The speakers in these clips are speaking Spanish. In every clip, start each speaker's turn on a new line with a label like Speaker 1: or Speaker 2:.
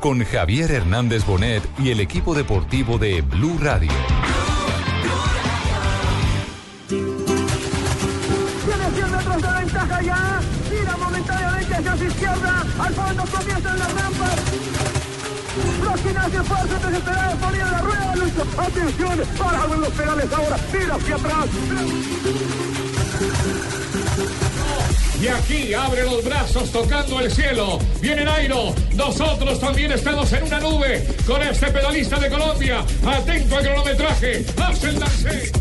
Speaker 1: con Javier Hernández Bonet y el equipo deportivo de Blue Radio.
Speaker 2: Tiene 100 metros de ventaja ya. Tira momentáneamente hacia su izquierda. Al fondo comienzan las rampas. Los gimnasios fuerzas desesperados ponían la rueda, Lucho. Atención, para ver los penales ahora. Tira hacia atrás.
Speaker 3: Y aquí abre los brazos tocando el cielo. Viene Nairo. Nosotros también estamos en una nube con este pedalista de Colombia. Atento al cronometraje. Hace el lance.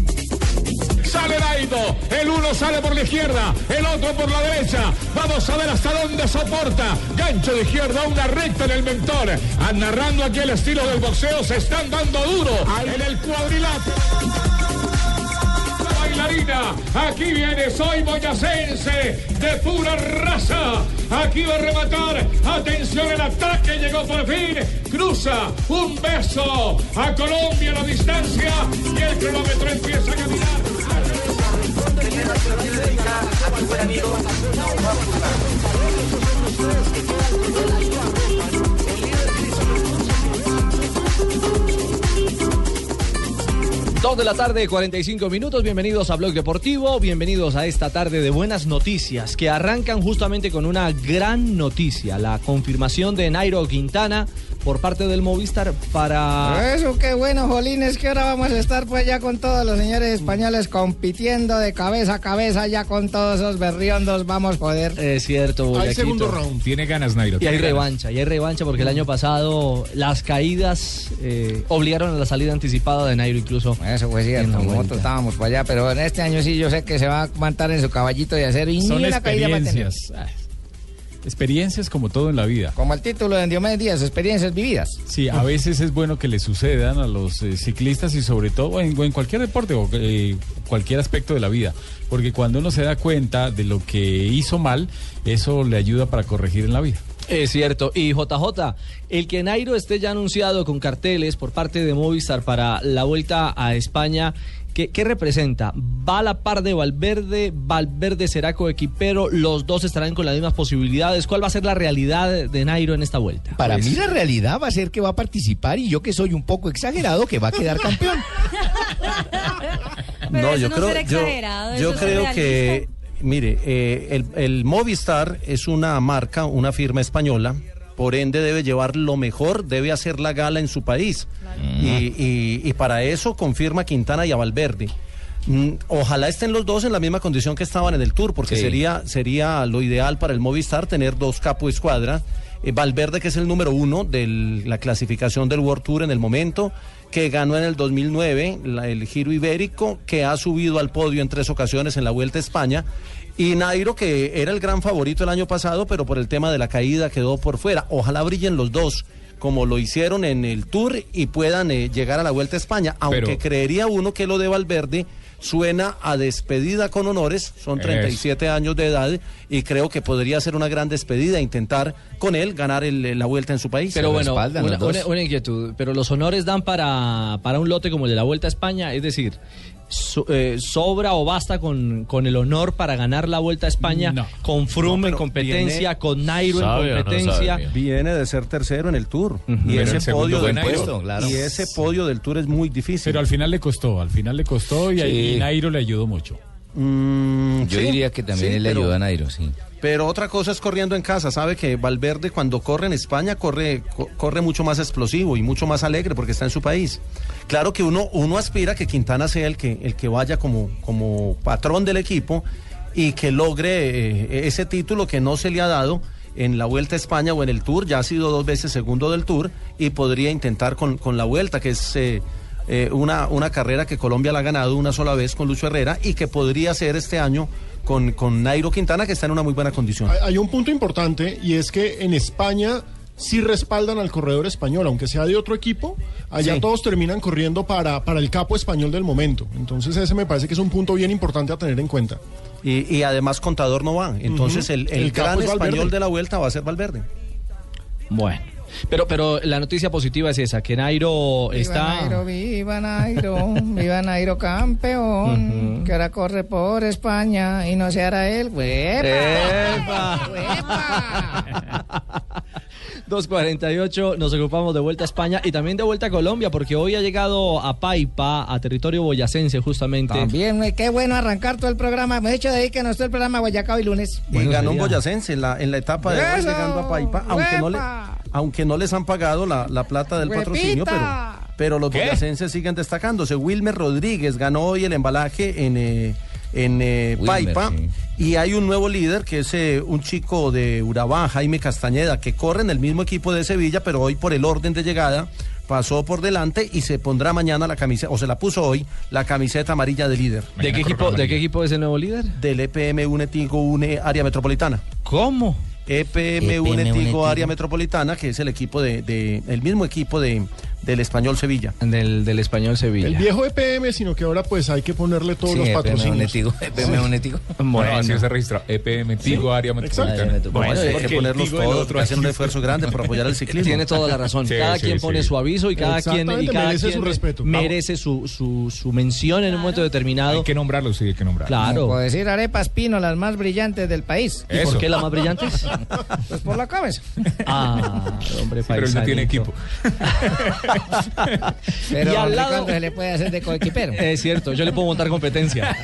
Speaker 3: Sale Nairo. El uno sale por la izquierda. El otro por la derecha. Vamos a ver hasta dónde soporta. Gancho de izquierda. Una recta en el mentor. Ah, Narrando aquí el estilo del boxeo. Se están dando duro en el cuadrilátero bailarina. Aquí viene, soy boyacense de pura raza. Aquí va a rematar. Atención, el ataque llegó por fin. Cruza un beso a Colombia a la distancia y el cronómetro empieza a caminar.
Speaker 4: Dos de la tarde, 45 minutos. Bienvenidos a Blog Deportivo. Bienvenidos a esta tarde de buenas noticias que arrancan justamente con una gran noticia: la confirmación de Nairo Quintana por parte del Movistar para.
Speaker 5: Eso, qué bueno, Jolines, que ahora vamos a estar pues ya con todos los señores españoles compitiendo de cabeza a cabeza, ya con todos esos berriondos, vamos joder.
Speaker 4: Es cierto, Boyaquito.
Speaker 6: round. Tiene ganas, Nairo.
Speaker 4: Y hay
Speaker 6: tiene ganas.
Speaker 4: revancha, y hay revancha porque el año pasado las caídas eh, obligaron a la salida anticipada de Nairo incluso.
Speaker 5: Eso fue
Speaker 4: En la
Speaker 5: cierto,
Speaker 4: vuelta.
Speaker 5: nosotros estábamos para allá, pero en este año sí yo sé que se va a montar en su caballito de acero y
Speaker 6: Son
Speaker 5: ni una caída va a tener.
Speaker 6: experiencias. Ah, Experiencias como todo en la vida.
Speaker 5: Como el título de Diomedes Díaz, experiencias vividas.
Speaker 6: Sí, a veces es bueno que le sucedan a los eh, ciclistas y sobre todo en, en cualquier deporte o eh, cualquier aspecto de la vida, porque cuando uno se da cuenta de lo que hizo mal, eso le ayuda para corregir en la vida.
Speaker 4: Es cierto. Y JJ, el que Nairo esté ya anunciado con carteles por parte de Movistar para la vuelta a España, ¿qué, qué representa? ¿Va a la par de Valverde? ¿Valverde será coequipero? ¿Los dos estarán con las mismas posibilidades? ¿Cuál va a ser la realidad de Nairo en esta vuelta? Pues
Speaker 7: Para mí la realidad va a ser que va a participar y yo que soy un poco exagerado que va a quedar campeón.
Speaker 8: Pero
Speaker 9: no,
Speaker 8: eso
Speaker 9: yo
Speaker 8: no
Speaker 9: creo,
Speaker 8: será
Speaker 9: yo-
Speaker 8: exagerado,
Speaker 9: yo
Speaker 8: eso es
Speaker 9: creo
Speaker 8: realista.
Speaker 9: que, mire, eh, el, el Movistar es una marca, una firma española, por ende debe llevar lo mejor, debe hacer la gala en su país. Y, y- y para eso confirma a Quintana y a Valverde. Mm, Ojalá estén los dos en la misma condición que estaban en el Tour, porque
Speaker 7: Sí.
Speaker 9: sería, sería lo ideal para el Movistar tener dos capo escuadra. Eh, Valverde, que es el número uno de la clasificación del World Tour en el momento, que ganó en el 2009 la- el Giro Ibérico, que ha subido al podio en tres ocasiones en la Vuelta a España. Y Nairo, que era el gran favorito el año pasado, pero por el tema de la caída quedó por fuera. Ojalá brillen los dos, como lo hicieron en el Tour, y puedan eh, llegar a la Vuelta a España. Aunque
Speaker 6: Pero-
Speaker 9: creería uno que lo de Valverde suena a despedida con honores, son
Speaker 6: Eso.
Speaker 9: 37 años de edad y creo que podría ser una gran despedida intentar con él ganar el- la vuelta en su país.
Speaker 4: Pero
Speaker 7: lo
Speaker 4: bueno,
Speaker 7: respaldan
Speaker 4: una,
Speaker 7: los dos.
Speaker 4: una- una inquietud. Pero los honores dan para, para un lote como el de la Vuelta a España, es decir, so- eh, sobra o basta con, con el honor para ganar la Vuelta a España
Speaker 6: No.
Speaker 4: con Froome en competencia,
Speaker 9: viene-
Speaker 4: con Nairo
Speaker 10: ¿Sabe o
Speaker 4: en
Speaker 10: no
Speaker 4: competencia.
Speaker 10: sabe,
Speaker 9: Viene de ser tercero en el Tour y
Speaker 6: Pero
Speaker 9: ese
Speaker 6: el segundo
Speaker 9: podio
Speaker 6: fue
Speaker 9: del
Speaker 6: Nairo.
Speaker 9: Tour,
Speaker 7: Claro.
Speaker 9: y ese podio del Tour es muy difícil.
Speaker 6: Pero al final le costó, al final le costó y, y Nairo le ayudó mucho.
Speaker 9: Mm,
Speaker 10: Yo
Speaker 9: sí,
Speaker 10: diría que también
Speaker 9: sí,
Speaker 10: él le
Speaker 9: pero-
Speaker 10: ayudó a Nairo, sí.
Speaker 9: Pero otra cosa es corriendo en casa, sabe que Valverde cuando corre en España corre, co- corre mucho más explosivo y mucho más alegre porque está en su país. Claro que uno, uno aspira que Quintana sea el que, el que vaya como, como patrón del equipo y que logre eh, ese título que no se le ha dado en la Vuelta a España o en el Tour, ya ha sido dos veces segundo del Tour y podría intentar con, con la Vuelta, que es eh, eh, una, una carrera que Colombia la ha ganado una sola vez con Lucho Herrera y que podría ser este año con, con Nairo Quintana, que está en una muy buena condición.
Speaker 11: Hay, hay un punto importante y es que en España sí respaldan al corredor español, aunque sea de otro equipo, allá
Speaker 9: Sí.
Speaker 11: todos terminan corriendo para, para el capo español del momento. Entonces ese me parece que es un punto bien importante a tener en cuenta.
Speaker 9: Y, y además Contador no va. Entonces
Speaker 11: Ujú.
Speaker 9: el, el
Speaker 11: El capo
Speaker 9: gran
Speaker 11: es Valverde.
Speaker 9: español de la vuelta va a ser Valverde.
Speaker 4: Bueno. Pero, pero la noticia positiva es esa, que Nairo
Speaker 5: Viva
Speaker 4: está...
Speaker 5: Nairo, viva Nairo, viva Nairo campeón, que ahora corre por España y no se hará él.
Speaker 4: Eh.
Speaker 5: ¡Huepa!
Speaker 4: ¡Epa!
Speaker 5: ¡Huepa!
Speaker 4: 2.48, nos ocupamos de vuelta a España y también de vuelta a Colombia, porque hoy ha llegado a Paipa, a territorio boyacense justamente.
Speaker 5: También, güey, qué bueno arrancar todo el programa. Hemos hecho de ahí que no esté el programa Guayacao y lunes.
Speaker 9: y ganó un
Speaker 4: sería.
Speaker 9: boyacense en la, en la etapa de hoy
Speaker 5: ¡Eso!
Speaker 9: llegando a Paipa, aunque no, le,
Speaker 5: ¡Uepa!
Speaker 9: aunque no les han pagado la, la plata del
Speaker 5: ¡Huepita!
Speaker 9: patrocinio, pero, pero los boyacenses siguen destacándose. Wilmer Rodríguez ganó hoy el embalaje en, eh, en eh,
Speaker 7: Wilmer,
Speaker 9: Paipa
Speaker 7: sí.
Speaker 9: y hay un nuevo líder que es eh, un chico de Urabá, Jaime Castañeda, que corre en el mismo equipo de Sevilla, pero hoy por el orden de llegada pasó por delante y se pondrá mañana la camiseta, o se la puso hoy, la camiseta amarilla de líder
Speaker 4: ¿De qué, equipo, ¿De qué equipo es el nuevo líder?
Speaker 9: del E EPM Unetigo UNE Área Metropolitana. E
Speaker 4: ¿Cómo?
Speaker 9: EPM
Speaker 7: EPM Unetigo.
Speaker 9: Unetigo Área Metropolitana, que es el equipo de, de- el mismo equipo de, del Español Sevilla.
Speaker 4: Del, del español Sevilla.
Speaker 11: El viejo EPM, sino que ahora pues hay que ponerle todos
Speaker 7: Sí,
Speaker 9: E
Speaker 12: E
Speaker 11: los
Speaker 7: EPM
Speaker 11: patrocinios.
Speaker 7: Unetigo, EPM Unetigo.
Speaker 6: Bueno, así se registra. EPM, Tigo, área metropolitana.
Speaker 7: Área metropolitana.
Speaker 9: Bueno,
Speaker 7: Bueno,
Speaker 9: hay
Speaker 7: porque
Speaker 9: que ponerlos
Speaker 6: digo el
Speaker 9: todos,
Speaker 6: otro
Speaker 9: hacen un
Speaker 6: aquí.
Speaker 9: esfuerzo grande por apoyar el ciclismo.
Speaker 4: Tiene toda la razón.
Speaker 6: Sí,
Speaker 4: cada
Speaker 6: sí,
Speaker 4: quien
Speaker 6: sí.
Speaker 4: pone su aviso y cada quien, y
Speaker 11: Exactamente,
Speaker 4: cada
Speaker 11: merece
Speaker 4: quien
Speaker 11: su respeto.
Speaker 4: merece su, su, su mención en un momento
Speaker 6: Hay
Speaker 4: determinado.
Speaker 6: que nombrarlo, sí, hay que nombrarlo.
Speaker 4: Claro.
Speaker 5: Puedo decir arepas pino, las más brillantes del país.
Speaker 4: ¿Y por qué las más brillantes?
Speaker 5: Pues por la cabeza.
Speaker 4: Ah, hombre,
Speaker 6: Pero él no tiene
Speaker 4: paisanito.
Speaker 6: equipo.
Speaker 5: Pero
Speaker 4: Y al lado- Eh,
Speaker 5: Ricardo se le puede hacer de coequipero.
Speaker 4: Es cierto, yo le puedo montar competencia.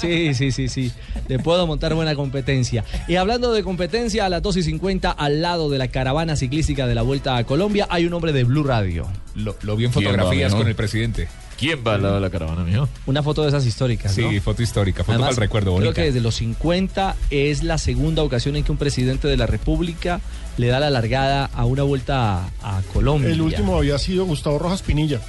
Speaker 4: Sí, sí, sí, sí. Le puedo montar buena competencia. Y hablando de competencia, a las 2 y 50, al lado de la caravana ciclística de la Vuelta a Colombia, hay un hombre de Blue Radio.
Speaker 6: Lo, lo vi en
Speaker 13: Bien,
Speaker 6: fotografías
Speaker 13: va, ¿no?
Speaker 6: con el presidente.
Speaker 13: ¿Quién va al lado de la caravana, mijo?
Speaker 4: Una foto de esas históricas.
Speaker 6: Sí,
Speaker 4: ¿no?
Speaker 6: foto histórica, foto
Speaker 4: Además,
Speaker 6: para el recuerdo. Bonita.
Speaker 4: Creo que desde los 50 es la segunda ocasión en que un presidente de la República le da la largada a una vuelta a, a Colombia.
Speaker 11: El último había sido Gustavo Rojas Pinilla.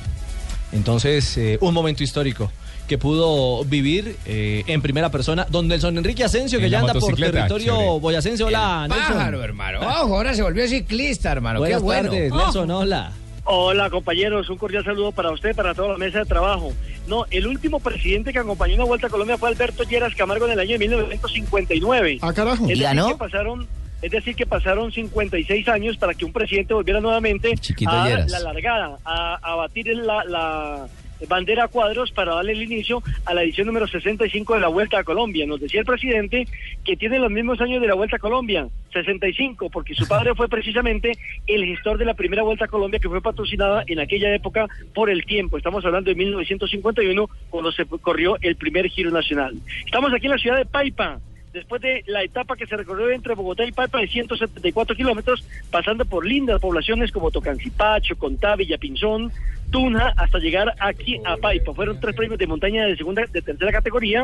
Speaker 4: Entonces, eh, un momento histórico que pudo vivir eh, en primera persona don Nelson Enrique Asensio, que
Speaker 6: En
Speaker 4: ya
Speaker 6: la
Speaker 4: anda por
Speaker 6: motocicleta,
Speaker 4: territorio
Speaker 6: chévere.
Speaker 4: boyacense. Hola, Nelson.
Speaker 7: Pájaro, hermano. Ojo, ahora se volvió ciclista, hermano.
Speaker 4: Buenas
Speaker 7: Qué bueno.
Speaker 4: tardes, Nelson, hola.
Speaker 14: Hola compañeros, un cordial saludo para usted, para toda la mesa de trabajo. No, el último presidente que acompañó una vuelta a Colombia fue Alberto Lleras Camargo en el año de 1959.
Speaker 11: Ah, carajo.
Speaker 14: Es
Speaker 7: ¿Y
Speaker 14: decir,
Speaker 7: ganó?
Speaker 14: que pasaron, es decir, que pasaron 56 años para que un presidente volviera nuevamente
Speaker 7: Chiquito
Speaker 14: a
Speaker 7: Lleras.
Speaker 14: la largada, a, a batir la, la bandera a cuadros para darle el inicio a la edición número 65 de la Vuelta a Colombia. Nos decía el presidente que tiene los mismos años de la Vuelta a Colombia, 65, porque su padre fue precisamente el gestor de la primera Vuelta a Colombia que fue patrocinada en aquella época por el tiempo. Estamos hablando de 1951, cuando se corrió el primer giro nacional. Estamos aquí en la ciudad de Paipa después de la etapa que se recorrió entre Bogotá y Paipa de 174 kilómetros, pasando por lindas poblaciones como Tocancipacho, Contá, Villapinzón, Tunja, hasta llegar aquí a Paipa. Fueron tres premios de montaña de segunda, de tercera categoría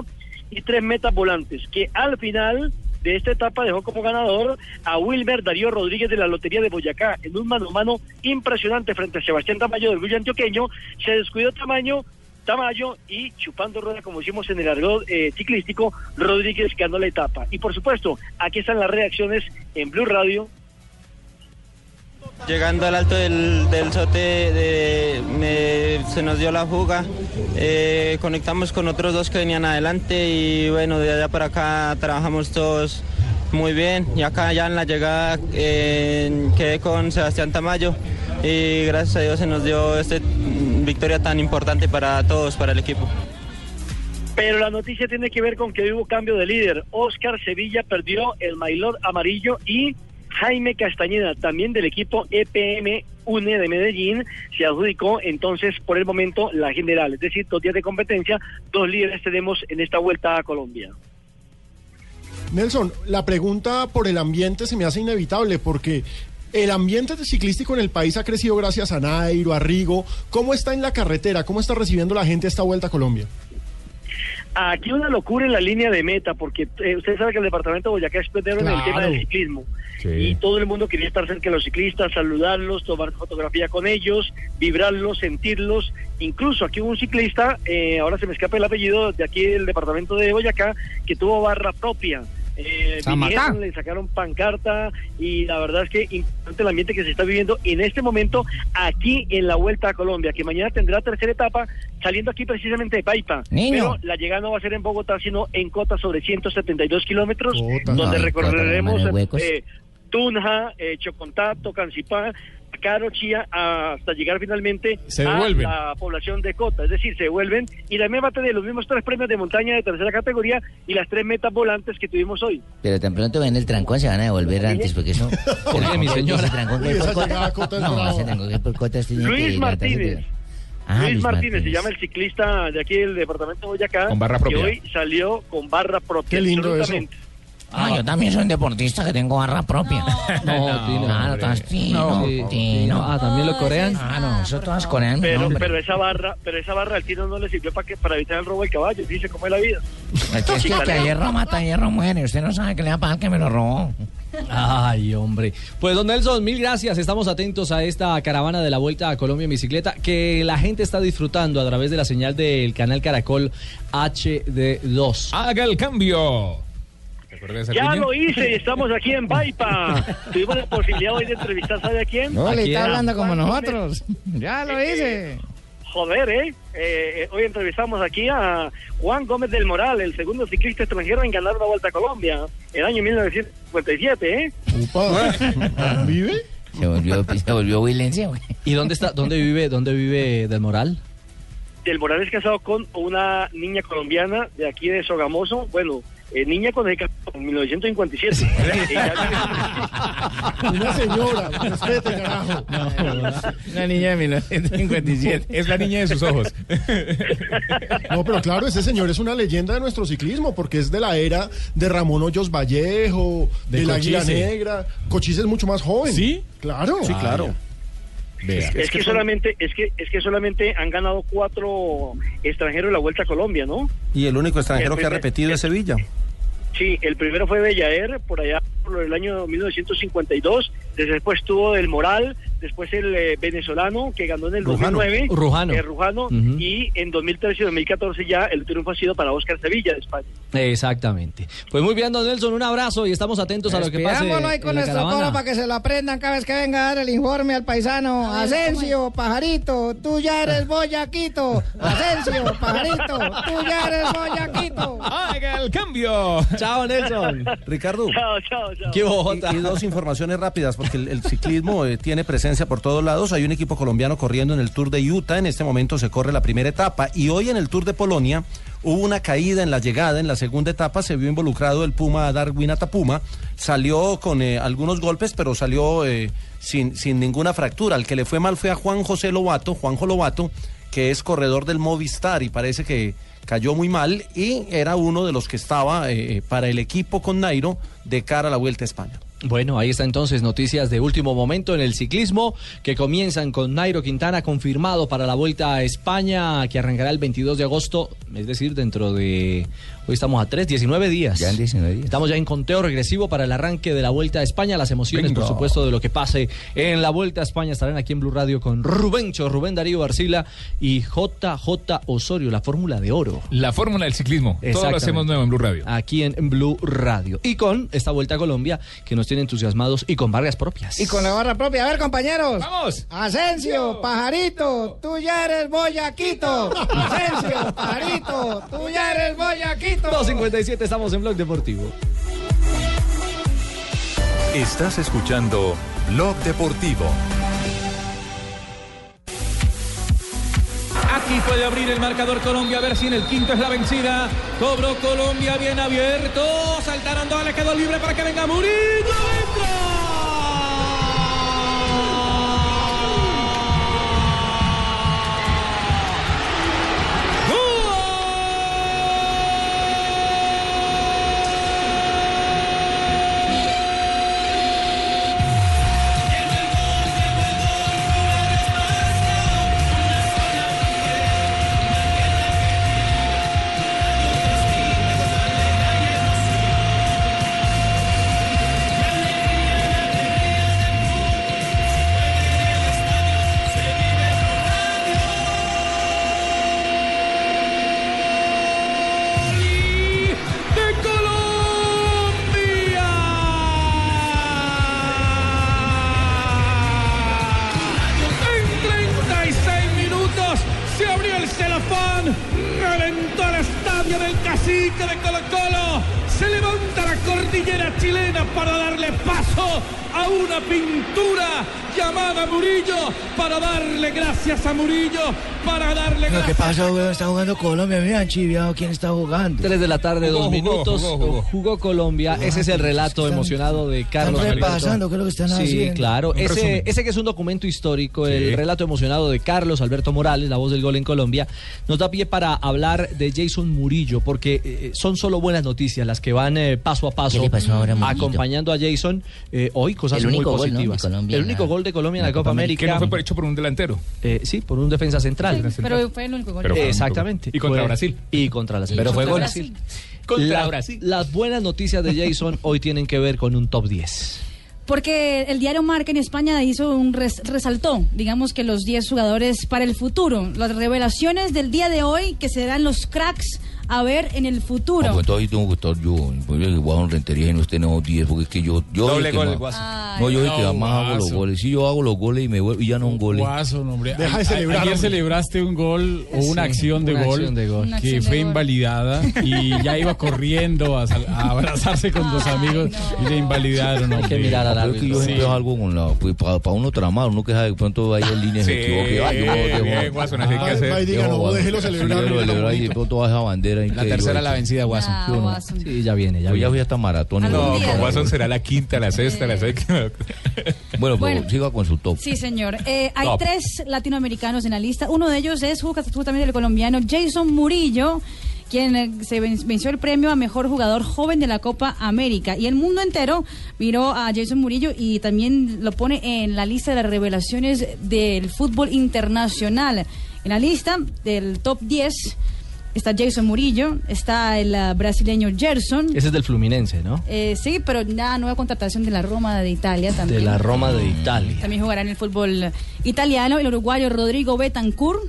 Speaker 14: y tres metas volantes, que al final de esta etapa dejó como ganador a Wilmer Darío Rodríguez de la Lotería de Boyacá en un mano a mano impresionante frente a Sebastián Tamayo del Orgullo Antioqueño. Se descuidó Tamaño Tamayo y chupando rueda, como decimos en el argot eh, ciclístico, Rodríguez ganó la etapa. Y por supuesto, aquí están las reacciones en Blue Radio.
Speaker 13: Llegando al alto del, del sote, de- me- se nos dio la fuga. Eh, conectamos con otros dos que venían adelante y bueno, de allá para acá trabajamos todos muy bien. Y acá ya en la llegada eh, quedé con Sebastián Tamayo y gracias a Dios se nos dio esta victoria tan importante para todos, para el equipo.
Speaker 14: Pero la noticia tiene que ver con que hubo cambio de líder. Oscar Sevilla perdió el maillot amarillo y Jaime Castañeda, también del equipo EPM UNE de Medellín, se adjudicó entonces por el momento la general. Es decir, dos días de competencia, dos líderes tenemos en esta vuelta a Colombia.
Speaker 11: Nelson, la pregunta por el ambiente se me hace inevitable porque el ambiente ciclístico en el país ha crecido gracias a Nairo, a Rigo. ¿Cómo está en la carretera? ¿Cómo está recibiendo la gente esta vuelta a Colombia?
Speaker 14: Aquí una locura en la línea de meta, porque eh, usted sabe que el departamento de Boyacá es pionero en el
Speaker 11: Claro.
Speaker 14: tema del ciclismo. y todo el mundo quería estar cerca de los ciclistas, saludarlos, tomar fotografía con ellos, vibrarlos, sentirlos. Incluso aquí hubo un ciclista, eh, ahora se me escapa el apellido, de aquí del departamento de Boyacá, que tuvo barra propia. Eh,
Speaker 5: Samacá.
Speaker 14: vinieron, le sacaron pancarta y la verdad es que importante el ambiente que se está viviendo en este momento aquí en la Vuelta a Colombia, que mañana tendrá tercera etapa saliendo aquí precisamente de Paipa.
Speaker 5: Niño.
Speaker 14: Pero la llegada no va a ser en Bogotá, sino en Cota sobre 172 kilómetros,
Speaker 7: Cota.
Speaker 14: donde
Speaker 7: Ay,
Speaker 14: recorreremos
Speaker 7: Cota, hermano, huecos.
Speaker 14: eh, Tunja, eh, Chocontato, Cancipá, Caro, Chía, hasta llegar finalmente
Speaker 15: Se
Speaker 14: a
Speaker 15: devuelven.
Speaker 14: la población de Cota. Es decir, se devuelven y también va a tener los mismos tres premios de montaña de tercera categoría y las tres metas volantes que tuvimos hoy.
Speaker 7: Pero tan pronto ven el trancón, se van a devolver antes, porque eso. ¿Por
Speaker 14: qué, mi señora?
Speaker 7: Ese trancón que hay
Speaker 14: Uy,
Speaker 7: por
Speaker 14: esa llegada a
Speaker 7: Cota.
Speaker 14: Cota es
Speaker 7: No,
Speaker 14: brava.
Speaker 7: ese trancón que hay por Cota es tiene que
Speaker 14: Luis
Speaker 7: ir a tratar de-
Speaker 14: Martínez.
Speaker 7: Ah,
Speaker 14: Luis Martínez se llama el ciclista de aquí del departamento de Boyacá.
Speaker 7: Con barra propia.
Speaker 14: Y hoy salió con barra propia.
Speaker 7: Qué lindo eso.
Speaker 14: absolutamente.
Speaker 7: Ah, yo también soy un deportista que tengo barra propia. No, Tino. Ah, no, todas Tino, Tino. Ah, también lo corean. Ah, no, eso todas corean.
Speaker 14: Pero,
Speaker 7: no, hombre.
Speaker 14: pero esa barra, pero esa barra al tiro no le sirvió para que para evitar el robo del caballo. Dice cómo es la vida.
Speaker 7: Es que, es que, que a hierro mata, a hierro muere. Usted no sabe qué le va a pasar que me lo robó.
Speaker 4: Ay, hombre. Pues don Nelson, mil gracias. Estamos atentos a esta caravana de la Vuelta a Colombia en bicicleta que la gente está disfrutando a través de la señal del canal Caracol HD2.
Speaker 2: Haga el cambio.
Speaker 14: Ya lo hice, estamos aquí en Baipa. Ah, Tuvimos la posibilidad hoy de entrevistar, ¿sabe a quién?
Speaker 5: No, le
Speaker 14: ¿A quién?
Speaker 5: está hablando como
Speaker 14: Juan Gómez.
Speaker 5: nosotros. Ya lo hice.
Speaker 14: Eh, Joder, ¿eh? Eh, eh, Hoy entrevistamos aquí a Juan Gómez del Moral, el segundo ciclista extranjero en ganar la Vuelta a Colombia, el año 1957, ¿eh?
Speaker 7: ¿Vive? Se volvió, se volvió violencia, güey.
Speaker 4: ¿Y dónde está? ¿Dónde vive? ¿Dónde vive Del Moral?
Speaker 14: Del Moral es casado con una niña colombiana de aquí de Sogamoso, bueno, eh, niña con el cap- en 1957.
Speaker 11: Una señora, respete, carajo.
Speaker 12: Una niña de 1957.
Speaker 2: Es la niña de sus ojos.
Speaker 11: No, pero claro, ese señor es una leyenda de nuestro ciclismo, porque es de la era de Ramón Hoyos Vallejo,
Speaker 15: De
Speaker 11: de, la Águila
Speaker 15: Cochise.
Speaker 11: Negra. Cochise es mucho más joven.
Speaker 15: ¿Sí?
Speaker 11: Claro.
Speaker 15: Sí, claro.
Speaker 14: Eh, Es que, solamente, es que, es que solamente han ganado cuatro extranjeros la Vuelta a Colombia, ¿no?
Speaker 9: Y el único extranjero
Speaker 14: El
Speaker 9: que ha
Speaker 14: primer-
Speaker 9: repetido es Sevilla.
Speaker 14: Sí, el primero fue Bellaer, por allá por el año 1952, después tuvo el Moral, después el eh, venezolano que ganó en el
Speaker 9: Rujano.
Speaker 14: 2009,
Speaker 4: Rujano.
Speaker 14: eh, Rujano
Speaker 4: Ujú.
Speaker 14: y en 2013 y 2014 ya el triunfo ha sido para Oscar Sevilla de España.
Speaker 4: Exactamente. Pues muy bien, don Nelson, un abrazo y estamos atentos a lo que pase.
Speaker 5: Veámoslo ahí
Speaker 4: en
Speaker 5: con
Speaker 4: la
Speaker 5: nuestro
Speaker 4: caravana.
Speaker 5: coro para que se lo aprendan cada vez que venga a dar el informe al paisano. Asensio, pajarito, tú ya eres boyaquito. Asensio, pajarito, tú ya eres boyaquito.
Speaker 2: Haga el cambio.
Speaker 4: Chao, Nelson.
Speaker 9: Ricardo.
Speaker 14: Chao, chao, chao.
Speaker 9: Y, y dos informaciones rápidas, porque el, el ciclismo eh, tiene presencia por todos lados. Hay un equipo colombiano corriendo en el Tour de Utah. En este momento se corre la primera etapa. Y hoy en el Tour de Polonia hubo una caída en la llegada. En la segunda etapa se vio involucrado el Puma Darwin Atapuma. Salió con eh, algunos golpes, pero salió eh, sin, sin ninguna fractura. Al que le fue mal fue a Juan José Lobato, Juanjo Lobato, que es corredor del Movistar y parece que cayó muy mal y era uno de los que estaba eh, para el equipo con Nairo de cara a la Vuelta a España.
Speaker 4: Bueno, ahí está entonces noticias de último momento en el ciclismo que comienzan con Nairo Quintana confirmado para la Vuelta a España que arrancará el 22 de agosto, es decir, dentro de hoy estamos a 3, 19 días.
Speaker 7: Ya en 19 días.
Speaker 4: Estamos ya en conteo regresivo para el arranque de la Vuelta a España, las emociones por
Speaker 7: Venga.
Speaker 4: supuesto de lo que pase en la Vuelta a España estarán aquí en Blue Radio con Rubencho, Rubén Darío Arcila y JJ Osorio, la fórmula de oro.
Speaker 2: La fórmula del ciclismo. Todo lo
Speaker 4: Exactamente.
Speaker 2: hacemos nuevo en Blue Radio.
Speaker 4: Aquí en Blue Radio. Y con esta vuelta a Colombia que nos tiene entusiasmados y con barrias propias.
Speaker 5: Y con la barra propia. A ver, compañeros.
Speaker 2: ¡Vamos!
Speaker 5: Asensio, pajarito, tú ya eres boyaquito. Asensio, pajarito, tú ya eres boyaquito.
Speaker 4: 2.57, estamos en Blog Deportivo.
Speaker 1: Estás escuchando Blog Deportivo.
Speaker 2: Aquí puede abrir el marcador Colombia, a ver si en el quinto es la vencida. Cobró Colombia bien abierto. Saltaron dos, le quedó libre para que venga Murillo. Cacique de Colo Colo. Se levanta la cordillera chilena para darle paso a una pintura llamada Murillo. Para darle gracias a Murillo. Para darle
Speaker 7: Lo que
Speaker 2: gracias.
Speaker 7: pasa, weón, está jugando Colombia. Mira, han chiviado quién está jugando.
Speaker 4: 3 de la tarde,
Speaker 7: Jugó,
Speaker 4: dos
Speaker 7: jugó,
Speaker 4: minutos.
Speaker 7: jugó,
Speaker 4: Jugó,
Speaker 7: jugó.
Speaker 4: Colombia.
Speaker 7: Jugó.
Speaker 4: ese es el
Speaker 7: Es
Speaker 4: relato
Speaker 7: que están-
Speaker 4: emocionado de Carlos
Speaker 7: están
Speaker 4: Alberto.
Speaker 7: repasando, ¿qué es lo que están
Speaker 4: sí,
Speaker 7: haciendo?
Speaker 4: claro.
Speaker 7: Un
Speaker 4: Ese,
Speaker 7: resumen.
Speaker 4: ese que es un documento histórico, el relato emocionado de Carlos Alberto Morales, la voz del gol en Colombia, nos da pie para hablar de Jason Murillo, porque eh, son solo buenas noticias las que van eh, paso a paso
Speaker 7: ¿Qué le pasó ahora a Murillo?
Speaker 4: acompañando a Jason eh, hoy, cosas
Speaker 7: El
Speaker 4: muy
Speaker 7: único gol, ¿no? de
Speaker 4: positivas.
Speaker 7: Colombia
Speaker 4: el
Speaker 7: en la-
Speaker 4: único gol de Colombia en la, Copa América.
Speaker 2: Que no fue
Speaker 4: hecho por un delantero? sí, por un defensa central.
Speaker 16: Pero fue el único gol.
Speaker 4: Exactamente.
Speaker 2: Y contra
Speaker 4: Fue-
Speaker 2: Brasil.
Speaker 4: Y contra la
Speaker 2: Pero fue
Speaker 4: Contra
Speaker 2: gol.
Speaker 4: Brasil.
Speaker 2: Contra
Speaker 4: La-
Speaker 2: Brasil.
Speaker 4: Las buenas noticias de Jason hoy tienen que ver con un top 10.
Speaker 16: Porque el diario Marca en España hizo un res- resaltó, digamos que los 10 jugadores para el futuro, las revelaciones del día de hoy que serán los cracks a ver en el futuro.
Speaker 10: Pues entonces tengo que estar yo. Pues el Guasón Rentería en usted no 10, porque es que yo. yo
Speaker 2: Doble
Speaker 10: soy el que
Speaker 2: gol,
Speaker 10: más-
Speaker 2: Guaso.
Speaker 10: No, yo soy el
Speaker 6: No,
Speaker 10: que más hago los
Speaker 6: Guaso.
Speaker 10: goles. Si yo hago los goles y me vuelvo, y ya no un gol.
Speaker 6: Guaso, no, hombre.
Speaker 10: Deja de
Speaker 6: A- a-
Speaker 10: celebrar,
Speaker 6: Ayer
Speaker 10: hombre.
Speaker 6: celebraste un gol o una
Speaker 10: Sí,
Speaker 6: acción de
Speaker 10: una
Speaker 6: gol,
Speaker 10: acción de gol.
Speaker 16: Una
Speaker 6: que
Speaker 16: acción de
Speaker 6: fue
Speaker 16: gol.
Speaker 6: invalidada y ya iba corriendo a, sal- a abrazarse con los amigos y le invalidaron.
Speaker 10: Hay
Speaker 6: hombre.
Speaker 10: Es que yo siempre hago algo con la. Pues para uno tramar, uno que sabe de pronto vaya en línea y
Speaker 6: Sí,
Speaker 10: se equivoque. Ay, yo no
Speaker 6: bien,
Speaker 10: dejo.
Speaker 6: bien, Guasón, así hay que
Speaker 10: Ay,
Speaker 6: hacer.
Speaker 10: ay, diga,
Speaker 6: Dejo,
Speaker 10: no,
Speaker 6: Guasón.
Speaker 10: déjelo celebrar.
Speaker 6: Celebro,
Speaker 10: celebrar y de pronto baja bandera.
Speaker 6: La tercera la vencida,
Speaker 10: Guasón.
Speaker 16: Ah, Guasón.
Speaker 10: Sí, ya viene, ya ya voy hasta maratón.
Speaker 16: Algún No, día. con Guasón
Speaker 10: será la quinta, la sexta, la séptima. Bueno,
Speaker 16: Bueno.
Speaker 10: pero siga con su top.
Speaker 16: Sí, señor. Eh, hay
Speaker 10: Top.
Speaker 16: tres latinoamericanos en la lista. Uno de ellos es ju- justamente el colombiano Jason Murillo, quien eh, se ven- venció el premio a mejor jugador joven de la Copa América. Y el mundo entero miró a Jason Murillo y también lo pone en la lista de las revelaciones del fútbol internacional. En la lista del top 10 está Jason Murillo, está el ah, brasileño Gerson.
Speaker 4: Ese es del Fluminense, ¿no?
Speaker 16: Eh, sí, pero nada, nueva contratación de la Roma de Italia también.
Speaker 4: De la Roma de Italia.
Speaker 16: También jugará en el fútbol italiano el uruguayo Rodrigo Betancourt.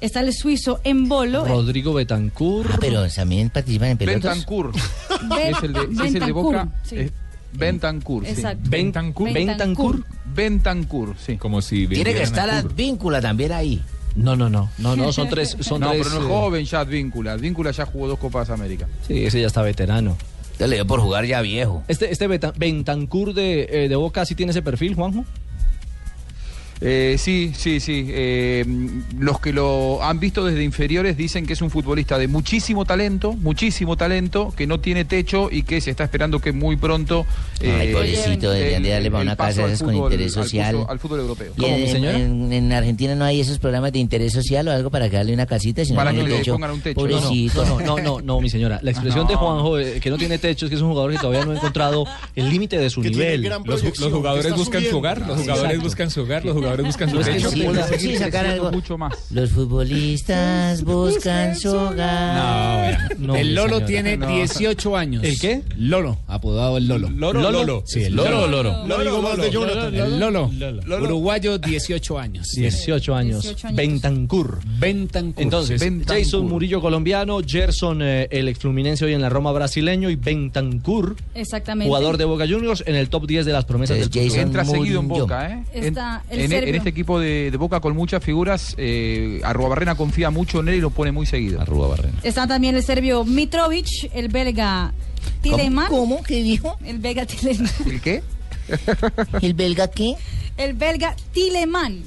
Speaker 16: Está el suizo Embolo.
Speaker 4: Rodrigo Betancur.
Speaker 7: Ah, pero también participan en pelotas.
Speaker 17: Bentancur.
Speaker 16: Be-
Speaker 17: es el de, sí, es el de
Speaker 16: Bentancur,
Speaker 17: Boca.
Speaker 16: sí.
Speaker 17: eh, Bentancur. sí.
Speaker 16: Exacto.
Speaker 17: Bentancur.
Speaker 16: Bentancur.
Speaker 17: Bentancur, sí. Como si
Speaker 7: Tiene que estar la víncula también ahí.
Speaker 4: No, no, no. No, no, son tres. Son
Speaker 17: no,
Speaker 4: tres
Speaker 17: pero no es
Speaker 4: eh,
Speaker 17: joven ya Advíncula. Advíncula ya jugó dos Copas América.
Speaker 4: Sí, ese ya está veterano.
Speaker 10: Ya le dio por jugar ya viejo.
Speaker 4: Este, este Beta- Bentancur de, eh, de Boca sí tiene ese perfil, Juanjo.
Speaker 17: Eh, sí, sí, sí. Eh, los que lo han visto desde inferiores dicen que es un futbolista de muchísimo talento, muchísimo talento, que no tiene techo y que se está esperando que muy pronto. eh,
Speaker 7: Ay, pobrecito, deberían de darle para una
Speaker 17: paso
Speaker 7: casa de
Speaker 17: al
Speaker 7: esas con
Speaker 17: fútbol-
Speaker 7: interés
Speaker 17: al
Speaker 7: social.
Speaker 17: curso- Al fútbol europeo.
Speaker 7: Y en, en- en Argentina no hay esos programas de interés social o algo para que darle una casita, sino
Speaker 4: Para
Speaker 7: que
Speaker 4: que le
Speaker 7: techo.
Speaker 4: pongan un techo.
Speaker 7: Pobrecito.
Speaker 4: No, no, no, no, no, no, mi señora. La expresión
Speaker 7: No.
Speaker 4: de Juanjo, eh, que no tiene techo, es que es un jugador que todavía no ha encontrado el límite de su
Speaker 6: Que tiene
Speaker 4: nivel.
Speaker 6: gran Los- proyección, los jugadores que está buscan su subiendo. hogar, los jugadores buscan
Speaker 4: su hogar,
Speaker 6: los jugadores buscan su
Speaker 4: No, es que
Speaker 6: techo.
Speaker 4: sí,
Speaker 6: Puede
Speaker 4: no,
Speaker 6: seguir
Speaker 4: sí, sacar
Speaker 6: creciendo
Speaker 4: algo.
Speaker 17: Mucho más.
Speaker 7: Los futbolistas buscan su hogar.
Speaker 4: No,
Speaker 18: el
Speaker 4: mi
Speaker 18: Lolo
Speaker 4: señora.
Speaker 18: tiene
Speaker 4: No.
Speaker 18: 18 años.
Speaker 4: ¿El qué?
Speaker 18: Lolo, apodado Ah, el Lolo.
Speaker 4: Lolo, Lolo.
Speaker 18: Sí, el
Speaker 4: Lolo,
Speaker 18: Lolo.
Speaker 4: Lolo.
Speaker 18: Lolo,
Speaker 4: No digo más de
Speaker 18: Lolo,
Speaker 4: Jonathan.
Speaker 18: El Lolo.
Speaker 4: Lolo.
Speaker 18: Lolo. Uruguayo, 18 años.
Speaker 4: 18 años.
Speaker 18: 18 años.
Speaker 4: Bentancur.
Speaker 18: Bentancur.
Speaker 4: Entonces,
Speaker 18: Bentancur.
Speaker 4: Jason Murillo colombiano, Gerson eh, el exfluminense hoy en la Roma brasileño y Bentancur,
Speaker 16: Exactamente.
Speaker 4: jugador de Boca Juniors en el top 10 de las promesas del futuro.
Speaker 17: Entra seguido en Boca, ¿eh?
Speaker 16: Está
Speaker 17: En,
Speaker 16: el
Speaker 17: en- en
Speaker 16: serbio.
Speaker 17: este equipo de, de Boca con muchas figuras, eh, Arruabarrena confía mucho en él y lo pone muy seguido.
Speaker 10: Arruabarrena.
Speaker 16: Está también el serbio Mitrovic, el belga Tileman. ¿Cómo? ¿Qué dijo? El belga Tileman.
Speaker 17: ¿El qué?
Speaker 7: ¿El belga qué?
Speaker 16: El belga Tileman.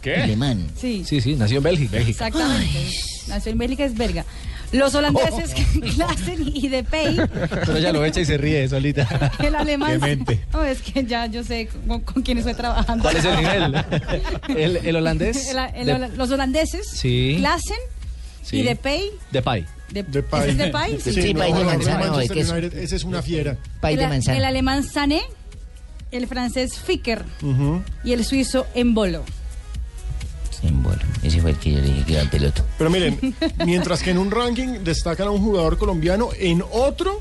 Speaker 4: ¿Qué?
Speaker 7: Alemán.
Speaker 16: Sí.
Speaker 4: Sí, sí, nació en Bélgica.
Speaker 16: Exactamente. Nació en Bélgica, es belga. Los holandeses Klassen y Depay.
Speaker 4: Pero ella lo echa y se ríe solita.
Speaker 16: El alemán.
Speaker 4: Qué mente.
Speaker 16: No, es que ya yo sé con, con quién estoy trabajando.
Speaker 4: ¿Cuál es el nivel? ¿El, el holandés?
Speaker 16: El- el-
Speaker 4: De-
Speaker 16: los holandeses.
Speaker 4: Sí.
Speaker 16: Klassen
Speaker 4: Sí.
Speaker 16: y Depay.
Speaker 4: Depay.
Speaker 16: De, ¿Ese es Depay?
Speaker 7: Sí, Pay de
Speaker 11: no,
Speaker 7: manzana,
Speaker 11: Manchester
Speaker 7: no, es que es-
Speaker 11: United, ese es una fiera.
Speaker 7: Pay de
Speaker 16: el,
Speaker 7: manzana.
Speaker 16: el alemán Sané, el francés Ficker
Speaker 11: Ujú.
Speaker 16: y el suizo Embolo.
Speaker 7: Ese fue el que yo le dije que era el peloto.
Speaker 11: Pero miren, mientras que en un ranking destacan a un jugador colombiano, en otro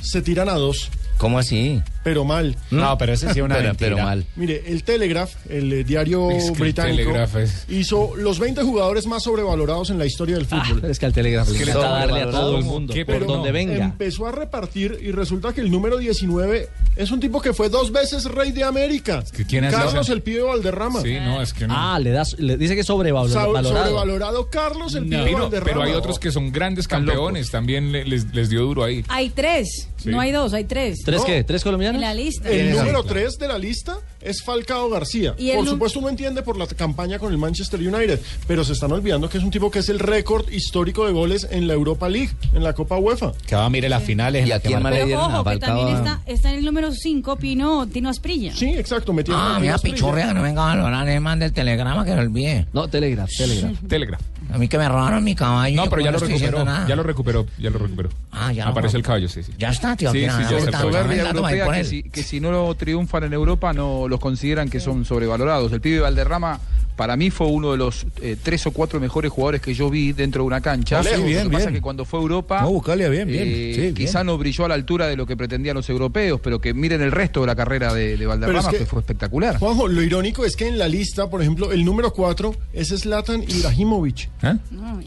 Speaker 11: se tiran a dos.
Speaker 10: ¿Cómo así?
Speaker 11: pero mal.
Speaker 18: No, pero ese sí es una Pero- mentira. pero mal.
Speaker 11: Mire, el Telegraph, el eh, diario
Speaker 18: Es que el
Speaker 11: británico,
Speaker 18: Telegraph es-
Speaker 11: hizo los 20 jugadores más sobrevalorados en la historia del fútbol.
Speaker 4: pero Ah, es que al Telegraph le encanta darle a todo el mundo,
Speaker 11: ¿Qué?
Speaker 4: por
Speaker 11: Pero
Speaker 4: donde
Speaker 11: no,
Speaker 4: venga.
Speaker 11: Empezó a repartir y resulta que el número 19 es un tipo que fue dos veces rey de América.
Speaker 12: ¿quién es
Speaker 11: Carlos
Speaker 12: ese?
Speaker 11: el Pibe Valderrama.
Speaker 12: Sí, no, es que no.
Speaker 4: Ah, le, das, le dice que es
Speaker 11: Sa-
Speaker 4: sobrevalorado.
Speaker 11: Sobrevalorado Carlos el Pibe
Speaker 12: Pino,
Speaker 11: Valderrama.
Speaker 12: pero hay otros que son grandes campeones, también le- les, les dio duro ahí.
Speaker 16: Hay tres,
Speaker 12: Sí.
Speaker 16: no hay dos, hay tres.
Speaker 12: ¿Tres
Speaker 16: No.
Speaker 12: qué? ¿Tres colombianos?
Speaker 16: En la lista.
Speaker 11: El número 3 de la lista es Falcao García.
Speaker 16: Y el
Speaker 11: Por
Speaker 16: nu-
Speaker 11: supuesto uno entiende por la t- campaña con el Manchester United, pero se están olvidando que es un tipo que es el récord histórico de goles en la Europa League, en la Copa UEFA.
Speaker 18: Que va a mirar las finales. ¿Y a
Speaker 11: quién más le dieron?
Speaker 16: Ojo,
Speaker 11: Ah,
Speaker 16: que también
Speaker 11: faltaba-
Speaker 16: está, está en el número 5, Pino Tino Asprilla.
Speaker 11: Sí, exacto, metieron
Speaker 7: Ah, mira, pichorrea, no venga a valorar, es más del telegrama que lo olvidé.
Speaker 4: No, telegrama, telegrama.
Speaker 12: Telegraph.
Speaker 7: A mí que me robaron mi caballo.
Speaker 12: No,
Speaker 7: yo
Speaker 12: pero ya lo
Speaker 7: no estoy diciendo
Speaker 12: recuperó.
Speaker 7: nada.
Speaker 12: Ya lo recuperó, ya lo recuperó.
Speaker 7: Ah, ya lo
Speaker 12: Apareció
Speaker 7: recuperó.
Speaker 12: el caballo, sí, sí.
Speaker 7: Ya está, tío.
Speaker 12: Sí,
Speaker 7: mira,
Speaker 12: sí, ya
Speaker 7: no,
Speaker 12: se
Speaker 7: está,
Speaker 12: fue.
Speaker 7: está,
Speaker 17: soberbia
Speaker 7: está, toma, y
Speaker 17: europea
Speaker 7: por
Speaker 17: que
Speaker 7: él.
Speaker 17: si, que si no lo triunfan en Europa no los consideran que son sobrevalorados. El pibe Valderrama para mí fue uno de los eh, tres o cuatro mejores jugadores que yo vi dentro de una cancha.
Speaker 18: Ah, sí,
Speaker 17: Lo que
Speaker 18: bien,
Speaker 17: pasa
Speaker 18: bien.
Speaker 17: es que cuando fue a Europa,
Speaker 18: No, Bucalia, bien, bien.
Speaker 17: eh,
Speaker 18: Sí, bien.
Speaker 17: quizá no brilló a la altura de lo que pretendían los europeos, pero que miren el resto de la carrera de, de Valderrama
Speaker 11: Pero es que-
Speaker 17: que fue espectacular.
Speaker 11: Juanjo, lo irónico es que en la lista, por ejemplo, el número 4 es Zlatan Ibrahimovic.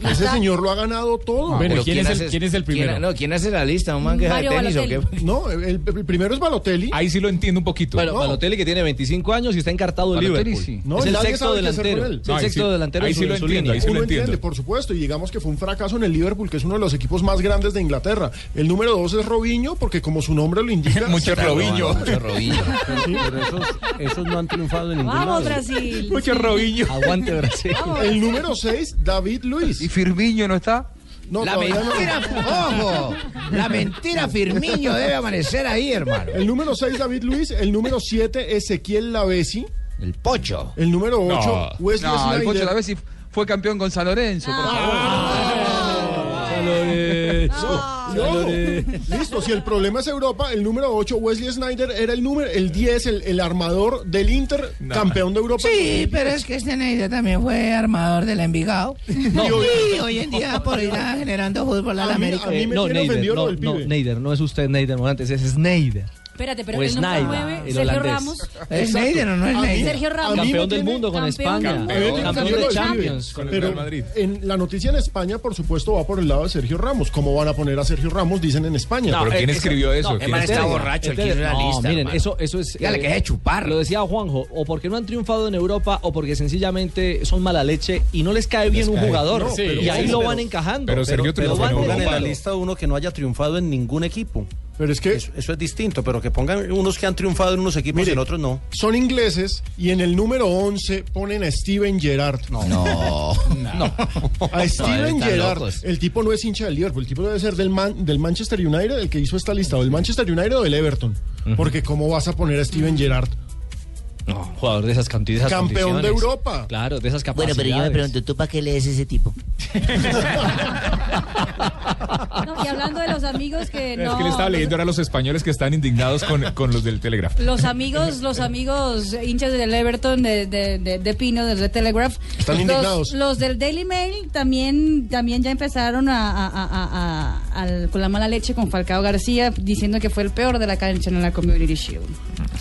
Speaker 11: Ese señor lo ha ganado
Speaker 7: Ah,
Speaker 11: todo.
Speaker 18: Bueno, pero ¿quién ¿quién es el- hace- quién es el primero? ¿quién ha- no, ¿quién hace la lista? ¿Un man que sabe Mario tenis o Balotelli.
Speaker 11: No, el, el primero es Balotelli.
Speaker 12: Ahí sí lo entiendo un poquito.
Speaker 4: Bueno,
Speaker 11: No.
Speaker 4: Balotelli que tiene 25 años y está encartado el
Speaker 11: Balotelli,
Speaker 4: Liverpool.
Speaker 11: sí. No,
Speaker 4: es el
Speaker 11: nadie
Speaker 4: sexto
Speaker 11: sabe qué
Speaker 4: delantero.
Speaker 11: hacer con él.
Speaker 4: Es el sexto delantero en su- en su línea.
Speaker 11: Uno entiende, por supuesto, y digamos que fue un fracaso en el Liverpool, que es uno de los equipos más grandes de Inglaterra. El número dos es Robinho, porque como su nombre lo indica...
Speaker 9: Mucho Robinho. Mucho
Speaker 11: Robinho.
Speaker 9: Esos no han triunfado en ningún
Speaker 11: Vamos,
Speaker 9: lado.
Speaker 11: Brasil.
Speaker 9: Mucho Robinho.
Speaker 4: Aguante, Brasil.
Speaker 11: El número 6, David Luis. ¿Y
Speaker 17: Firmino no está?
Speaker 11: No,
Speaker 7: La
Speaker 11: todavía
Speaker 7: mentira,
Speaker 11: no.
Speaker 7: ojo, la mentira Firmino debe amanecer ahí, hermano.
Speaker 11: El número 6, David Luis. El número 7, Ezequiel Lavesi. El Pocho. El número 8, Wesley
Speaker 17: No, el
Speaker 11: Sneijder.
Speaker 17: Pocho Lavezzi fue campeón con San Lorenzo, por favor. San
Speaker 11: No, no. Listo, si el problema es Europa, el número 8, Wesley Snyder, era el número, el 10, el, el armador del Inter, campeón de Europa.
Speaker 7: Sí, pero es que este Neide también fue armador del Envigado.
Speaker 11: No.
Speaker 7: Y hoy en día por ir a- generando fútbol al América.
Speaker 4: Eh, no, Neider, no, no, Neider, no es usted Neider Morantes, ese es Neider.
Speaker 16: Espérate, pero
Speaker 4: O
Speaker 16: él nunca
Speaker 4: Snyder,
Speaker 16: mueve.
Speaker 4: el
Speaker 16: Sergio
Speaker 4: holandés.
Speaker 16: Ramos.
Speaker 4: ¿Es
Speaker 16: Exacto.
Speaker 4: Snyder o no es
Speaker 16: A mí-
Speaker 4: Snyder?
Speaker 16: Sergio Ramos.
Speaker 4: Campeón del mundo con España.
Speaker 11: Campeón,
Speaker 4: Campeón de Champions.
Speaker 11: Con el Real Madrid. Pero en la noticia en España, por supuesto, va por el lado de Sergio Ramos. ¿Cómo van a poner a Sergio Ramos? Dicen en España.
Speaker 4: No, eh, no,
Speaker 11: ¿Quién
Speaker 4: el man
Speaker 11: escribió
Speaker 4: está
Speaker 11: eso?
Speaker 4: borracho, el que hizo la lista, Este miren,
Speaker 7: hermano.
Speaker 4: eso, eso es.
Speaker 7: Dígale que deje de
Speaker 4: chupar. Lo decía Juanjo, o porque no han triunfado en Europa, o porque sencillamente son mala leche y no les cae bien un
Speaker 9: cae.
Speaker 4: jugador.
Speaker 9: No, pero
Speaker 4: y ahí
Speaker 9: ¿cómo?
Speaker 4: lo van encajando.
Speaker 9: pero pongan
Speaker 4: van
Speaker 9: en la
Speaker 4: triunfando.
Speaker 9: lista uno que no haya triunfado en ningún equipo.
Speaker 11: Pero es que
Speaker 9: eso, eso es distinto, pero que pongan unos que han triunfado en unos equipos y en otros no.
Speaker 11: Son ingleses y en el número 11 ponen a Steven Gerrard. No.
Speaker 9: No.
Speaker 11: A Steven
Speaker 9: están
Speaker 11: Gerrard.
Speaker 9: locos.
Speaker 11: El tipo no es hincha del Liverpool. El tipo debe ser del, Man- del Manchester United, el que hizo esta lista, o del Manchester United o del Everton. Porque ¿cómo vas a poner a Steven Gerrard?
Speaker 4: No, jugador de esas cantidades.
Speaker 11: Campeón de Europa.
Speaker 4: Claro, de esas
Speaker 11: Bueno,
Speaker 4: capacidades.
Speaker 11: pero yo me pregunto,
Speaker 4: ¿tú para qué lees ese tipo?
Speaker 16: No, y hablando de los amigos que
Speaker 12: es
Speaker 16: no.
Speaker 12: que le estaba leyendo ahora a los españoles que están indignados con, con los del Telegraph.
Speaker 16: Los amigos, los amigos hinchas del Everton, de, de, de- de Pino, del The Telegraph.
Speaker 12: Están
Speaker 16: los,
Speaker 12: indignados.
Speaker 16: Los del Daily Mail también, también ya empezaron a, a- a- a- a- al- con la mala leche con Falcao García, diciendo que fue el peor de la cancha en la Community Shield.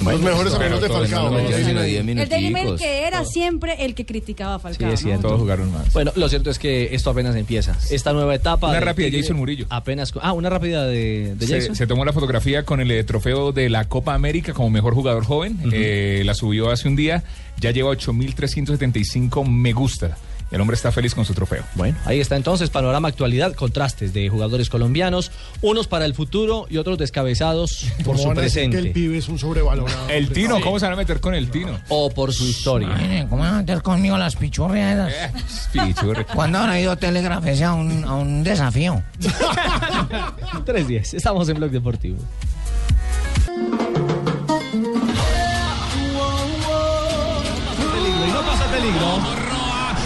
Speaker 11: Los mejores
Speaker 12: Pero
Speaker 11: amigos de
Speaker 12: todo,
Speaker 11: Falcao.
Speaker 12: no, no,
Speaker 11: ¿no?
Speaker 12: ya dicen a diez
Speaker 16: El Daily Mail que era siempre el que criticaba a Falcao. ¿no?
Speaker 12: jugaron más.
Speaker 4: Bueno, lo cierto es que esto apenas empieza. Esta nueva etapa.
Speaker 12: Una
Speaker 4: del
Speaker 12: rápida de
Speaker 4: Tigre
Speaker 12: Jason Murillo.
Speaker 4: Apenas. Ah, una rápida de, de
Speaker 12: Se,
Speaker 4: Jason.
Speaker 12: se tomó la fotografía con el eh, trofeo de la Copa América como mejor jugador joven. Eh, la subió hace un día. Ya lleva 8.375 me gusta. El hombre está feliz con su trofeo.
Speaker 4: Bueno, ahí está entonces panorama actualidad, contrastes de jugadores colombianos, unos para el futuro y otros descabezados por
Speaker 11: ¿Cómo
Speaker 4: su
Speaker 11: van a decir Que el
Speaker 4: presente.
Speaker 11: pibe es un sobrevalorado.
Speaker 12: El Tino,
Speaker 4: Sí.
Speaker 12: ¿cómo se van a meter con el Tino?
Speaker 4: O por su historia.
Speaker 7: Miren, ¿Cómo van a meter conmigo las pichurrias? ¿Cuándo habrá ido Telegraph ese a un, a un desafío?
Speaker 4: 3-10. Estamos en Blog Deportivo.
Speaker 2: peligro y no pasa peligro.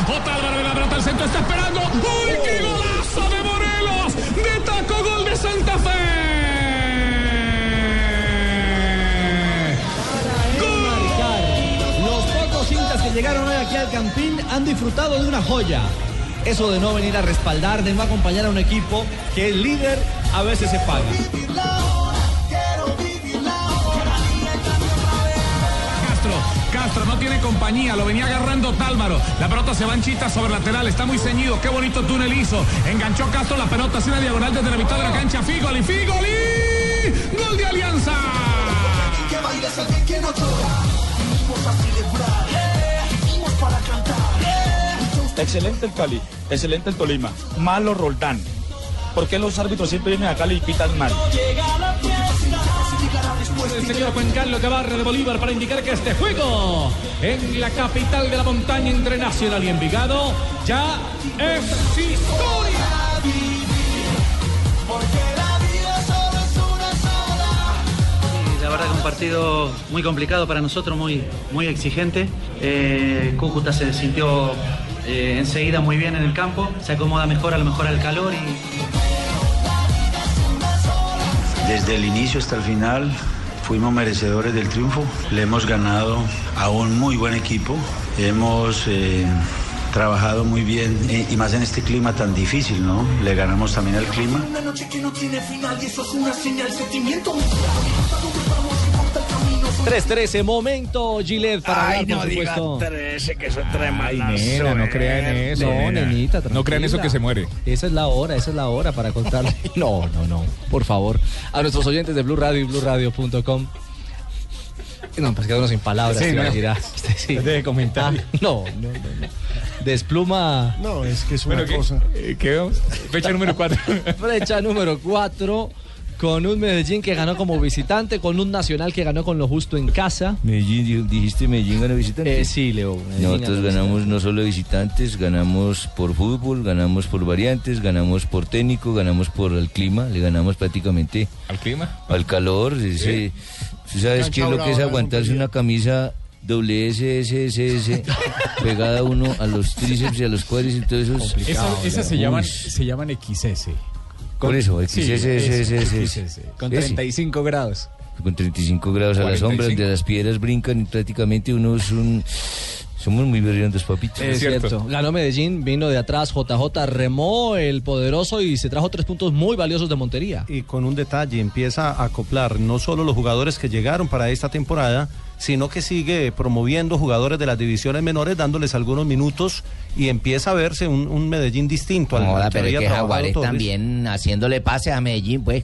Speaker 2: J. Álvaro de la pelota al centro está esperando. ¡Uy, qué golazo de Morelos! De taco gol de Santa Fe.
Speaker 4: Los pocos hinchas que llegaron hoy aquí al Campín han disfrutado de una joya. Eso de no venir a respaldar, de no acompañar a un equipo que el líder a veces se paga.
Speaker 2: Quiero vivir la hora.
Speaker 19: centro, no tiene compañía, lo venía agarrando Tálvaro. La pelota se va en chita sobre lateral, está muy ceñido, qué bonito túnel hizo. Enganchó Castro la pelota, hace una diagonal desde la mitad de la cancha. Figoli, Figoli, gol de Alianza.
Speaker 2: Que bailes alguien que no llora. Vinimos a celebrar, vinimos para cantar.
Speaker 20: Excelente el Cali, excelente el Tolima, malo Roldán. ¿Por qué los árbitros siempre vienen a Cali y pitan mal?
Speaker 2: Llega la fiesta.
Speaker 19: El señor Juan Carlos Cabarre de Bolívar para indicar que este juego en la capital de la montaña entre Nacional y Envigado ya es historia.
Speaker 21: Y La verdad que un partido muy complicado para nosotros, muy, muy exigente. Eh, Cúcuta se sintió eh, enseguida muy bien en el campo, se acomoda mejor a lo mejor al calor y
Speaker 22: Desde el inicio hasta el final fuimos merecedores del triunfo. Le hemos ganado a un muy buen equipo. Hemos eh, trabajado muy bien y, y más en este clima tan difícil, ¿no? Le ganamos también al clima.
Speaker 2: Una noche que no tiene final y eso es una señal, sentimiento muy claro. ¿A dónde vamos? Importa el camino.
Speaker 4: 3-13, eh, momento Gillette para
Speaker 14: Ay,
Speaker 4: hablar,
Speaker 14: no
Speaker 4: por
Speaker 14: diga
Speaker 4: supuesto.
Speaker 14: 13, que eso es tremendo.
Speaker 6: nena, no crea en eso,
Speaker 4: No,
Speaker 6: nena.
Speaker 4: nenita,
Speaker 6: No crea en eso
Speaker 4: tranquila.
Speaker 6: que se muere.
Speaker 4: Esa es la hora, esa es la hora para contarle. No, no, no. Por favor, a nuestros oyentes de Blue Radio y BlueRadio.com. No, pues quedándonos sin palabras.
Speaker 11: Sí,
Speaker 4: iba a
Speaker 11: no.
Speaker 4: decir, ah, usted sí. Ah, no, no, no, no. Despluma.
Speaker 11: No, es que es una
Speaker 4: Bueno, ¿qué-
Speaker 11: cosa.
Speaker 4: Fecha número 4. Fecha número 4. Con un Medellín que ganó como visitante, con un Nacional que ganó con lo justo en casa.
Speaker 10: Medellín, di- dijiste Medellín gana visitante.
Speaker 4: Eh, sí, Leo. Medellín
Speaker 10: Nosotros
Speaker 4: ganó
Speaker 10: ganamos no solo de visitantes, ganamos por fútbol, ganamos por variantes, ganamos por técnico, ganamos por el clima, le ganamos prácticamente
Speaker 6: ¿Al clima?
Speaker 10: al calor. sí, sí. ¿Tú sabes
Speaker 6: Cancha
Speaker 10: qué es lo que es
Speaker 6: brava,
Speaker 10: aguantarse una camisa doble S, S, S, S, pegada uno a los tríceps y a los cuádriceps y todo eso? es-
Speaker 6: Esas, esas se,
Speaker 10: Uy,
Speaker 6: llaman, se llaman XS.
Speaker 10: Por eso,
Speaker 6: Sí,
Speaker 10: XS,
Speaker 6: eso,
Speaker 10: XS.
Speaker 23: Con
Speaker 10: Ese.
Speaker 23: 35 grados.
Speaker 10: con 35 grados a las
Speaker 23: 45.
Speaker 10: sombras de las piedras brincan y prácticamente uno es un... Somos muy berriondos, papitos.
Speaker 4: Es cierto. Ganó Medellín, vino de atrás, JJ remó el poderoso y se trajo tres puntos muy valiosos de Montería.
Speaker 9: Y con un detalle, empieza a acoplar no solo los jugadores que llegaron para esta temporada, sino que sigue promoviendo jugadores de las divisiones menores, dándoles algunos minutos y empieza a verse un, un Medellín distinto al
Speaker 7: No,
Speaker 9: al que
Speaker 7: pero es
Speaker 9: había
Speaker 7: que
Speaker 9: trabajado
Speaker 7: Jaguares
Speaker 9: Torres.
Speaker 7: también haciéndole pases a Medellín, pues.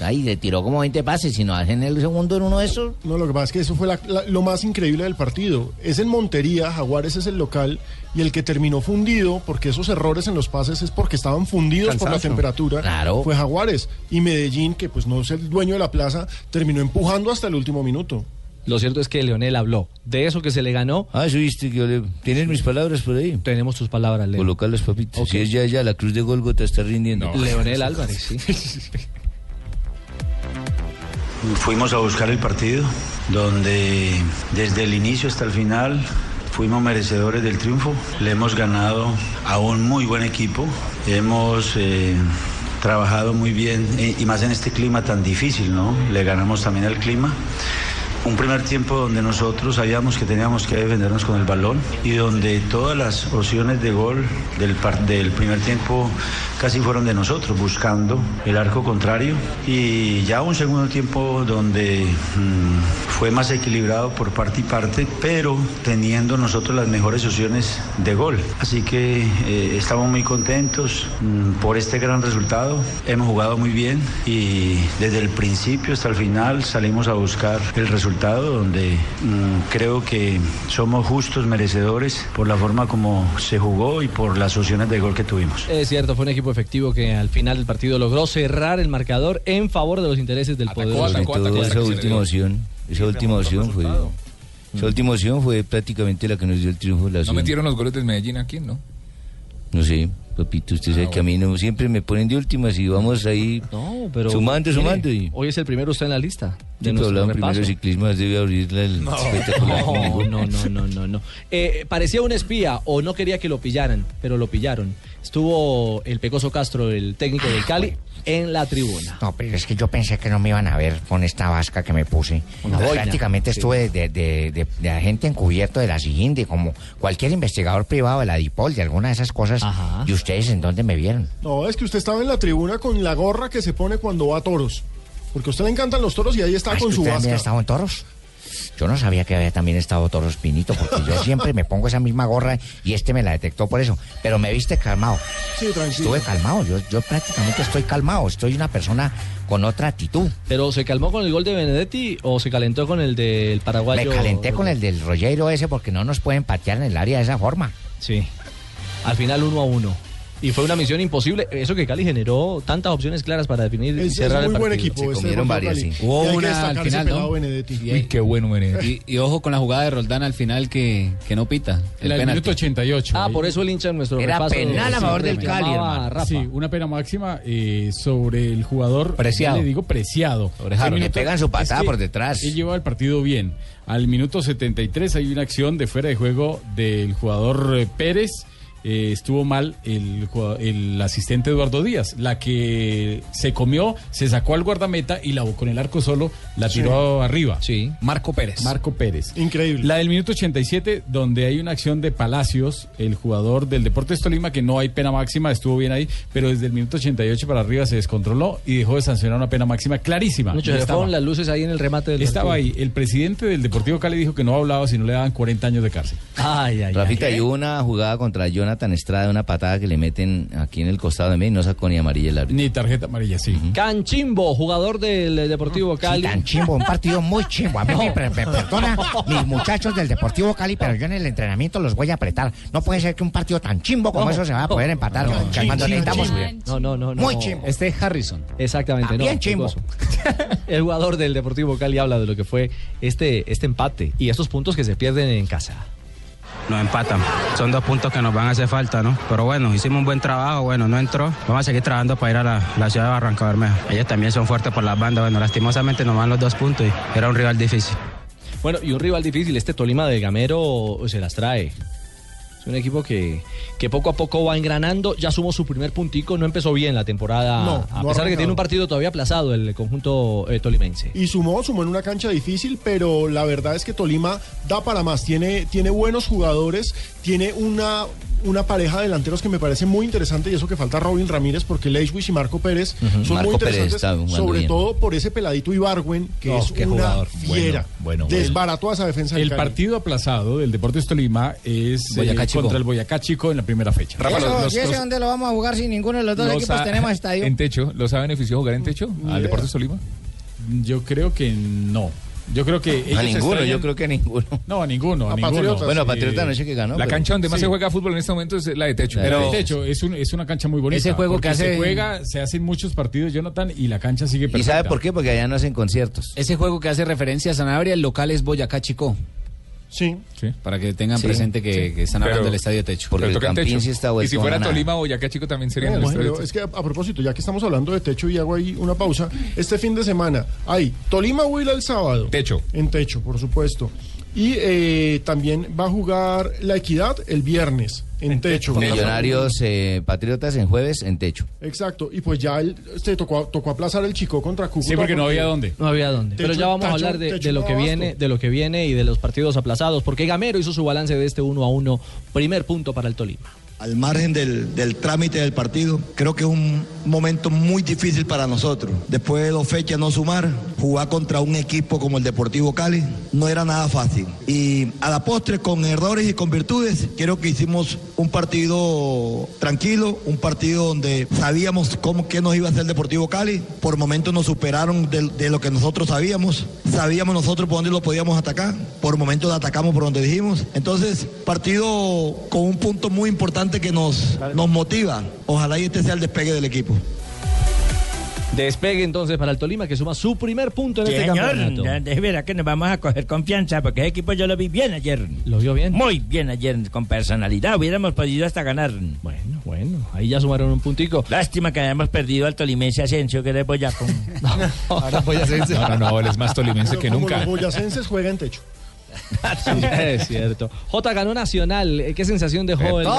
Speaker 7: Ahí le tiró como 20 pases, si no hacen el segundo en uno de esos.
Speaker 11: No, lo que pasa es que eso fue la- la- lo más increíble del partido. Es en Montería, Jaguares es el local y el que terminó fundido, porque esos errores en los pases es porque estaban fundidos por la
Speaker 14: Cansancio.
Speaker 11: temperatura,
Speaker 14: Claro.
Speaker 11: fue Jaguares. Y Medellín, que pues no es el dueño de la plaza, terminó empujando hasta el último minuto.
Speaker 4: Lo cierto es que Leonel habló de eso que se le ganó.
Speaker 10: Ah, eso viste que yo le... ¿Tienes mis palabras por ahí?
Speaker 4: Tenemos tus palabras, Leo.
Speaker 10: Colocar los papitos. Si es ya, ya, la cruz de Golgota está rindiendo.
Speaker 4: Leonel Álvarez, sí.
Speaker 22: Fuimos a buscar el partido, donde desde el inicio hasta el final fuimos merecedores del triunfo. Le hemos ganado a un muy buen equipo. Hemos eh, trabajado muy bien y- y más en este clima tan difícil, ¿no? Le ganamos también al clima. Un primer tiempo donde nosotros sabíamos que teníamos que defendernos con el balón y donde todas las opciones de gol del, par- del primer tiempo casi fueron de nosotros, buscando el arco contrario. Y ya un segundo tiempo donde mm, fue más equilibrado por parte y parte, pero teniendo nosotros las mejores opciones de gol. Así que eh, estamos muy contentos mm, por este gran resultado. Hemos jugado muy bien y desde el principio hasta el final salimos a buscar el resultado donde mm, creo que somos justos merecedores por la forma como se jugó y por las opciones de gol que tuvimos.
Speaker 4: Es cierto, fue un equipo efectivo que al final del partido logró cerrar el marcador en favor de los intereses del poderoso.
Speaker 10: Sobre todo esa última opción. Esa última opción fue... Esa última opción fue prácticamente la que nos dio el triunfo. La
Speaker 12: No
Speaker 10: opción-
Speaker 12: metieron los goles del Medellín aquí, ¿no?
Speaker 10: No sé, papito, usted sabe que a mí no siempre me ponen de últimas y vamos ahí
Speaker 4: No, pero
Speaker 10: sumando,
Speaker 4: mire,
Speaker 10: sumando. Y,
Speaker 4: Hoy es el primero usted en la lista.
Speaker 10: yo
Speaker 4: de nuestro
Speaker 10: hablaba
Speaker 4: repaso.
Speaker 10: primero de ciclismo, debe abrir la el espectacular.
Speaker 4: No, no, no, no, no, no. Eh, parecía un espía o no quería que lo pillaran, pero lo pillaron. Estuvo el Pecoso Castro, el técnico
Speaker 7: Ah,
Speaker 4: del Cali, en la tribuna.
Speaker 7: No, pero es que yo pensé que no me iban a ver con esta vasca que me puse.
Speaker 4: Una boina.
Speaker 7: Prácticamente
Speaker 4: Sí.
Speaker 7: estuve de, de, de- de agente encubierto de la Siguinde, como cualquier investigador privado de la DIPOL, de alguna de esas cosas. ¿Y ustedes en dónde me vieron?
Speaker 11: No, es que usted estaba en la tribuna con la gorra que se pone cuando va a toros. Porque a usted le encantan los toros y ahí está
Speaker 7: Ah, ¿es
Speaker 11: con
Speaker 7: que
Speaker 11: su
Speaker 7: usted también
Speaker 11: vasca.
Speaker 7: ha estado en toros? Yo no sabía que había también estado Toros Pinito, porque yo siempre me pongo esa misma gorra y este me la detectó por eso. Pero me viste calmado.
Speaker 11: Sí, tranquilo.
Speaker 7: Estuve calmado, yo, yo prácticamente estoy calmado, estoy una persona con otra actitud.
Speaker 4: Pero se calmó con el gol de Benedetti o se calentó con el del paraguayo.
Speaker 7: Me calenté con el del Rollero ese porque no nos pueden patear en el área de esa forma.
Speaker 4: Sí. Al final uno a uno. Y fue una misión imposible. Eso que Cali generó tantas opciones claras para definir y
Speaker 11: Es, es
Speaker 4: cerrar el
Speaker 11: muy buen
Speaker 4: partido.
Speaker 11: equipo. este Deportivo Cali.
Speaker 18: Hubo
Speaker 11: Y hay que
Speaker 18: una Ah, al
Speaker 11: destacar ese
Speaker 18: final,
Speaker 11: pelado
Speaker 18: ¿no?
Speaker 11: Benedetti.
Speaker 18: Y, qué bueno, y, y ojo con la jugada de Roldán al final que, que no pita.
Speaker 6: Era el minuto 88.
Speaker 4: Ah, por eso el hincha en nuestro repaso siempre llamaba a Rafa.
Speaker 6: Sí, una pena máxima eh, sobre el jugador.
Speaker 7: Preciado.
Speaker 6: ya Le digo preciado.
Speaker 7: Sobre Harold.
Speaker 6: Al
Speaker 7: Le pegan su patada
Speaker 6: es que
Speaker 7: por detrás.
Speaker 6: Él lleva el partido bien. Al minuto 73 hay una acción de fuera de juego del jugador eh, Pérez. Eh, estuvo mal el, jugador- el asistente Eduardo Díaz, la que se comió, se sacó al guardameta y la con el arco solo la
Speaker 11: Sí.
Speaker 6: tiró arriba.
Speaker 4: Sí.
Speaker 6: Marco Pérez. Marco Pérez. Increíble. La del minuto 87, donde hay una acción de Palacios, el jugador del Deportes Tolima, que no hay pena máxima, estuvo bien ahí, pero desde el minuto 88 para arriba se descontroló y dejó de sancionar una pena máxima clarísima.
Speaker 4: Mucho,
Speaker 6: Y
Speaker 4: se le
Speaker 6: estaba-
Speaker 4: fueron las luces ahí en el remate del
Speaker 6: estaba
Speaker 4: partido.
Speaker 6: ahí. El presidente del Deportivo Cali dijo que no hablaba si no le daban 40 años de cárcel.
Speaker 4: Ay, ay,
Speaker 10: Rafita, y hubo una jugada contra Jonathan Estrada, una patada que le meten aquí en el costado de mí y no sacó ni amarilla el árbitro.
Speaker 6: Ni tarjeta amarilla, sí.
Speaker 4: Canchimbo, Oh, jugador del eh, Deportivo Cali.
Speaker 7: Chimbo, un partido muy chimbo. A mí me, per- me perdona mis muchachos del Deportivo Cali, pero yo en el entrenamiento los voy a apretar. No puede ser que un partido tan chimbo como
Speaker 4: No,
Speaker 7: eso se va a poder empatar.
Speaker 4: Chimbo,
Speaker 7: cuando
Speaker 4: chimbo,
Speaker 7: necesitamos
Speaker 4: chimbo. No, no, no, no.
Speaker 7: Muy chimbo.
Speaker 4: Este es Harrison. Exactamente.
Speaker 7: También
Speaker 4: no,
Speaker 7: chimbo.
Speaker 4: chimboso. El jugador del Deportivo Cali habla de lo que fue este, este empate y estos puntos que se pierden en casa.
Speaker 15: nos empatan. Son dos puntos que nos van a hacer falta, ¿no? Pero bueno, hicimos un buen trabajo, bueno, no entró. Vamos a seguir trabajando para ir a la, la ciudad de Barranca Bermeja. Ellos también son fuertes por las bandas, bueno, lastimosamente nos van los dos puntos y era un rival difícil.
Speaker 4: Bueno, y un rival difícil, este Tolima de Gamero se las trae. Es un equipo que, que poco a poco va engranando, ya sumó su primer puntico, no empezó bien la temporada,
Speaker 11: No,
Speaker 4: a pesar de
Speaker 11: no
Speaker 4: que
Speaker 11: arrancado.
Speaker 4: tiene un partido todavía aplazado el conjunto eh, tolimense.
Speaker 11: Y sumó, sumó en una cancha difícil, pero la verdad es que Tolima da para más. Tiene, tiene buenos jugadores, tiene una, una pareja de delanteros que me parece muy interesante y eso que falta Robin Ramírez porque Leishwich y Marco Pérez
Speaker 10: Ujú.
Speaker 11: son muy
Speaker 10: Marco Pérez
Speaker 11: interesantes,
Speaker 10: está jugando
Speaker 11: sobre
Speaker 10: bien.
Speaker 11: todo por ese peladito Ibargüen, que
Speaker 6: Oh,
Speaker 11: es
Speaker 6: qué
Speaker 11: una
Speaker 6: jugador.
Speaker 11: fiera.
Speaker 6: Bueno, bueno, bueno.
Speaker 11: Desbarató a esa defensa del
Speaker 6: El
Speaker 11: Cali.
Speaker 6: partido aplazado del Deportes Tolima es eh,
Speaker 11: Boyacá Chico.
Speaker 6: contra el Boyacá Chico en la primera fecha.
Speaker 5: Eso, yo sé dónde lo vamos a jugar si ninguno de los dos
Speaker 6: los
Speaker 5: equipos
Speaker 6: a-
Speaker 5: tenemos estadio.
Speaker 6: en techo, ¿los ha beneficiado jugar en techo al Deportes Tolima? Yo creo que no. Yo creo que ellos
Speaker 10: A ninguno,
Speaker 6: extrañan-
Speaker 10: yo creo que a ninguno.
Speaker 6: No, a ninguno, a,
Speaker 10: A
Speaker 6: ninguno.
Speaker 10: Patriotas. Bueno, a Patriotas no sé qué ganó,
Speaker 6: La
Speaker 10: pero-
Speaker 6: cancha donde más
Speaker 10: Sí.
Speaker 6: se juega fútbol en este momento es la de techo.
Speaker 10: La de
Speaker 6: Pero
Speaker 10: techo.
Speaker 6: techo es, un- es una cancha muy bonita.
Speaker 10: Ese juego
Speaker 6: porque
Speaker 10: que
Speaker 6: se
Speaker 10: hace-
Speaker 6: juega, se hacen muchos partidos, Jonathan, y la cancha sigue
Speaker 10: ¿Y
Speaker 6: perfecta.
Speaker 10: sabe por qué? Porque allá no hacen conciertos.
Speaker 18: Ese juego que hace referencia a Sanabria, el local es Boyacá Chico.
Speaker 11: Sí.
Speaker 18: Para que tengan
Speaker 10: Sí,
Speaker 18: presente que,
Speaker 10: sí.
Speaker 18: que están hablando
Speaker 10: Pero-
Speaker 18: del estadio techo.
Speaker 10: porque Pero el tocan Campín techo. sí está vuelto
Speaker 12: Y si fuera
Speaker 10: a nada.
Speaker 12: Tolima o Boyacá Chico también sería
Speaker 11: No,
Speaker 12: en el
Speaker 11: bueno,
Speaker 12: estadio.
Speaker 11: es que a, a propósito, ya que estamos hablando de techo y hago ahí una pausa, este fin de semana hay Tolima Huila el sábado. Techo. En techo, por supuesto. Y eh, también va a jugar La Equidad el viernes, en, techo.
Speaker 10: Millonarios eh, Patriotas en jueves en techo.
Speaker 11: Exacto, y pues ya el, este, tocó, tocó aplazar el chico contra Cúcuta.
Speaker 4: No había dónde. Pero
Speaker 11: Techo-
Speaker 4: ya vamos a
Speaker 11: Tacho-
Speaker 4: hablar de,
Speaker 11: Techo
Speaker 4: de lo
Speaker 11: no
Speaker 4: que
Speaker 11: abasto.
Speaker 4: viene, de lo que viene y de los partidos aplazados, porque Gamero hizo su balance de este 1 a 1, primer punto para el Tolima.
Speaker 24: Al margen del, del trámite del partido, creo que es un momento muy difícil para nosotros. Después de dos fechas no sumar, jugar contra un equipo como el Deportivo Cali no era nada fácil. Y a la postre, con errores y con virtudes, creo que hicimos un partido tranquilo, un partido donde sabíamos cómo que nos iba a hacer el Deportivo Cali. Por momentos nos superaron de, de lo que nosotros sabíamos. Sabíamos nosotros por dónde lo podíamos atacar. Por momentos atacamos por donde dijimos. Entonces, partido con un punto muy importante que nos, nos motiva. Ojalá y este sea el despegue del equipo.
Speaker 4: Despegue entonces para el Tolima que suma su primer punto en
Speaker 25: Sí,
Speaker 4: este
Speaker 25: señor,
Speaker 4: campeonato.
Speaker 25: Ya, de verdad que nos vamos a coger confianza porque ese equipo yo lo vi bien ayer.
Speaker 4: ¿Lo vio bien?
Speaker 25: Muy bien ayer, con personalidad. Hubiéramos podido hasta ganar. Bueno,
Speaker 4: bueno, ahí ya sumaron un puntico.
Speaker 25: Lástima que hayamos perdido al Tolimense Asensio, que era el Boyacón.
Speaker 11: Ahora boyacense.
Speaker 6: No, no, no, él es más tolimense
Speaker 11: Pero
Speaker 6: que
Speaker 11: como
Speaker 6: nunca.
Speaker 11: Los boyacenses juegan en techo.
Speaker 4: es cierto. J ganó Nacional. Eh, ¿Qué sensación dejó el verde?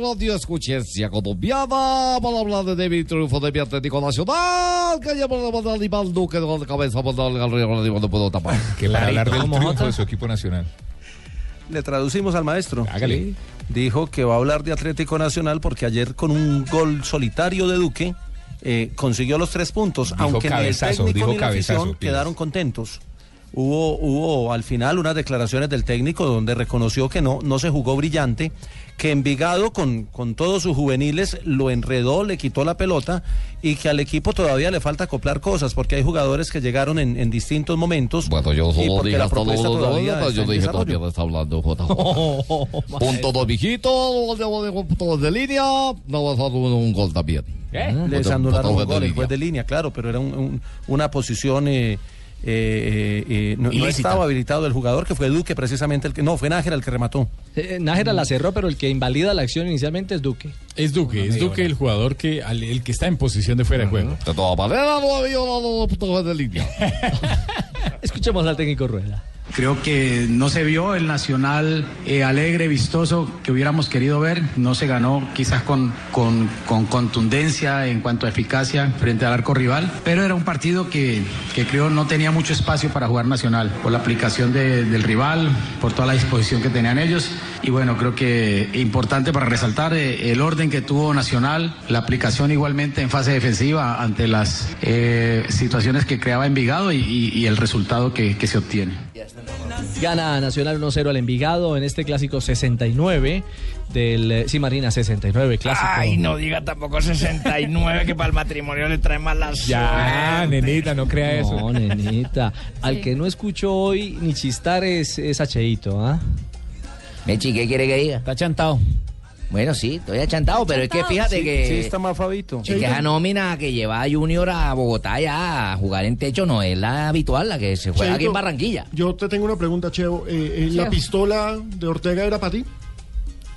Speaker 23: Radio Escuchencia Colombiana para hablar de David Triunfo de mi Atlético Nacional que lleva la banda animal Duque de la cabeza por darle al río no lo puedo tapar
Speaker 12: Que para hablar del
Speaker 23: Vamos,
Speaker 12: triunfo
Speaker 23: Jota.
Speaker 12: de su equipo nacional.
Speaker 9: Le traducimos al maestro.
Speaker 12: Hágale.
Speaker 9: Sí. Dijo que va a hablar de Atlético Nacional porque ayer con un gol solitario de Duque eh, consiguió los tres puntos,
Speaker 12: Dijo
Speaker 9: aunque ni el
Speaker 12: cabezazo,
Speaker 9: técnico
Speaker 12: dijo
Speaker 9: ni la afición
Speaker 12: cabezazo, Pires.
Speaker 9: quedaron contentos. Hubo, hubo al final unas declaraciones del técnico donde reconoció que no, no se jugó brillante, que Envigado con, con todos sus juveniles lo enredó, le quitó la pelota y que al equipo todavía le falta acoplar cosas porque hay jugadores que llegaron en, en distintos momentos. Bueno,
Speaker 13: Yo solo dije hasta luego,
Speaker 9: propuesta
Speaker 13: luego,
Speaker 9: todavía
Speaker 13: luego,
Speaker 9: está
Speaker 13: yo
Speaker 9: en
Speaker 13: dije
Speaker 9: desarrollo.
Speaker 13: también está hablando JJ. Punto dos, mijito, gol de- gol de- gol de línea, no vas a dar un, un gol también.
Speaker 9: Les
Speaker 4: Ah,
Speaker 13: Otro-
Speaker 9: anularon
Speaker 13: otro
Speaker 9: un gol, el
Speaker 13: línea.
Speaker 9: juez de línea, claro, pero era un- un- una posición. eh, eh, eh, eh, no, no
Speaker 4: Ilícita.
Speaker 9: estaba habilitado el jugador que fue Duque precisamente el que no fue Nájera el que remató
Speaker 4: Eh, Nájera la cerró, pero el que invalida la acción inicialmente es Duque.
Speaker 6: Es Duque, es Duque el jugador que, al- el que está en posición de fuera de juego.
Speaker 13: De todas maneras, no había dado dos puntos de línea.
Speaker 4: Escuchemos al técnico Rueda.
Speaker 26: Creo que no se vio el Nacional eh, alegre, vistoso que hubiéramos querido ver. No se ganó quizás con, con, con contundencia en cuanto a eficacia frente al arco rival, pero era un partido que, que creo no tenía mucho espacio para jugar Nacional por la aplicación de- del rival, por toda la disposición que tenían ellos. Y bueno, creo que importante para resaltar eh, el orden que tuvo Nacional, la aplicación igualmente en fase defensiva ante las eh, situaciones que creaba Envigado y, y- y el resultado que- que se obtiene.
Speaker 4: Gana Nacional 1-0 al Envigado en este clásico 69 del... eh, Sí, Marina, 69, clásico.
Speaker 27: Ay, no diga tampoco 69 que para el matrimonio le trae mala
Speaker 4: Ya,
Speaker 27: suerte.
Speaker 4: nenita, no crea eso. No, nenita. Al que no escucho hoy ni chistar es, es a Cheito, ¿ah?
Speaker 7: Mechi, ¿qué quiere que diga? Está chantado. Bueno, sí, estoy achantado, pero es que fíjate
Speaker 9: Sí,
Speaker 7: que...
Speaker 9: sí está más Fabito
Speaker 7: Es que esa nómina que lleva a Junior a Bogotá ya a jugar en techo no es la habitual, la que se juega aquí en Barranquilla.
Speaker 11: Yo te tengo una pregunta, Chevo. Eh, eh, ¿La
Speaker 7: Chevo.
Speaker 11: pistola de Ortega era para ti?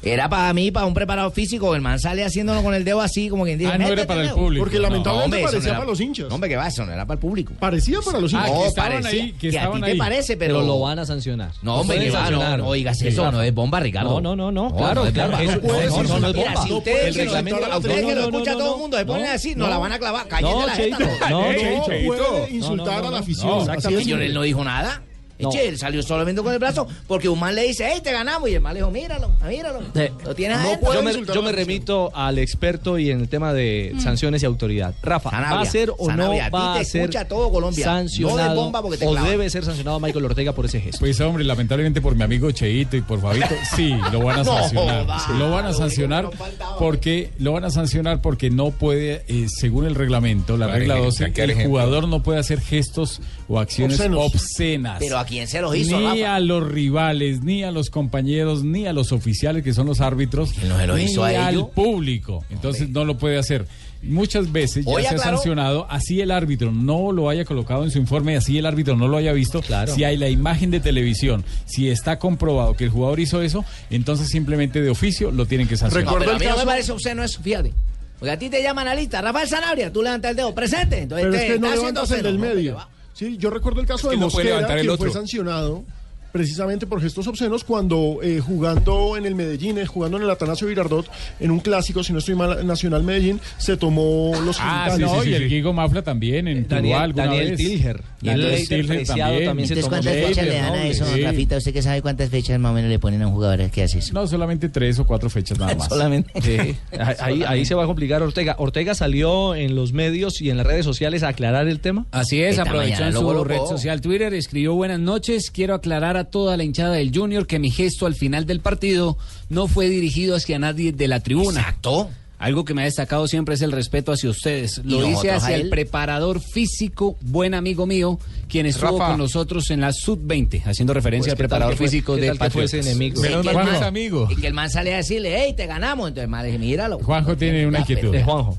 Speaker 7: Era para mí, para un preparado físico. El man sale haciéndolo con el dedo así, como quien dice.
Speaker 11: Ah, no era
Speaker 7: "Métete,
Speaker 11: para el
Speaker 7: dedo".
Speaker 11: público. Porque lamentablemente
Speaker 7: eso
Speaker 11: parecía
Speaker 7: era-
Speaker 11: para los hinchas.
Speaker 7: No, hombre, que va, eso no era para el público.
Speaker 11: Parecía para los hinchas.
Speaker 7: No,
Speaker 11: Ah, Que estaban
Speaker 7: parecía,
Speaker 11: ahí, que
Speaker 7: que, a
Speaker 11: estaban
Speaker 7: ti
Speaker 11: ahí.
Speaker 7: te parece, pero...
Speaker 11: Pero lo
Speaker 4: Van a sancionar.
Speaker 7: No, hombre,
Speaker 4: pueden
Speaker 7: que va,
Speaker 4: sancionar.
Speaker 7: no, no digas
Speaker 4: Sí.
Speaker 7: eso, no es bomba, Ricardo.
Speaker 4: No, no, no, no,
Speaker 7: No,
Speaker 4: claro,
Speaker 7: no es
Speaker 4: claro.
Speaker 7: bomba.
Speaker 4: eso-
Speaker 7: No puede
Speaker 4: no, no, no,
Speaker 7: ser.
Speaker 4: no es
Speaker 7: Mira,
Speaker 4: bomba.
Speaker 7: si ustedes que lo- ustedes que lo escucha todo el mundo, se ponen así, nos la van a clavar. Cállense la jeta,
Speaker 4: Cheito,
Speaker 7: no.
Speaker 4: no,
Speaker 7: Ey,
Speaker 4: Cheito.
Speaker 7: Cheito.
Speaker 4: No, no, no, no, no, exactamente.
Speaker 7: Señor, él no dijo nada. Eche, él salió solamente con el brazo porque un man le dice, hey, te ganamos. Y el man le dijo, míralo, míralo.
Speaker 4: Eh,
Speaker 7: Lo tienes
Speaker 4: no
Speaker 7: adentro.
Speaker 4: puede yo, me, yo me remito al experto y en el tema de sanciones y autoridad. Rafa, ¿va a
Speaker 7: Sanabria,
Speaker 4: ser o
Speaker 7: Sanabria,
Speaker 4: no va
Speaker 7: a ti
Speaker 4: a
Speaker 7: te
Speaker 4: ser
Speaker 7: escucha todo Colombia. No de
Speaker 4: sancionado
Speaker 7: bomba porque te
Speaker 4: o
Speaker 7: clavan.
Speaker 4: debe ser sancionado Michael Ortega por ese gesto?
Speaker 6: Pues hombre, lamentablemente por mi amigo Cheito y por Fabito, sí, lo van a
Speaker 4: No,
Speaker 6: sancionar.
Speaker 4: joda.
Speaker 6: Sí, lo van a sancionar porque lo van a sancionar porque no puede, eh, según el reglamento, la
Speaker 12: Por
Speaker 6: regla
Speaker 12: ejemplo,
Speaker 6: 12,
Speaker 12: sacar
Speaker 6: el
Speaker 12: ejemplo.
Speaker 6: jugador no puede hacer gestos o acciones
Speaker 12: Obscenos.
Speaker 6: obscenas.
Speaker 7: Pero ¿a quién se los hizo,
Speaker 6: Ni
Speaker 7: Rafa?
Speaker 6: a los rivales, ni a los compañeros, ni a los oficiales que son los árbitros,
Speaker 7: no se los
Speaker 6: ni
Speaker 7: hizo a
Speaker 6: al
Speaker 7: ellos?
Speaker 6: público. Entonces no lo puede hacer. Muchas veces ya
Speaker 7: Hoy
Speaker 6: se ha
Speaker 7: aclaró.
Speaker 6: sancionado, así el árbitro no lo haya colocado en su informe, así el árbitro no lo haya visto, si hay la imagen de televisión, si está comprobado que el jugador hizo eso, entonces simplemente de oficio lo tienen que sancionar.
Speaker 7: No, pero a mí no me parece obsceno eso, fíjate. Porque a ti te llaman a lista, Rafael Sanabria, tú levantas el dedo, presente. Entonces
Speaker 11: Pero
Speaker 7: te
Speaker 11: es que
Speaker 7: está
Speaker 11: no
Speaker 7: haciendo
Speaker 11: levantas el del
Speaker 7: obsceno.
Speaker 11: medio. Sí, yo recuerdo el caso
Speaker 7: Es que
Speaker 11: de
Speaker 7: no puede
Speaker 11: Mosquera,
Speaker 7: levantar el
Speaker 11: quien fue
Speaker 7: otro.
Speaker 11: sancionado precisamente por gestos obscenos cuando eh, jugando en el Medellín, eh, jugando en el Atanasio Girardot, en un clásico, si no estoy mal, Nacional Medellín, se tomó los
Speaker 6: Ah, sí,
Speaker 11: genitales.
Speaker 6: sí, sí, y el Gigo Mafla también en
Speaker 11: Daniel-
Speaker 6: Tuluá alguna
Speaker 11: Daniel
Speaker 6: vez.
Speaker 11: Tilger.
Speaker 6: Daniel
Speaker 11: Daniel
Speaker 6: Tilger también.
Speaker 7: Entonces, ¿cuántas fechas le dan a eso,
Speaker 6: Sí.
Speaker 7: Rafita? ¿Usted que sabe cuántas fechas más o menos le ponen a un jugador que hace eso?
Speaker 6: No, solamente tres o cuatro fechas nada más.
Speaker 7: Solamente.
Speaker 4: Sí, ahí- ahí, ahí se va a complicar Ortega. Ortega salió en los medios y en las redes sociales a aclarar el tema.
Speaker 27: Así
Speaker 18: es, aprovechó en su red social Twitter, escribió buenas noches, quiero aclarar a toda la hinchada del Junior que mi gesto al final del partido no fue dirigido hacia nadie de la tribuna.
Speaker 7: Exacto.
Speaker 18: Algo que me ha destacado siempre es el respeto hacia ustedes. Lo hice
Speaker 27: nosotros a
Speaker 18: hacia el
Speaker 27: él?
Speaker 18: preparador físico, buen amigo mío, quien estuvo
Speaker 27: Rafa.
Speaker 18: con nosotros en la sub-20, haciendo
Speaker 27: Pues,
Speaker 18: referencia al
Speaker 27: ¿qué tal
Speaker 18: preparador
Speaker 27: que fue-
Speaker 18: físico
Speaker 27: qué
Speaker 18: de
Speaker 27: tal que fue
Speaker 18: Patriotas.
Speaker 27: ese enemigo?
Speaker 7: Menos mal que es
Speaker 6: amigo.
Speaker 7: Y que el man sale a decirle, hey, te ganamos. Entonces, el man le dice, míralo.
Speaker 6: Juanjo tiene una
Speaker 7: Este,
Speaker 6: inquietud.
Speaker 4: Juanjo.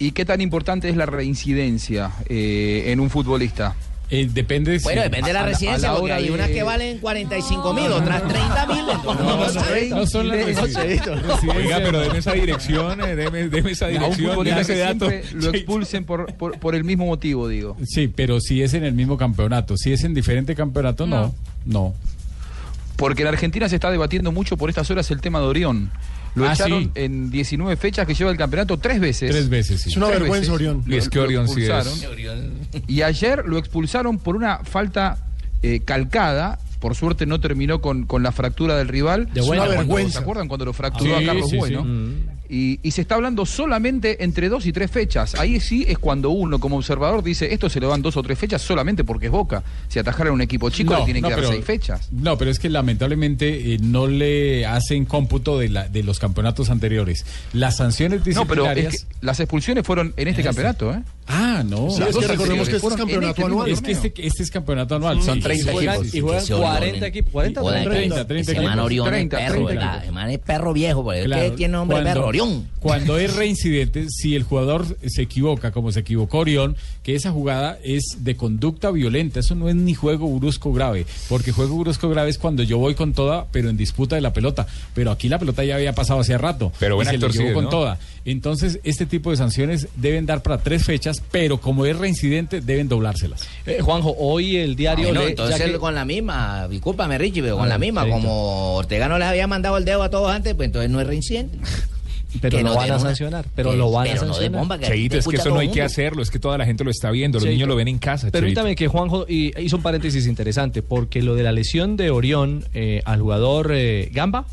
Speaker 17: ¿Y qué tan importante es la reincidencia eh, en un futbolista?
Speaker 6: Eh, depende
Speaker 7: Bueno, depende de la residencia, porque hay unas que valen 45 mil, otras 30 mil.
Speaker 17: No son las
Speaker 12: Oiga, pero deme esa dirección, eh, deme, deme esa
Speaker 17: A un
Speaker 12: dirección, deme
Speaker 17: futbolista
Speaker 12: ese
Speaker 17: que
Speaker 12: dato.
Speaker 17: siempre lo expulsen por, por, por el mismo motivo, digo.
Speaker 6: Sí, pero si es en el mismo campeonato. Si es en diferente campeonato, no. No.
Speaker 17: Porque en Argentina se está debatiendo mucho por estas horas el tema de Orión. Lo
Speaker 6: Ah,
Speaker 17: echaron
Speaker 6: sí.
Speaker 17: en 19 fechas que lleva el campeonato tres veces.
Speaker 6: Tres veces, sí. Es una
Speaker 17: Tres
Speaker 6: vergüenza,
Speaker 17: veces.
Speaker 6: Orión.
Speaker 17: Lo-
Speaker 12: Es que
Speaker 17: lo
Speaker 12: Orión sí es.
Speaker 17: expulsaron. Y ayer lo expulsaron por una falta eh, calcada. Por suerte no terminó con, con la fractura del rival.
Speaker 12: De buena
Speaker 17: Cuando- ¿Se
Speaker 12: vergüenza.
Speaker 17: acuerdan cuando lo fracturó
Speaker 12: Sí,
Speaker 17: a Carlos
Speaker 12: sí, sí.
Speaker 17: Bueno? Y, y se está hablando solamente entre dos y tres fechas. Ahí sí es cuando uno, como observador, dice esto se le van dos o tres fechas solamente porque es Boca. Si atajara a un equipo chico le tienen que dar
Speaker 6: pero-
Speaker 17: seis fechas.
Speaker 6: No, pero es que lamentablemente eh, no le hacen cómputo de, la, de los campeonatos anteriores. Las sanciones
Speaker 17: No,
Speaker 6: disciplinarias...
Speaker 17: pero es que las expulsiones fueron en este
Speaker 6: En este.
Speaker 17: campeonato, ¿eh?
Speaker 6: Ah, no.
Speaker 17: Sí, es que recordemos que este es
Speaker 6: Fueron en
Speaker 17: campeonato
Speaker 6: este mismo
Speaker 17: anual.
Speaker 6: Es que este, este es campeonato anual.
Speaker 7: Sí,
Speaker 6: Son
Speaker 7: y
Speaker 6: 30
Speaker 7: juegan-
Speaker 6: equipos.
Speaker 7: y juegan
Speaker 6: Sí,
Speaker 7: cuarenta
Speaker 6: Orión,
Speaker 7: equipos, cuarenta,
Speaker 6: Orión,
Speaker 7: treinta,
Speaker 6: treinta, treinta
Speaker 7: Ese man
Speaker 6: equipos.
Speaker 7: Orión es
Speaker 6: 30,
Speaker 7: perro,
Speaker 6: 30
Speaker 7: ¿verdad?
Speaker 6: equipos.
Speaker 7: El man es perro viejo, porque
Speaker 6: Claro,
Speaker 7: ¿qué tiene nombre de perro? Orión.
Speaker 6: Cuando es reincidente, si el jugador se equivoca, como se equivocó Orión, que esa jugada es de conducta violenta, eso no es ni juego brusco grave, porque juego brusco grave es cuando yo voy con toda, pero en disputa de la pelota. Pero aquí la pelota ya había pasado hace rato.
Speaker 12: Pero buen
Speaker 6: y se le
Speaker 12: actor
Speaker 6: llevó
Speaker 12: sí es,
Speaker 6: con
Speaker 12: ¿no?
Speaker 6: toda. Entonces, este tipo de sanciones deben dar para tres fechas, pero como es reincidente, deben doblárselas.
Speaker 4: Eh, Juanjo, hoy el diario...
Speaker 6: Ah,
Speaker 7: No,
Speaker 6: le-
Speaker 7: entonces
Speaker 6: ya que-
Speaker 7: él con la misma, discúlpame Richie, pero con
Speaker 6: Ah,
Speaker 7: la misma,
Speaker 6: perfecto.
Speaker 7: como Ortega no les había mandado el dedo a todos antes, pues entonces no es reincidente.
Speaker 27: Pero
Speaker 7: Que
Speaker 27: lo
Speaker 7: no
Speaker 27: van
Speaker 7: den
Speaker 27: a
Speaker 7: una-
Speaker 27: sancionar,
Speaker 7: que-
Speaker 27: pero lo van a
Speaker 7: pero no de
Speaker 27: sancionar.
Speaker 7: bomba, que
Speaker 27: Cheito,
Speaker 7: te
Speaker 27: es que
Speaker 7: escucha
Speaker 27: eso
Speaker 7: todo
Speaker 27: no
Speaker 7: el
Speaker 27: hay que
Speaker 7: mundo.
Speaker 27: hacerlo, es que toda la gente lo está viendo, los
Speaker 4: Cheito.
Speaker 27: niños lo ven en casa.
Speaker 4: Permítame que Juanjo y- hizo un paréntesis interesante, porque lo de la lesión de Orión eh, al jugador eh, Gamba.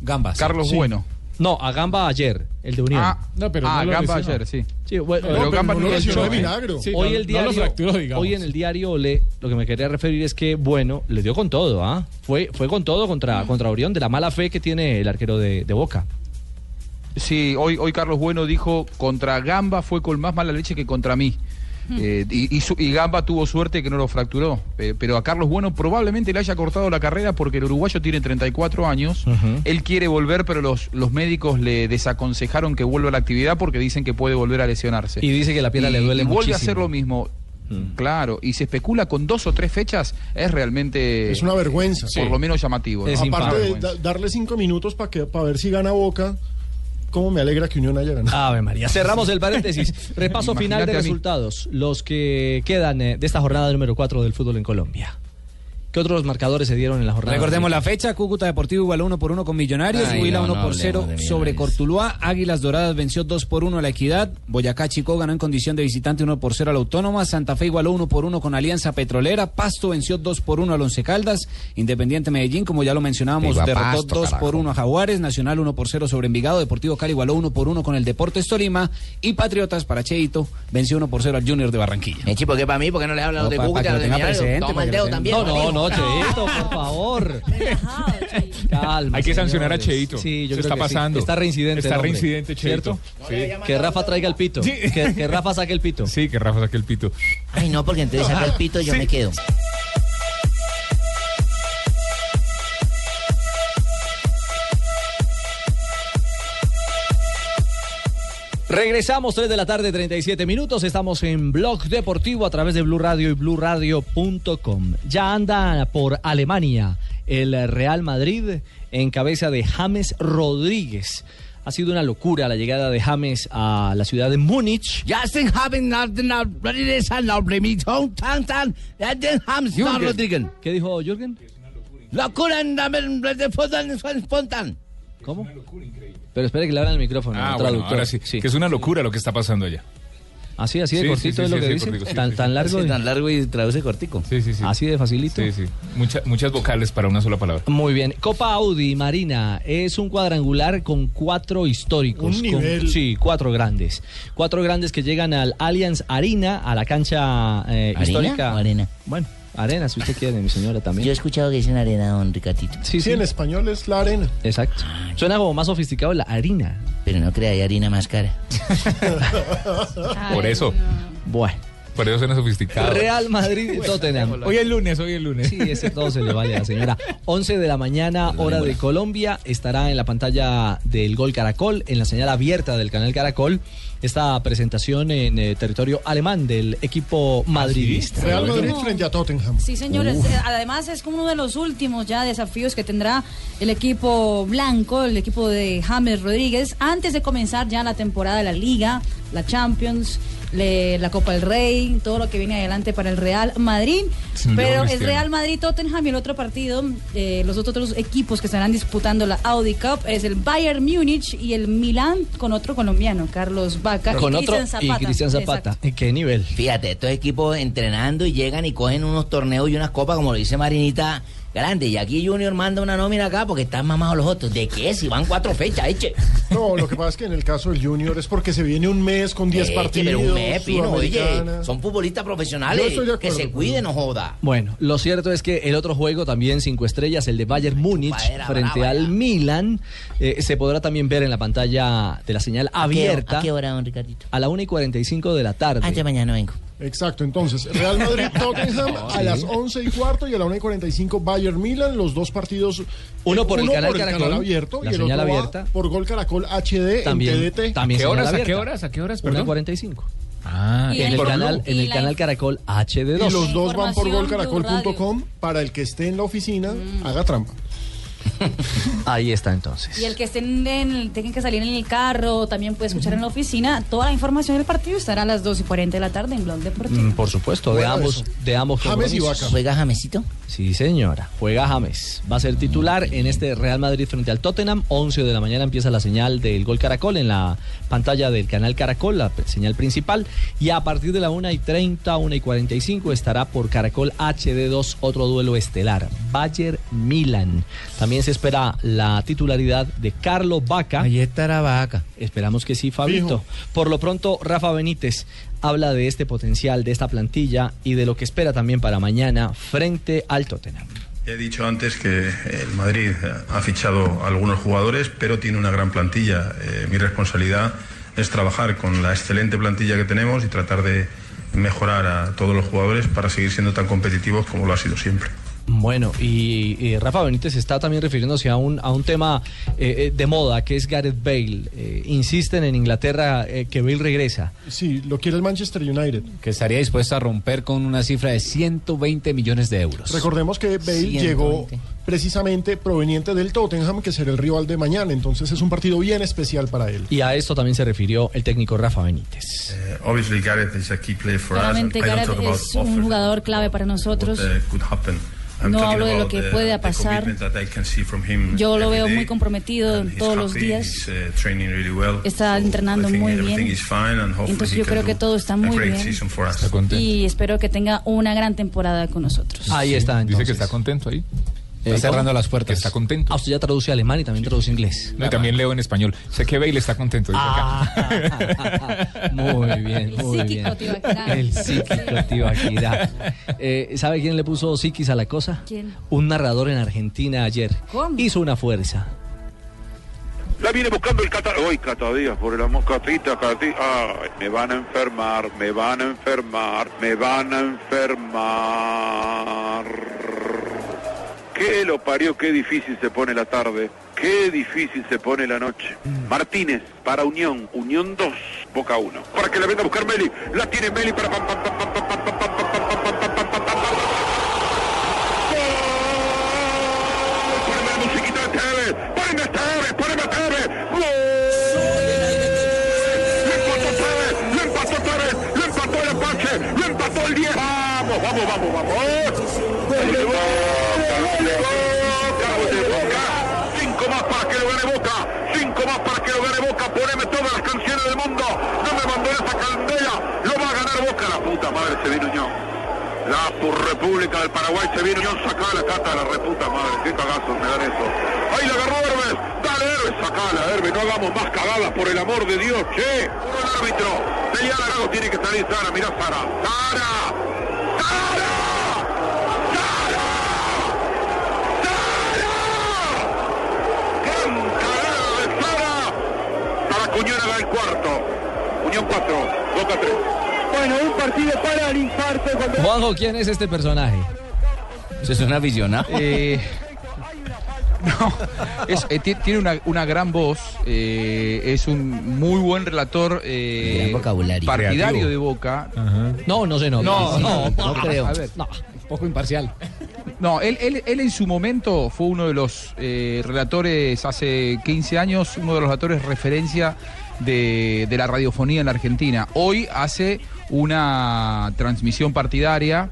Speaker 4: Gamba.
Speaker 17: Carlos Bueno.
Speaker 4: No, a Gamba ayer, el de Unión.
Speaker 17: Ah, no, pero Ah, no lo Gamba lesionó. ayer, sí.
Speaker 4: bueno,
Speaker 17: No, pero Gamba no lo lesionó de
Speaker 4: ¿eh?
Speaker 17: milagro. Sí,
Speaker 4: hoy,
Speaker 17: no-
Speaker 4: el
Speaker 17: no lo
Speaker 4: diario,
Speaker 17: fracturó, digamos.
Speaker 4: hoy en el diario Olé, lo que me quería referir es que, bueno, le dio con todo, ¿ah? Fue, fue con todo
Speaker 17: Mm.
Speaker 4: contra, contra Orión, de la mala fe que tiene el arquero de, de Boca.
Speaker 17: Sí, hoy, hoy Carlos Bueno dijo, contra Gamba fue con más mala leche que contra mí. Eh, y, y su- y Gamba tuvo suerte que no lo fracturó. Pe- pero a Carlos Bueno probablemente le haya cortado la carrera porque el uruguayo tiene 34 años. Él quiere volver, pero los, los médicos le desaconsejaron que vuelva a la actividad porque dicen que puede volver a lesionarse.
Speaker 4: Y dice que la pierna
Speaker 17: Y-
Speaker 4: le duele
Speaker 17: y vuelve a
Speaker 4: muchísimo.
Speaker 17: hacer lo mismo.
Speaker 4: Mm.
Speaker 17: Claro, y se especula con dos o tres fechas, es realmente...
Speaker 11: Es una vergüenza.
Speaker 17: Por
Speaker 11: Sí.
Speaker 17: lo menos llamativo. ¿no?
Speaker 11: Aparte de da- darle cinco minutos para que para ver si gana Boca, cómo me alegra que Unión haya ganado.
Speaker 4: Ave María. Cerramos el paréntesis. Repaso final de
Speaker 11: Imagínate a mí.
Speaker 4: resultados. Los que quedan eh, de esta jornada número 4 del fútbol en Colombia. ¿Qué otros marcadores se dieron en la jornada?
Speaker 18: Recordemos la fecha, Cúcuta Deportivo igual 1 por 1 con Millonarios,
Speaker 4: Ay,
Speaker 18: Huila
Speaker 4: no,
Speaker 18: 1
Speaker 4: no
Speaker 18: por
Speaker 4: hablemos
Speaker 18: 0
Speaker 4: de Millonarios.
Speaker 18: sobre Cortuluá, Águilas Doradas venció 2 por 1 a la Equidad, Boyacá Chico ganó en condición de visitante 1 por 0 a la Autónoma, Santa Fe igualó 1 por 1 con Alianza Petrolera, Pasto venció 2 por 1 a Once Caldas, Independiente Medellín, como ya lo mencionábamos,
Speaker 7: Viva
Speaker 18: derrotó
Speaker 7: Pasto,
Speaker 18: 2
Speaker 7: carajo.
Speaker 18: por 1 a Jaguares, Nacional 1 por 0 sobre Envigado, Deportivo Cali igualó 1 por 1 con el Deportes Tolima y Patriotas para Cheito venció 1no por 0 al Junior de Barranquilla.
Speaker 7: Echi, ¿por qué Eh, para mí? ¿Por qué no le habla a los de
Speaker 18: No, pa-
Speaker 7: Cúcuta?
Speaker 18: pa' que
Speaker 7: a
Speaker 18: lo
Speaker 7: los de
Speaker 18: tenga
Speaker 7: Milagro?
Speaker 18: presente,
Speaker 7: Toma
Speaker 18: para
Speaker 7: el
Speaker 18: que lo
Speaker 7: dedo
Speaker 18: tenga-
Speaker 7: también.
Speaker 18: No, no,
Speaker 7: amigo.
Speaker 18: no,
Speaker 4: Cheito, por favor. Calma,
Speaker 12: Hay que sancionar a
Speaker 4: señores.
Speaker 12: Cheito.
Speaker 4: Sí, yo
Speaker 12: Se está
Speaker 4: creo que sí.
Speaker 12: pasando.
Speaker 4: Está reincidente.
Speaker 12: Está
Speaker 4: el hombre.
Speaker 12: reincidente, Cheito.
Speaker 4: ¿Cierto?
Speaker 12: Sí.
Speaker 4: Que Rafa traiga el pito. Que, que Rafa saque el pito.
Speaker 12: Sí, que Rafa saque el pito.
Speaker 7: Ay, no, porque entonces saca el pito y yo me quedo.
Speaker 4: Regresamos 3 de la tarde, 37 minutos. Estamos en Blog Deportivo a través de Blue Radio y BluRadio.com. Ya anda por Alemania el Real Madrid en cabeza de James Rodríguez. Ha sido una locura la llegada de James a la ciudad de Múnich.
Speaker 7: Justin Haben, Rodríguez, Tan, tan, Justin Haben, Rodríguez.
Speaker 4: ¿Qué dijo Jürgen?
Speaker 7: Locura en Fontan.
Speaker 4: ¿Cómo? Pero espere que le abran el micrófono.
Speaker 12: Ah,
Speaker 4: al
Speaker 12: bueno,
Speaker 4: traductor.
Speaker 12: ahora sí, Que es una locura lo que está pasando allá.
Speaker 4: Así, así de
Speaker 12: Sí,
Speaker 4: cortito
Speaker 12: sí, sí,
Speaker 4: es lo
Speaker 12: sí,
Speaker 4: que
Speaker 12: sí,
Speaker 4: dice.
Speaker 12: cortico, sí,
Speaker 4: tan,
Speaker 12: sí.
Speaker 4: tan largo.
Speaker 12: Sí,
Speaker 4: y-
Speaker 12: tan
Speaker 7: largo y traduce cortico.
Speaker 12: Sí, sí, sí.
Speaker 4: Así de facilito.
Speaker 12: Sí, sí. Mucha- muchas vocales para una sola palabra.
Speaker 4: Muy bien. Copa Audi Marina es un cuadrangular con cuatro históricos.
Speaker 12: Un nivel.
Speaker 4: con- sí, cuatro grandes. Cuatro grandes que llegan al Allianz Arena, a la cancha eh,
Speaker 7: ¿Arena
Speaker 4: histórica.
Speaker 7: o arena?
Speaker 4: Bueno, arena, si usted quiere, mi señora también.
Speaker 7: Yo he escuchado que dicen arena, don Ricatito.
Speaker 4: Sí, sí.
Speaker 11: en español es la arena.
Speaker 4: Exacto. Suena como más sofisticado la harina.
Speaker 7: Pero no crea, hay harina más cara.
Speaker 12: Por eso.
Speaker 4: Bueno.
Speaker 12: Por eso suena sofisticado.
Speaker 4: Real Madrid y Tottenham.
Speaker 12: Hoy es lunes, hoy es lunes.
Speaker 4: Sí, ese todo se le vale a la señora. 11 de la mañana, hora de Colombia. Estará en la pantalla del Gol Caracol, en la señal abierta del canal Caracol, esta presentación en eh, territorio alemán del
Speaker 7: ¿Ah,
Speaker 4: equipo madridista.
Speaker 11: Real Madrid frente a Tottenham.
Speaker 16: Sí, señores. Eh, Además, es como uno de los últimos ya desafíos que tendrá el equipo blanco, el equipo de James Rodríguez, antes de comenzar ya la temporada de la Liga, la Champions, le- la Copa del Rey, todo lo que viene adelante para el Real Madrid.
Speaker 28: Sin duda,
Speaker 16: Pero el
Speaker 28: Cristiano.
Speaker 16: Real Madrid-Tottenham y el otro partido, eh, los otros dos equipos que estarán disputando la Audi Cup, es el Bayern Múnich y el Milán con otro colombiano, Carlos Vaca.
Speaker 4: Con
Speaker 16: Cristian
Speaker 4: otro y Cristian Zapata.
Speaker 7: Exacto.
Speaker 4: ¿En qué nivel?
Speaker 7: Fíjate, estos equipos entrenando y llegan y cogen unos torneos y unas copas, como lo dice Marinita, grande. Y aquí Junior manda una nómina acá porque están mamados los otros. ¿De qué? Si van cuatro fechas, eche.
Speaker 11: No, lo que pasa es que en el caso del Junior es porque se viene un mes con 10
Speaker 4: Eh,
Speaker 7: Eche,
Speaker 11: partidos.
Speaker 7: Pero un mes, Pino, oye,
Speaker 11: Sudamericana.
Speaker 7: son futbolistas
Speaker 11: Yo
Speaker 7: profesionales.
Speaker 11: estoy de
Speaker 7: Que
Speaker 11: acuerdo,
Speaker 7: se
Speaker 11: pero-
Speaker 7: cuiden, no joda.
Speaker 4: Bueno, lo cierto es que el otro juego también cinco estrellas, el de Bayern Múnich
Speaker 7: chupadera
Speaker 4: frente
Speaker 7: brava,
Speaker 4: al Milan, eh, se podrá también ver en la pantalla de la señal
Speaker 7: ¿A qué hora-
Speaker 4: abierta.
Speaker 7: a qué hora,
Speaker 4: don Ricardito? A la 1 y 45 de la tarde.
Speaker 7: Ah, ya mañana vengo.
Speaker 11: Exacto, entonces Real Madrid Tottenham a
Speaker 4: Sí.
Speaker 11: las 11 y cuarto y a la 1 y 45 Bayern Milan, los dos partidos.
Speaker 4: Uno por el canal Caracol,
Speaker 11: abierto
Speaker 4: la
Speaker 11: y el
Speaker 4: señal
Speaker 11: otro va
Speaker 4: abierta.
Speaker 11: por Gol Caracol HD
Speaker 4: También,
Speaker 11: en TDT.
Speaker 4: también señal abierta.
Speaker 11: ¿A qué horas?
Speaker 4: Una
Speaker 11: Perdón.
Speaker 4: 45. Ah,
Speaker 11: Y
Speaker 4: en
Speaker 11: el
Speaker 4: el,
Speaker 11: por
Speaker 4: canal,
Speaker 11: Blue.
Speaker 4: en
Speaker 11: y
Speaker 4: el
Speaker 11: la
Speaker 4: canal Caracol
Speaker 11: Y
Speaker 4: HD2.
Speaker 11: los dos van por
Speaker 4: Información,
Speaker 11: golcaracol.com para el que esté en la oficina, haga trampa.
Speaker 4: Ahí está entonces.
Speaker 16: Y el que estén en el, tengan que salir en el carro, también puede escuchar en la oficina. Toda la información del partido estará a las 2 y 40 de la tarde en Blog Deportivo.
Speaker 4: Mm, por supuesto, de
Speaker 16: Bueno,
Speaker 4: ambos,
Speaker 16: eso.
Speaker 4: de ambos
Speaker 16: James y
Speaker 4: compromisos.
Speaker 16: Vaca.
Speaker 7: ¿Juega Jamesito?
Speaker 4: Sí, señora. Juega James. Va a ser titular en este Real Madrid frente al Tottenham. 11 de la mañana empieza la señal del gol Caracol en la pantalla del canal Caracol, la pe- señal principal. Y a partir de la 1 y 30, 1 y 45 estará por Caracol HD2 otro duelo estelar. Bayern Milan. También se espera la titularidad de Carlo Vaca. Ahí estará Vaca. Esperamos que sí, Fabito.
Speaker 28: Fijo.
Speaker 4: Por lo pronto, Rafa Benítez habla de este potencial, de esta plantilla y de lo que espera también para mañana frente al Tottenham.
Speaker 19: He dicho antes que eh, el Madrid ha fichado a algunos jugadores, pero tiene una gran plantilla. Eh, mi responsabilidad es trabajar con la excelente plantilla que tenemos y tratar de mejorar a todos los jugadores para seguir siendo tan competitivos como lo ha sido siempre.
Speaker 4: Bueno, y, y Rafa Benítez está también refiriéndose a un, a un tema eh, eh, de moda, que es Gareth Bale. Eh, insisten en Inglaterra eh, que Bale regresa.
Speaker 11: Sí, lo quiere el Manchester United.
Speaker 18: Que estaría dispuesto a romper con una cifra de 120 millones de euros.
Speaker 11: Recordemos que Bale
Speaker 18: 120.
Speaker 11: llegó precisamente proveniente del Tottenham, que será el rival de mañana, entonces es un partido bien especial para él.
Speaker 4: Y a esto también se refirió el técnico Rafa Benítez.
Speaker 19: Eh, Obviously, Gareth is a key player for us. and
Speaker 16: Claramente
Speaker 19: I don't
Speaker 16: Gareth
Speaker 19: talk about
Speaker 16: es
Speaker 19: offers,
Speaker 16: un jugador clave para
Speaker 19: what,
Speaker 16: nosotros.
Speaker 19: uh, could happen. I'm
Speaker 16: Pues, No
Speaker 19: talking
Speaker 16: hablo de lo
Speaker 19: about eh,
Speaker 16: que
Speaker 19: the-
Speaker 16: pueda
Speaker 19: the
Speaker 16: pasar.
Speaker 19: commitment that I can see from him
Speaker 16: Yo lo
Speaker 19: every
Speaker 16: veo
Speaker 19: day.
Speaker 16: muy comprometido
Speaker 19: He's
Speaker 16: todos los
Speaker 19: happy,
Speaker 16: días.
Speaker 19: he's, uh, training really well.
Speaker 16: Está entrenando
Speaker 19: I think
Speaker 16: muy
Speaker 19: everything
Speaker 16: bien.
Speaker 19: is fine and hopefully
Speaker 16: Entonces
Speaker 19: he
Speaker 16: yo
Speaker 19: can
Speaker 16: creo
Speaker 19: do
Speaker 16: que todo está
Speaker 19: a
Speaker 16: muy
Speaker 19: great
Speaker 16: bien.
Speaker 19: season for us.
Speaker 16: Y espero que tenga una gran temporada con nosotros.
Speaker 4: Ahí está, entonces.
Speaker 12: Dice que está contento ahí.
Speaker 4: Eh,
Speaker 12: Está cerrando
Speaker 4: ¿cómo?
Speaker 12: las puertas. Está contento.
Speaker 4: Ah, usted ya traduce alemán y también traduce inglés.
Speaker 12: No, y también leo en español. Sé que Bale está contento. dice acá.
Speaker 4: Ah. Muy bien,
Speaker 12: El
Speaker 4: muy bien.
Speaker 12: psíquico
Speaker 16: Tibaquirá.
Speaker 4: El psíquico Tibaquirá. Eh, ¿Sabe quién le puso psiquis a la cosa?
Speaker 16: ¿Quién?
Speaker 4: Un narrador en Argentina ayer.
Speaker 16: ¿Cómo?
Speaker 4: Hizo una fuerza.
Speaker 3: La viene buscando el Cata. ¡Ay, Catadías, por el amor! Catita, Catita. ¡Ay, me van a enfermar, me van a enfermar, me van a enfermar! ¡Qué lo parió! ¡Qué difícil se pone la tarde! ¡Qué difícil se pone la noche! Martínez, para Unión, Unión 2, Boca 1. Para que la venga a buscar Meli. La tiene Meli para pam, pam, pam, pam, pam, pam, pam, pam, pam, pam, pam, pam, pam, pam, pam, pam. Poneme la musiquita de Tevez, poneme a Tevez, poneme a Tevez. ¡Gol! Lo empató Tevez, lo empató Tevez, lo empató el Apache, lo empató el 10. Vamos, vamos, vamos, vamos. Gol de Boca, gol de Boca, gol de Boca. Cinco más para que lo gane Boca, cinco más para que lo gane Boca. Poneme todas las canciones del mundo. No me abandones a Candela, lo va a ganar Boca. La puta madre se vino Unión. La por República del Paraguay se viene Unión, sacá la cata a la reputa madre, qué cagazos me dan eso. Ahí la agarró Hermes, dale Hermes, sacala Hermes, no hagamos más cagadas por el amor de Dios, che. Por el árbitro, pelea la Gago, tiene que salir Sara, mirá Sara, Sara, Sara, Sara, Sara, gran cagada de Sara. Sara Cuñón haga el cuarto, Unión 4, Boca 3.
Speaker 14: Bueno, un partido para el infarto. cuando-
Speaker 4: Juanjo, ¿quién es este personaje? Eh,
Speaker 7: Eso es un aficionado.
Speaker 17: Es, eh, ti- tiene una, una gran voz, eh, es un muy buen relator eh,
Speaker 7: Gran vocabulario.
Speaker 17: partidario
Speaker 7: Creativo.
Speaker 17: de Boca.
Speaker 4: No, no se nota.
Speaker 17: No,
Speaker 4: Sí,
Speaker 17: no,
Speaker 4: no creo.
Speaker 17: A ver,
Speaker 4: no, poco imparcial.
Speaker 17: No, él, él, él en su momento fue uno de los eh, relatores hace 15 años, uno de los relatores referencia de, de la radiofonía en la Argentina. Hoy hace una transmisión partidaria.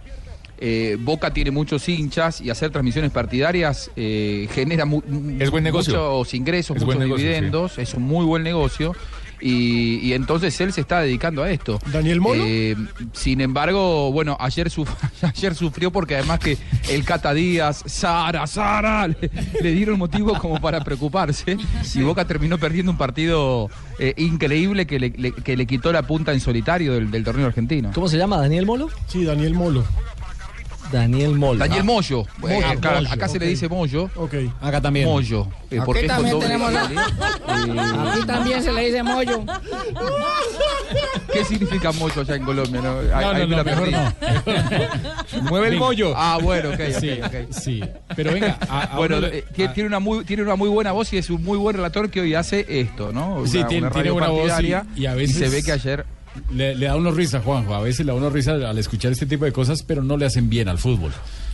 Speaker 17: eh, Boca tiene muchos hinchas y hacer transmisiones partidarias eh, genera mu-
Speaker 12: Es buen negocio.
Speaker 17: muchos ingresos,
Speaker 12: Es
Speaker 17: muchos
Speaker 12: buen negocio,
Speaker 17: dividendos, es un muy buen negocio. Y, y entonces él se está dedicando a esto.
Speaker 11: ¿Daniel Molo?
Speaker 17: Eh, sin embargo, bueno, ayer, suf- ayer sufrió porque además que el Cata Díaz, Sara, Sara, le, le dieron motivo como para preocuparse. Y Boca terminó perdiendo un partido eh, increíble que le, le- que le quitó la punta en solitario del, del torneo argentino.
Speaker 4: ¿Cómo se llama? ¿Daniel Molo?
Speaker 11: Sí, Daniel Molo.
Speaker 4: Daniel Molo.
Speaker 17: Daniel
Speaker 4: Ah.
Speaker 17: Mollo. Eh,
Speaker 4: Ah,
Speaker 17: acá
Speaker 4: Mollo,
Speaker 17: acá se le
Speaker 4: ok.
Speaker 17: dice Mollo.
Speaker 18: Acá también.
Speaker 17: Mollo. eh, porque es con doble-
Speaker 5: Aquí también se le dice mollo.
Speaker 17: ¿Qué significa mollo allá en Colombia? No,
Speaker 6: No, no,
Speaker 17: me
Speaker 6: no, mejor
Speaker 17: perdí.
Speaker 6: Mueve el mollo.
Speaker 17: Ah, bueno, ok, ok,
Speaker 6: Sí,
Speaker 17: ok.
Speaker 6: sí. Pero venga, a- a
Speaker 17: bueno,
Speaker 6: uno le-
Speaker 17: eh, tiene,
Speaker 6: a-
Speaker 17: tiene una muy, tiene una muy buena voz y es un muy buen relator que hoy hace esto, ¿no?
Speaker 6: Sí,
Speaker 17: Una-
Speaker 6: tiene
Speaker 17: una
Speaker 6: tiene
Speaker 17: radio
Speaker 6: una voz y,
Speaker 17: partidaria
Speaker 6: y a veces.
Speaker 17: se ve que ayer.
Speaker 6: Le, le da uno risa, Juanjo. A veces le da uno risa al escuchar este tipo de cosas, pero no le hacen bien al fútbol,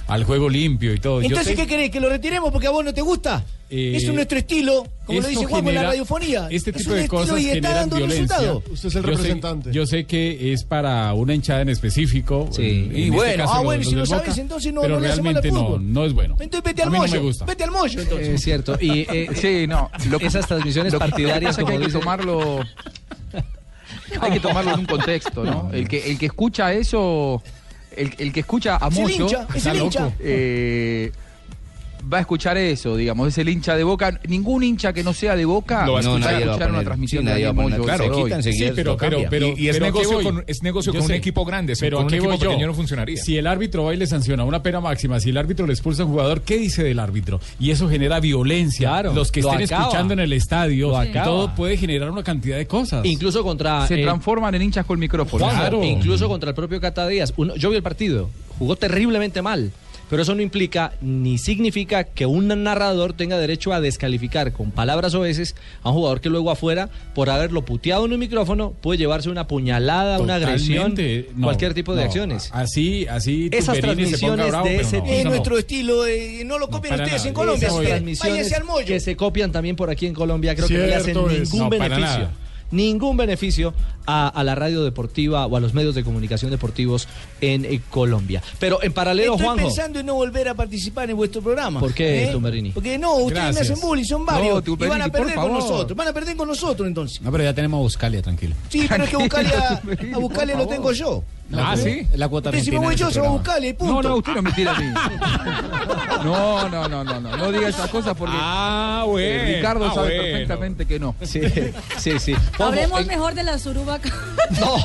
Speaker 6: al juego limpio y todo. Yo
Speaker 2: Entonces,
Speaker 6: sé-
Speaker 2: ¿qué querés? ¿Que lo retiremos porque a vos no te gusta?
Speaker 6: Eh,
Speaker 2: Eso es nuestro estilo, como lo
Speaker 6: esto
Speaker 2: dice Juan con la
Speaker 6: genera-
Speaker 2: radiofonía.
Speaker 6: Este
Speaker 2: Es
Speaker 6: tipo
Speaker 2: un
Speaker 6: de
Speaker 2: estilo
Speaker 6: cosas
Speaker 2: y está
Speaker 6: generan
Speaker 2: dando
Speaker 6: violencia.
Speaker 2: resultado.
Speaker 11: Usted es
Speaker 6: Yo
Speaker 11: el
Speaker 6: sé-
Speaker 11: representante.
Speaker 6: yo sé que es para una hinchada en específico. este Sí.
Speaker 2: Y bueno, ah, bueno, si lo sabes, entonces no-
Speaker 6: Pero
Speaker 2: no le hace mal al
Speaker 6: realmente no,
Speaker 2: fútbol.
Speaker 6: no es bueno.
Speaker 2: Entonces vete
Speaker 6: A
Speaker 2: al
Speaker 6: mí no
Speaker 2: mollo.
Speaker 6: me gusta.
Speaker 2: Vete al mollo, entonces.
Speaker 4: Es cierto. Y eh,
Speaker 17: sí, no.
Speaker 4: esas transmisiones
Speaker 17: lo que- lo que pasa
Speaker 4: partidarias
Speaker 17: es que
Speaker 4: como
Speaker 17: hay que
Speaker 4: dice-
Speaker 17: tomarlo. Hay que tomarlo en un contexto, ¿no? El que, el que escucha eso, el, el que escucha a
Speaker 2: Es el
Speaker 17: Moyo,
Speaker 2: hincha, es el hincha.
Speaker 17: eh, va a escuchar eso, digamos, es el hincha de Boca. Ningún hincha que no sea de Boca
Speaker 10: Lo va a escuchar.
Speaker 17: a
Speaker 10: Nadie lo va a
Speaker 17: escuchar una
Speaker 10: poner.
Speaker 17: transmisión
Speaker 10: Sí,
Speaker 17: de
Speaker 10: nadie va a
Speaker 17: Daniel
Speaker 10: poner.
Speaker 17: Moyo.
Speaker 10: Claro,
Speaker 17: hoy.
Speaker 10: se quitan, se
Speaker 6: Sí,
Speaker 10: quitan.
Speaker 6: pero,
Speaker 10: Esto
Speaker 6: pero,
Speaker 10: cambia.
Speaker 6: pero,
Speaker 10: Y- y es
Speaker 6: pero ¿a qué
Speaker 10: negocio
Speaker 6: voy?
Speaker 10: con- es negocio
Speaker 6: Yo
Speaker 10: con un
Speaker 6: sé.
Speaker 10: equipo grande,
Speaker 6: Pero
Speaker 10: con
Speaker 6: ¿a
Speaker 10: un
Speaker 6: qué
Speaker 10: equipo
Speaker 6: voy yo?
Speaker 10: pequeño no funcionaría.
Speaker 6: Si el árbitro va y le sanciona una pena máxima, si el árbitro le expulsa a un jugador, ¿qué dice del árbitro? Y eso genera violencia. Los que
Speaker 4: lo
Speaker 6: estén
Speaker 4: acaba.
Speaker 6: escuchando en el estadio,
Speaker 4: Lo acaba.
Speaker 6: todo puede generar una cantidad de cosas.
Speaker 4: Incluso contra. eh,
Speaker 6: Se
Speaker 17: transforman en hinchas con micrófono.
Speaker 4: Juanjo,
Speaker 6: Claro.
Speaker 4: Incluso contra el propio Cata Díaz. Uno- yo vi el partido, jugó terriblemente mal. Pero eso no implica ni significa que un narrador tenga derecho a descalificar con palabras o veces a un jugador que luego afuera, por haberlo puteado en un micrófono, puede llevarse una puñalada, una agresión,
Speaker 6: Totalmente, no,
Speaker 4: cualquier tipo de
Speaker 6: no.
Speaker 4: acciones.
Speaker 6: Así, así.
Speaker 4: Esas
Speaker 6: Tumberini se ponga
Speaker 4: transmisiones
Speaker 6: bravo,
Speaker 4: de
Speaker 6: pero
Speaker 4: ese
Speaker 6: no,
Speaker 2: Es
Speaker 6: no.
Speaker 2: nuestro estilo, eh, no lo copian
Speaker 6: para
Speaker 2: ustedes
Speaker 6: nada.
Speaker 2: en Colombia.
Speaker 4: Esas
Speaker 2: si quieren.
Speaker 4: transmisiones
Speaker 2: Váyanse al mollo.
Speaker 4: que se copian también por aquí en Colombia, creo que no le hacen
Speaker 2: Cierto es.
Speaker 4: ningún
Speaker 2: No, para
Speaker 4: beneficio.
Speaker 2: nada.
Speaker 4: Ningún beneficio a, a la radio deportiva o a los medios de comunicación deportivos en eh, Colombia. Pero en paralelo,
Speaker 2: Estoy
Speaker 4: Juanjo.
Speaker 2: pensando en no volver a participar en vuestro programa.
Speaker 4: ¿Por qué,
Speaker 2: ¿eh?
Speaker 4: Tumberini?
Speaker 2: Porque no, ustedes
Speaker 6: Gracias.
Speaker 2: me hacen bullying, son
Speaker 6: No,
Speaker 2: varios. y van
Speaker 6: Tumberini,
Speaker 2: a perder
Speaker 6: por
Speaker 2: con
Speaker 6: favor.
Speaker 2: nosotros. Van a perder con nosotros entonces.
Speaker 6: No, pero ya tenemos a Buscalia, tranquilo.
Speaker 2: Sí, pero es que buscarle a,
Speaker 6: Tumberini,
Speaker 2: a buscarle
Speaker 6: por
Speaker 2: lo
Speaker 6: favor.
Speaker 2: tengo yo.
Speaker 6: Ah, ¿sí? La cuota
Speaker 2: Entonces, si me voy yo, se va a buscarle, punto.
Speaker 17: No, no, usted no me tira a mí. No, no, no, no, no. No diga esas cosas porque
Speaker 6: ah,
Speaker 17: bueno, Ricardo
Speaker 6: ah,
Speaker 17: sabe
Speaker 6: bueno.
Speaker 17: perfectamente que no.
Speaker 4: Sí, sí, sí. Juanjo,
Speaker 16: Hablemos
Speaker 4: en-
Speaker 16: mejor de la Surubaca.
Speaker 4: No.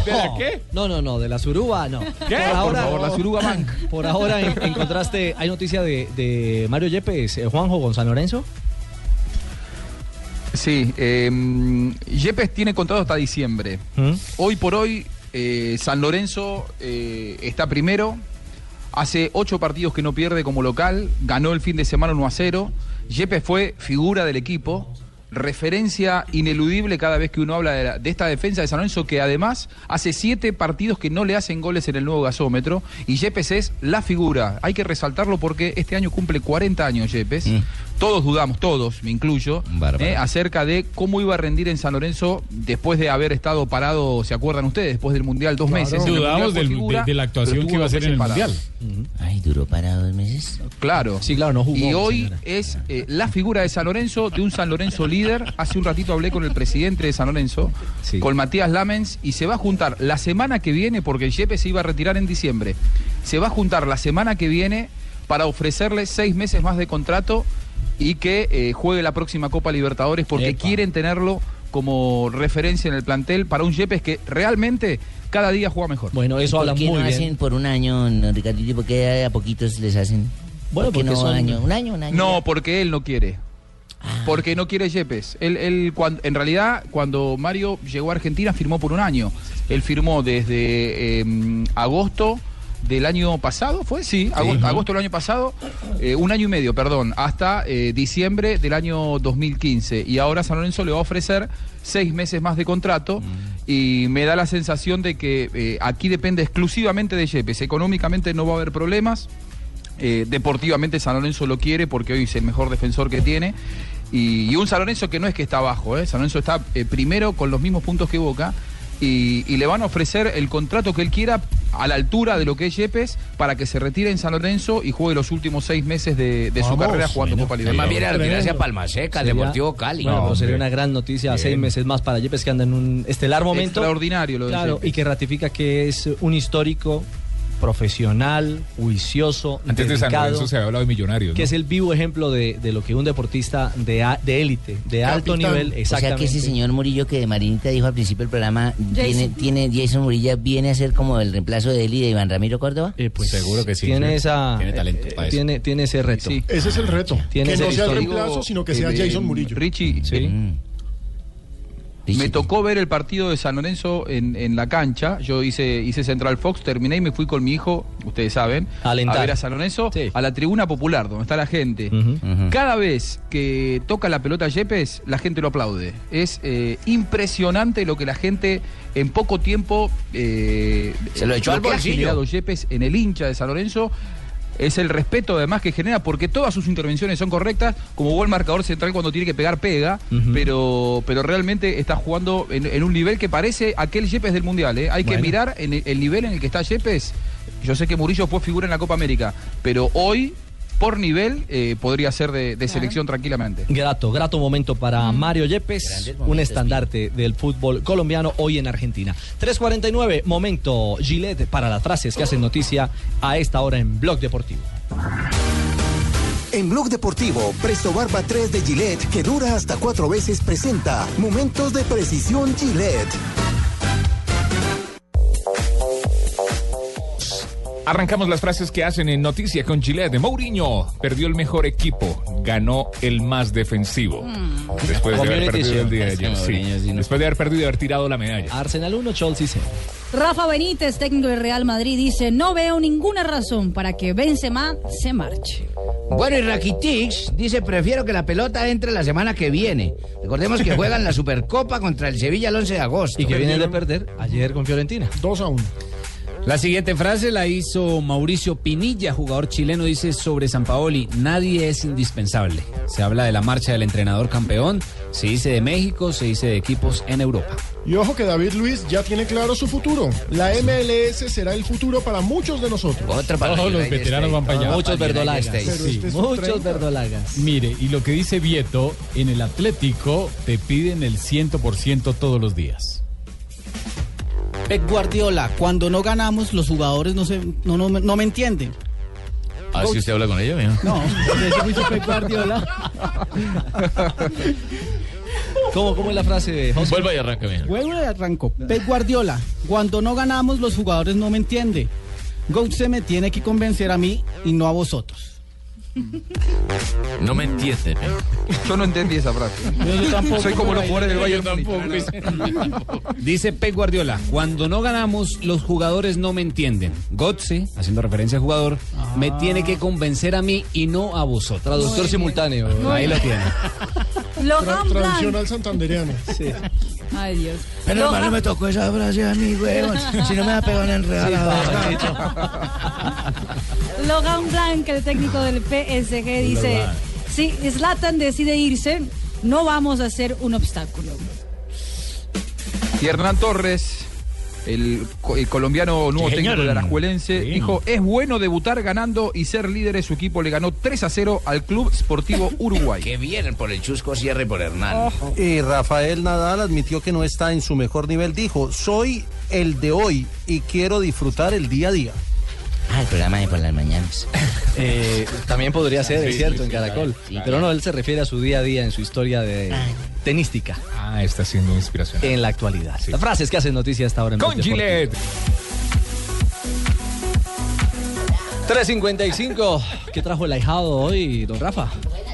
Speaker 4: No, no, no, de la Suruba no.
Speaker 17: ¿Qué? Por favor, la Suruba Bank.
Speaker 4: Por ahora, en, en contraste, hay noticia de, de Mario Yepes, eh, Juanjo Gonzalo Lorenzo.
Speaker 17: Sí, eh, Yepes tiene contrato hasta diciembre.
Speaker 2: ¿Mm?
Speaker 17: Hoy por hoy, eh, San Lorenzo eh, está primero. Hace ocho partidos que no pierde como local. Ganó el fin de semana 1 a 0. Yepes fue figura del equipo. Referencia ineludible cada vez que uno habla de, la- de esta defensa de San Lorenzo, que además hace siete partidos que no le hacen goles en el nuevo gasómetro. Y Yepes es la figura. Hay que resaltarlo porque este año cumple 40 años Yepes.
Speaker 6: Mm.
Speaker 17: Todos dudamos, todos, me incluyo,
Speaker 10: Bárbaro.
Speaker 17: eh, acerca de cómo iba a rendir en San Lorenzo después de haber estado parado, ¿se acuerdan ustedes? Después del Mundial, dos
Speaker 6: Claro.
Speaker 17: meses. En el
Speaker 6: Dudamos
Speaker 17: Mundial fue
Speaker 6: del- de- de la actuación
Speaker 17: pero
Speaker 6: que iba a
Speaker 17: tuvo
Speaker 6: hacer en
Speaker 17: dos
Speaker 6: el
Speaker 17: meses
Speaker 6: Mundial.
Speaker 10: Ay, duró parado dos meses.
Speaker 17: Claro.
Speaker 4: Sí, claro, no jugó.
Speaker 17: Y hoy
Speaker 4: señora.
Speaker 17: es eh, la figura de San Lorenzo, de un San Lorenzo líder. Hace un ratito hablé con el presidente de San Lorenzo, con Matías Lamens, y se va a juntar la semana que viene, porque el Yepes se iba a retirar en diciembre. Se va a juntar la semana que viene para ofrecerle seis meses más de contrato y que eh, juegue la próxima Copa Libertadores, porque quieren tenerlo como referencia en el plantel para un Yepes que realmente cada día juega mejor.
Speaker 4: Bueno, eso
Speaker 10: ¿Por
Speaker 4: habla
Speaker 10: qué
Speaker 4: muy
Speaker 10: no
Speaker 4: bien.
Speaker 10: hacen por un año, no, Ricardito? ¿Por qué a poquitos les hacen?
Speaker 4: Bueno,
Speaker 10: ¿Por qué
Speaker 4: porque
Speaker 10: no
Speaker 4: son-
Speaker 10: año? Un año, Ah. un año.
Speaker 17: No, porque él no quiere. Porque no quiere Yepes. Él, él, cuan- en realidad, cuando Mario llegó a Argentina, firmó por un año. Él firmó desde eh, agosto del año pasado, ¿fue? Sí, agosto, agosto del año pasado, eh, un año y medio, perdón, hasta eh, diciembre del año 2015. Y ahora San Lorenzo le va a ofrecer seis meses más de contrato
Speaker 10: Mm.
Speaker 17: y me da la sensación de que eh, aquí depende exclusivamente de Yepes. Económicamente no va a haber problemas. Eh, deportivamente San Lorenzo lo quiere porque hoy es el mejor defensor que tiene. Y, y un San Lorenzo que no es que está abajo, ¿eh? San Lorenzo está eh, primero con los mismos puntos que Boca y, y le van a ofrecer el contrato que él quiera a la altura de lo que es Yepes para que se retire en San Lorenzo y juegue los últimos seis meses de, de su
Speaker 7: Vamos,
Speaker 17: carrera jugando
Speaker 7: bueno,
Speaker 17: Copa
Speaker 7: además
Speaker 17: Libertadores.
Speaker 7: viene a retirarse a Palma Seca, al
Speaker 4: Sería-
Speaker 7: Deportivo Cali.
Speaker 4: Bueno,
Speaker 7: No,
Speaker 4: pero sería
Speaker 7: hombre.
Speaker 4: una gran noticia
Speaker 7: Bien.
Speaker 4: seis meses más para Yepes que anda en un estelar momento.
Speaker 17: Extraordinario lo de
Speaker 4: Claro,
Speaker 17: Yepes.
Speaker 4: y que ratifica que es un histórico, profesional, juicioso,
Speaker 12: Antes de San
Speaker 4: dedicado,
Speaker 12: Lorenzo se había hablado de millonarios.
Speaker 4: que
Speaker 12: ¿no?
Speaker 4: es el vivo ejemplo de, de lo que un deportista de, a- de élite, de alto nivel,
Speaker 29: O sea
Speaker 4: exactamente.
Speaker 29: que ese señor Murillo que de Marinita dijo al principio del programa, tiene,
Speaker 4: Jason.
Speaker 29: tiene Jason Murillo viene a ser como el reemplazo de él y de Iván Ramiro Córdoba.
Speaker 4: Eh. Seguro que sí. pues, Tiene esa. Tiene talento Tiene, tiene ese reto.
Speaker 11: Ese es el reto.
Speaker 4: Tiene
Speaker 11: que
Speaker 4: ese
Speaker 11: no sea el
Speaker 4: histórico.
Speaker 11: reemplazo, sino que sea
Speaker 17: Eh,
Speaker 11: Jason Murillo.
Speaker 17: Richie, eh, me tocó ver el partido de San Lorenzo en, en la cancha. Yo hice, hice Central Fox, terminé y me fui con mi hijo, ustedes saben,
Speaker 4: A alentar.
Speaker 17: a ver a San Lorenzo, a la tribuna popular, donde está la gente. Cada vez que toca la pelota Yepes, la gente lo aplaude. Es eh, impresionante lo que la gente en poco tiempo eh,
Speaker 7: Se lo echó al
Speaker 17: que ha
Speaker 7: bolsillo.
Speaker 17: generado Yepes en el hincha de San Lorenzo. Es el respeto además que genera porque todas sus intervenciones son correctas, como buen marcador central cuando tiene que pegar pega,
Speaker 4: Ujú.
Speaker 17: pero, pero realmente está jugando en, en un nivel que parece aquel Yepes del Mundial. ¿eh? Hay que
Speaker 4: Bueno.
Speaker 17: mirar en el, el nivel en el que está Yepes. Yo sé que Murillo fue figura en la Copa América, pero hoy, por nivel, eh, podría ser de, de selección tranquilamente.
Speaker 4: Grato, grato momento para Mario Yepes, un estandarte del fútbol colombiano hoy en Argentina. 3.49, momento Gillette para las frases que hacen noticia a esta hora en Blog Deportivo.
Speaker 28: En Blog Deportivo, Presto Barba 3 de Gillette, que dura hasta cuatro veces, presenta Momentos de Precisión Gillette.
Speaker 12: Arrancamos las frases que hacen en noticia con Chile de Mourinho. Perdió el mejor equipo, ganó el más defensivo. Después de haber
Speaker 4: Community
Speaker 12: perdido el día de
Speaker 4: Shield.
Speaker 12: ayer. sí.
Speaker 4: Mourinho, sí, no.
Speaker 12: Después de haber perdido y haber tirado la medalla.
Speaker 4: Arsenal 1, Chelsea 0.
Speaker 16: Rafa Benítez, técnico del Real Madrid, dice, no veo ninguna razón para que Benzema se marche.
Speaker 7: Bueno, y Rakitic dice, prefiero que la pelota entre la semana que viene. Recordemos que juegan la Supercopa contra el Sevilla el 11 de agosto.
Speaker 18: Y que vienen de
Speaker 4: perder ayer con Fiorentina.
Speaker 11: 2 a 1.
Speaker 18: La siguiente frase la hizo Mauricio Pinilla, jugador chileno, dice sobre San Paoli, nadie es indispensable. Se habla de la marcha del entrenador campeón, se dice de México, se dice de equipos en Europa.
Speaker 11: Y ojo que David Luis ya tiene claro su futuro. La MLS será el futuro para muchos de nosotros.
Speaker 6: Todos los veteranos van para allá.
Speaker 11: Pero
Speaker 6: Sí.
Speaker 11: este es
Speaker 4: Muchos
Speaker 11: 30.
Speaker 4: verdolagas.
Speaker 6: Mire, y lo que dice Vieto, en el Atlético te piden el 100% todos los días.
Speaker 30: Pep Guardiola, cuando no ganamos, los jugadores no, se, no, no, me- no me entienden.
Speaker 13: Así usted habla con ella, mijo.
Speaker 30: No, eso me hizo Pep Guardiola.
Speaker 4: ¿Cómo, cómo es la frase? José?
Speaker 13: Vuelva y arranca, mijo.
Speaker 30: Vuelvo y arranco. Pep Guardiola, cuando no ganamos, los jugadores no me entienden. Goat se me tiene que convencer a mí y no a vosotros.
Speaker 13: No me entienden.
Speaker 17: Yo no entendí esa frase.
Speaker 30: Yo tampoco.
Speaker 17: Soy como los jugadores del Bayern.
Speaker 18: Dice Pep Guardiola, cuando no ganamos, los jugadores no me entienden. Gotze, haciendo referencia al jugador,
Speaker 29: Ah.
Speaker 18: me tiene que convencer a mí y no a vosotros.
Speaker 4: Traductor simultáneo.
Speaker 18: Ahí
Speaker 4: Muy
Speaker 18: lo
Speaker 4: bien.
Speaker 18: tiene.
Speaker 11: Tra-
Speaker 16: Lohan
Speaker 11: Traducción
Speaker 16: Blanc.
Speaker 11: al santandereano.
Speaker 16: Ay, Dios.
Speaker 2: Pero
Speaker 16: Lohan-
Speaker 2: hermano, me tocó esa frase a mí, huevón. Si no me va a pegar una enredada.
Speaker 16: Logan Blanc, el técnico del PSG, dice,
Speaker 2: Blanc.
Speaker 16: si Zlatan decide irse, no vamos a ser un obstáculo.
Speaker 17: Y Hernán Torres, el, co- el colombiano nuevo
Speaker 12: Sí, señor.
Speaker 17: técnico de Alajuelense,
Speaker 12: Sí.
Speaker 17: dijo, es bueno debutar ganando y ser líder de su equipo. Le ganó 3 a 0 al Club Sportivo Uruguay.
Speaker 7: Que vienen por el Chusco, cierre por Hernán.
Speaker 9: Y Rafael Nadal admitió que no está en su mejor nivel. Dijo, soy el de hoy y quiero disfrutar el día a día.
Speaker 29: Ah, el programa de por las mañanas.
Speaker 4: Eh, también podría ser,
Speaker 29: Sí,
Speaker 4: es cierto,
Speaker 29: sí,
Speaker 4: en
Speaker 29: sí,
Speaker 4: Caracol.
Speaker 29: claro, sí,
Speaker 4: Pero no, él se refiere a su día a día en su historia de tenística.
Speaker 12: Ah, está siendo inspiración.
Speaker 4: En la actualidad. Las frases que hacen noticia hasta ahora en
Speaker 12: Con
Speaker 4: Blog Deportivo.
Speaker 12: Gillette.
Speaker 4: 3.55. ¿Qué trajo el ahijado hoy, don Rafa?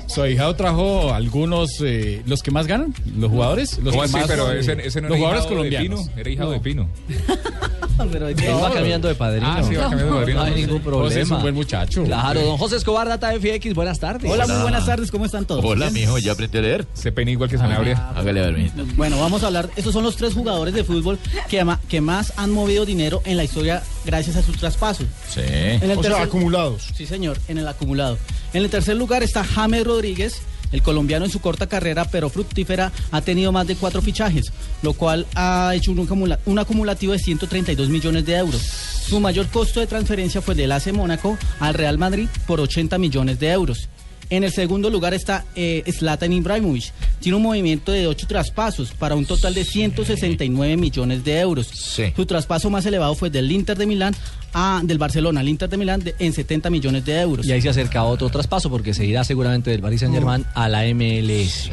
Speaker 6: Su ahijado trajo algunos, eh, los que más ganan, los jugadores. Los
Speaker 12: ¿Cómo
Speaker 6: que
Speaker 12: así?
Speaker 6: más- eh,
Speaker 12: Pero ese- ese no
Speaker 6: los
Speaker 12: era
Speaker 6: jugadores
Speaker 12: hijado de
Speaker 6: colombianos.
Speaker 12: Pino, era hijado de
Speaker 6: Pino.
Speaker 4: Pero él va cambiando de padrino.
Speaker 6: Ah, sí, va cambiando de padrino.
Speaker 4: No hay ningún
Speaker 6: José
Speaker 4: problema.
Speaker 6: es un buen muchacho.
Speaker 4: Claro,
Speaker 6: Sí.
Speaker 4: don José Escobar, Data FX, buenas tardes.
Speaker 30: Hola, muy buenas tardes, ¿cómo están todos?
Speaker 13: Hola,
Speaker 30: ¿Bien?
Speaker 13: mijo, ya aprendí a leer.
Speaker 12: Se pena igual que Sanabria.
Speaker 13: Hágale a ver, mijito.
Speaker 30: Bueno, vamos a hablar. Estos son los tres jugadores de fútbol que, ama- que más han movido dinero en la historia gracias a sus traspasos.
Speaker 13: Sí.
Speaker 10: Eh.
Speaker 11: O sea, acumulados.
Speaker 30: Sí, señor, en el acumulado. En el tercer lugar está James Rodríguez. El colombiano en su corta carrera, pero fructífera, ha tenido más de cuatro fichajes, lo cual ha hecho un, acumula- un acumulativo de 132 millones de euros. Su mayor costo de transferencia fue el del AC Mónaco al Real Madrid por 80 millones de euros. En el segundo lugar está eh, Zlatan Ibrahimovic. Tiene un movimiento de 8 traspasos para un total de 169 millones de euros. Su traspaso más elevado fue del Inter de Milán a del Barcelona, al Inter de Milán de- en 70 millones de euros.
Speaker 4: Y ahí se acerca otro traspaso porque se irá seguramente del Paris Saint Germain a la MLS.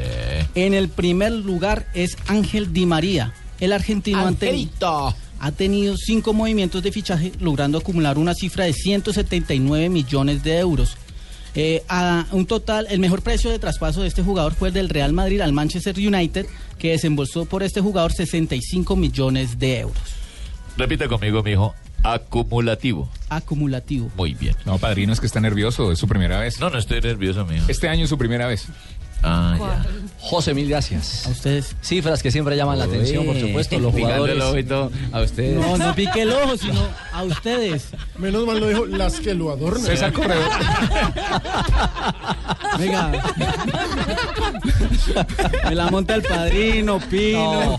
Speaker 30: En el primer lugar es Ángel Di María, el argentino ha tenido- Ha tenido cinco movimientos de fichaje, logrando acumular una cifra de 179 millones de euros. Eh, a un total, el mejor precio de traspaso de este jugador fue el del Real Madrid al Manchester United, que desembolsó por este jugador 65 millones de euros.
Speaker 24: Repita conmigo, mijo. Acumulativo.
Speaker 30: Acumulativo.
Speaker 24: Muy bien.
Speaker 12: No, padrino, es que está nervioso, es su primera vez.
Speaker 24: No, no estoy nervioso, mijo.
Speaker 12: Este año es su primera vez.
Speaker 24: Ah,
Speaker 4: José, mil gracias.
Speaker 30: A ustedes.
Speaker 4: Cifras que siempre llaman la atención, por supuesto. Los
Speaker 24: Picándole
Speaker 4: jugadores.
Speaker 24: el ojito a ustedes.
Speaker 30: No, no pique el ojo, sino a ustedes.
Speaker 11: Menos mal lo dijo las que lo adornan.
Speaker 12: César Corredor.
Speaker 30: Venga. Me la monta el padrino, Pino.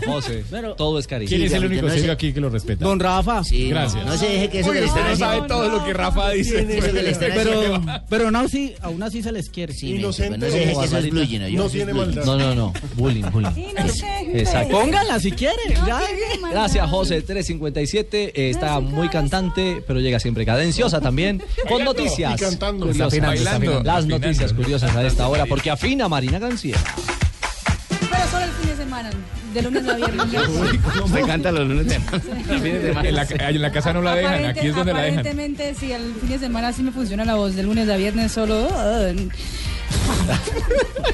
Speaker 4: No, José, todo es cariño.
Speaker 6: ¿Quién es el
Speaker 30: Dígame,
Speaker 6: único
Speaker 30: yo no
Speaker 6: serio
Speaker 30: sé.
Speaker 6: aquí que lo respeta?
Speaker 30: Don Rafa.
Speaker 6: Sí, no, Gracias. no se deje que eso Uy, que le usted están no sabe haciendo- todo lo que Rafa dice. ¿Quién es el que le están
Speaker 30: Pero,
Speaker 6: haciendo?
Speaker 30: pero no, sí, aún así se les quiere.
Speaker 29: Inocente pues no se deje como que eso Barbarita. es bullying, ¿no? Yo No eso es tiene bullying. maldad.
Speaker 4: No, no, no. Bullying, bullying. Exacto.
Speaker 30: Póngala si quiere. ya.
Speaker 4: Gracias, José. 357. eh, está muy cantante, pero llega siempre cadenciosa también. Con
Speaker 11: Bailando.
Speaker 4: noticias.
Speaker 11: Y cantando.
Speaker 4: curiosas.
Speaker 11: Está afinando, está afinando.
Speaker 4: Las
Speaker 11: Afinando.
Speaker 4: noticias curiosas a esta hora, porque afina Marina Ganciera.
Speaker 16: Pero solo el fin de semana, de lunes a viernes.
Speaker 12: Se canta los lunes de en, la, en la casa no la dejan, aquí es donde la dejan.
Speaker 16: Aparentemente, sí, el fin de semana sí me funciona la voz. De lunes a viernes solo. ah, en-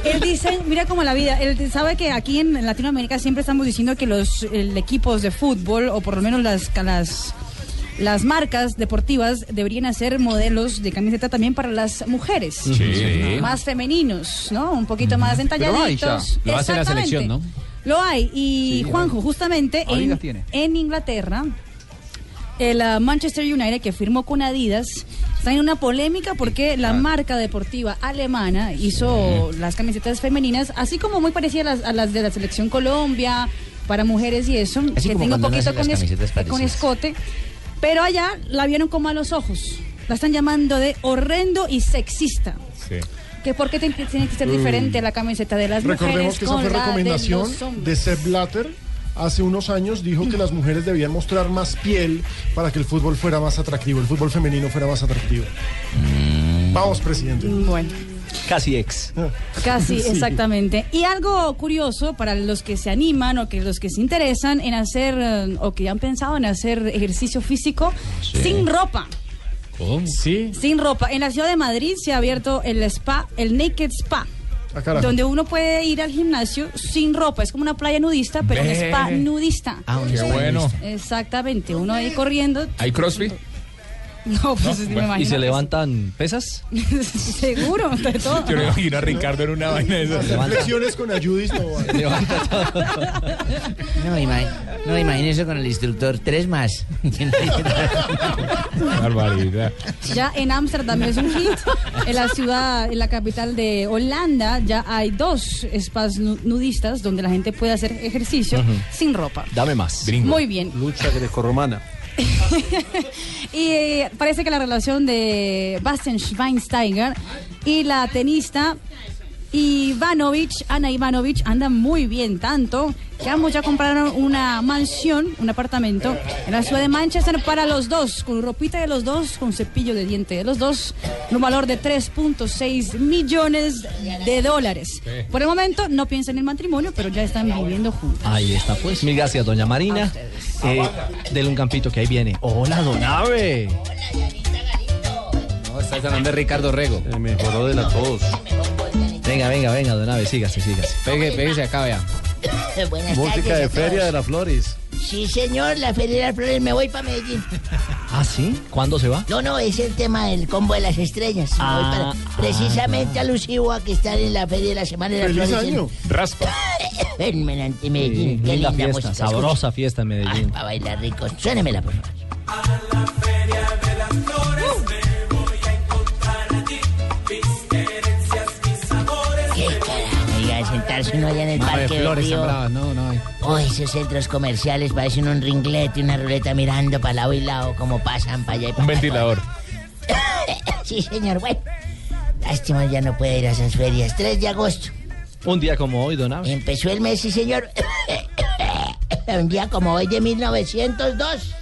Speaker 16: Él dice, mira como la vida, él sabe que aquí en en Latinoamérica siempre estamos diciendo que los el, equipos de fútbol, o por lo menos las, ca- las, las marcas deportivas, deberían hacer modelos de camiseta también para las mujeres.
Speaker 24: Sí.
Speaker 16: Más femeninos, ¿no? Un poquito más entalladitos.
Speaker 24: Lo hace la
Speaker 16: Exactamente.
Speaker 24: selección, ¿no?
Speaker 16: Lo hay. Y
Speaker 24: Sí,
Speaker 16: Juanjo, justamente
Speaker 24: Adidas
Speaker 16: en,
Speaker 24: tiene.
Speaker 16: en Inglaterra, el ah, Manchester United que firmó con Adidas está en una polémica porque la marca deportiva alemana hizo las camisetas femeninas, así como muy parecidas a las, a las de la selección Colombia, para mujeres y eso,
Speaker 29: Así
Speaker 16: que
Speaker 29: como
Speaker 16: tengo un
Speaker 29: cuando uno hace
Speaker 16: poquito
Speaker 29: las
Speaker 16: con, es-
Speaker 29: camisetas
Speaker 16: con
Speaker 29: parecidas.
Speaker 16: escote, pero allá la vieron como a los ojos. La están llamando de horrendo y sexista. Que por qué tiene que tiene que ser
Speaker 11: Uy.
Speaker 16: diferente la camiseta de las
Speaker 11: Recordemos
Speaker 16: mujeres
Speaker 11: que esa
Speaker 16: con
Speaker 11: fue
Speaker 16: la de los
Speaker 11: recomendación
Speaker 16: hombres?
Speaker 11: de Sepp Blatter. Hace unos años dijo que las mujeres debían mostrar más piel para que el fútbol fuera más atractivo, el fútbol femenino fuera más atractivo. Vamos, presidente.
Speaker 16: Mm,
Speaker 11: Ah.
Speaker 16: Bueno.
Speaker 4: Mm. Casi ex.
Speaker 16: Casi,
Speaker 11: Sí.
Speaker 16: exactamente. Y algo curioso para los que se animan o que los que se interesan en hacer eh, o que han pensado en hacer ejercicio físico sin ropa.
Speaker 6: ¿Cómo? Sí.
Speaker 16: Sin ropa. En la ciudad de Madrid se ha abierto el spa, el Naked Spa.
Speaker 6: Ah, carajo.
Speaker 16: donde uno puede ir al gimnasio sin ropa. Es como una playa nudista, pero un
Speaker 12: Ve.
Speaker 16: spa nudista.
Speaker 12: Ah, un Qué spa bueno. nudista.
Speaker 16: Exactamente. Uno ahí corriendo.
Speaker 12: ¿Hay CrossFit?
Speaker 16: No, pues me
Speaker 4: Bueno, ¿Y
Speaker 16: imagino
Speaker 4: se
Speaker 16: que
Speaker 4: levantan pesas?
Speaker 16: sí. Seguro, de todo.
Speaker 12: Yo me imagino a Ricardo en una vaina de esas.
Speaker 11: Hacer flexiones con ayudis no va.
Speaker 29: No, imagínese no, imagínese con el instructor. Tres más.
Speaker 12: Barbaridad.
Speaker 16: Ya en Ámsterdam es un hit. En la ciudad, en la capital de Holanda, ya hay dos spas nu- nudistas donde la gente puede hacer ejercicio
Speaker 9: Ujú.
Speaker 16: sin ropa.
Speaker 4: Dame más.
Speaker 16: Muy bien.
Speaker 9: Lucha grecorromana.
Speaker 16: Y eh, parece que la relación de Bastian Schweinsteiger y la tenista Ivanovic, Ana Ivanovic, anda muy bien tanto que ambos ya compraron una mansión, un apartamento en la ciudad de Manchester para los dos, con ropita de los dos, con cepillo de diente de los dos, en un valor de 3.6 millones de dólares. Por el momento no piensan en matrimonio, pero ya están viviendo juntos.
Speaker 4: Ahí está, pues. Mil gracias, doña Marina. Eh, dele un campito que ahí viene. Hola, don Ave.
Speaker 7: No, está hablando de Ricardo Rego. El mejoró de la tos.
Speaker 4: Venga, venga, venga, don Ave, sígase, sígase. Pegue, pegue, se acá, vea.
Speaker 2: Buenas
Speaker 9: Música
Speaker 2: tardes
Speaker 9: de
Speaker 2: a
Speaker 9: Feria de
Speaker 2: todos.
Speaker 9: las Flores.
Speaker 2: Sí, señor, la Feria de las Flores, me voy para Medellín.
Speaker 4: ¿Ah, sí? ¿Cuándo se va?
Speaker 2: No, no, es el tema del combo de las estrellas. Me voy
Speaker 4: Ah,
Speaker 2: para- precisamente alusivo a que están en la Feria de la Semana de las
Speaker 4: ¡Feliz
Speaker 2: Flores. en-
Speaker 4: año! Raspa.
Speaker 2: En, Menante- Medellín, qué
Speaker 4: linda
Speaker 2: linda
Speaker 4: fiesta,
Speaker 2: música.
Speaker 4: sabrosa fiesta en Medellín.
Speaker 2: Para bailar rico. Suénemela, por favor.
Speaker 3: Qué
Speaker 2: carajo, oiga, sentar
Speaker 29: parece uno allá en el
Speaker 26: No, de
Speaker 29: parque del
Speaker 26: flores
Speaker 29: río.
Speaker 26: sembradas,
Speaker 29: no, no. esos centros comerciales parecen un ringlete y una ruleta mirando para lado y lado como pasan para allá y para
Speaker 12: Un ventilador.
Speaker 29: Sí, señor, bueno. Lástima, ya no puede ir a esas ferias. 3 de agosto.
Speaker 4: Un día como hoy, don Abe.
Speaker 29: Empezó el mes, sí, señor. Un día como hoy de 1902.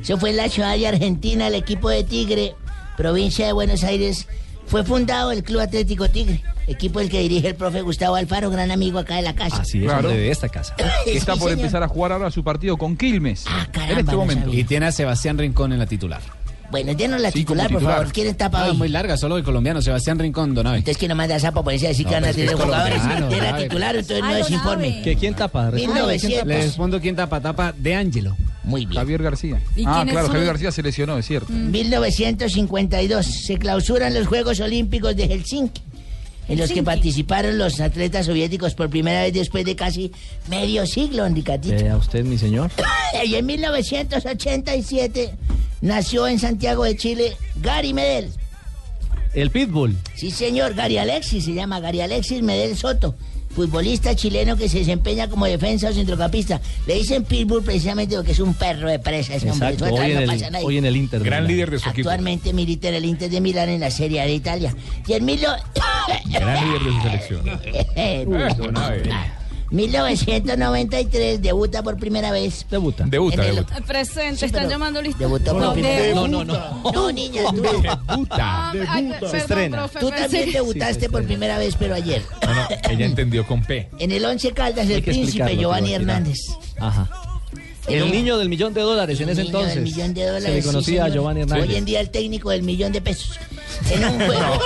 Speaker 29: Eso fue en la ciudad de Argentina, el equipo de Tigre, provincia de Buenos Aires. Fue fundado el Club Atlético Tigre, equipo el que dirige el profe Gustavo Alfaro, gran amigo acá de la casa.
Speaker 4: Así es,
Speaker 17: Claro.
Speaker 4: hombre de esta casa.
Speaker 17: que está
Speaker 29: Sí, señor.
Speaker 17: por
Speaker 29: Ah,
Speaker 17: empezar a jugar ahora su partido con Quilmes. en
Speaker 29: no
Speaker 17: este momento.
Speaker 29: sabía.
Speaker 18: Y tiene a Sebastián Rincón en la titular.
Speaker 29: Bueno, denos la
Speaker 18: Sí, como
Speaker 29: titular, por
Speaker 18: titular.
Speaker 29: favor. ¿Quién tapa
Speaker 18: Ah,
Speaker 29: hoy?
Speaker 18: muy larga, solo el colombiano, Sebastián Rincón, don Abe.
Speaker 29: Entonces que nomás da sapo policía decir
Speaker 18: No,
Speaker 29: que van a
Speaker 18: pero es
Speaker 29: tener
Speaker 18: que es
Speaker 29: jugadores.
Speaker 7: Ah,
Speaker 18: colombiano,
Speaker 29: De la
Speaker 18: sabe.
Speaker 29: titular, entonces
Speaker 18: Ay,
Speaker 29: no es
Speaker 18: don
Speaker 29: informe.
Speaker 4: ¿Que quién tapa?
Speaker 29: Mil novecientos.
Speaker 18: Le respondo quién tapa, tapa de Ángelo.
Speaker 29: Muy bien.
Speaker 18: Javier García.
Speaker 29: ¿Y
Speaker 17: Ah,
Speaker 29: quiénes
Speaker 17: claro,
Speaker 29: son?
Speaker 17: Javier García se lesionó, es cierto.
Speaker 29: 1952 se clausuran los Juegos Olímpicos de Helsinki, en los que
Speaker 16: Helsinki.
Speaker 29: participaron los atletas soviéticos por primera vez después de casi medio siglo, Ricatito.
Speaker 4: Eh, a usted, mi señor.
Speaker 29: Y en 1987 nació en Santiago de Chile Gary Medel.
Speaker 4: El Pitbull.
Speaker 29: Sí, señor, Gary Alexis se llama Gary Alexis Medel Soto, futbolista chileno que se desempeña como defensa o centrocampista. Le dicen Pitbull precisamente porque es un perro de presa ese hombre.
Speaker 4: Exacto,
Speaker 29: Eso atrás
Speaker 4: hoy en
Speaker 29: no
Speaker 4: el-
Speaker 29: pasa nadie.
Speaker 4: hoy en el Inter de Gran Milán. líder de su equipo.
Speaker 29: Actualmente milita en el Inter de Milán en la Serie A de Italia. Y en mil no-
Speaker 12: Gran líder de su selección. Don Abe.
Speaker 29: Ah, 1993 debuta por primera vez.
Speaker 4: Debuta.
Speaker 12: Debuta,
Speaker 29: En el-
Speaker 12: debuta.
Speaker 31: Presente, están llamando listo.
Speaker 29: Debutó por
Speaker 31: No,
Speaker 29: primera vez.
Speaker 31: debuta.
Speaker 29: Tú, niña, tú.
Speaker 31: Ah, ay, perdón, profe,
Speaker 29: Tú
Speaker 31: pensé
Speaker 29: también
Speaker 31: que-
Speaker 29: debutaste por primera vez, pero ayer.
Speaker 12: No, no, ella entendió con P.
Speaker 29: En el Once Caldas,
Speaker 4: Hay
Speaker 29: el
Speaker 4: que
Speaker 29: príncipe
Speaker 4: explicarlo,
Speaker 29: Giovanni
Speaker 4: pero al final.
Speaker 29: Hernández.
Speaker 4: Ajá. El niño del millón de dólares en
Speaker 29: El
Speaker 4: ese
Speaker 29: niño
Speaker 4: entonces.
Speaker 29: del millón de dólares.
Speaker 4: Se le
Speaker 29: sí,
Speaker 4: conocía a
Speaker 29: señor.
Speaker 4: Giovanni Hernández.
Speaker 29: Hoy en día el técnico del millón de pesos. En un juego.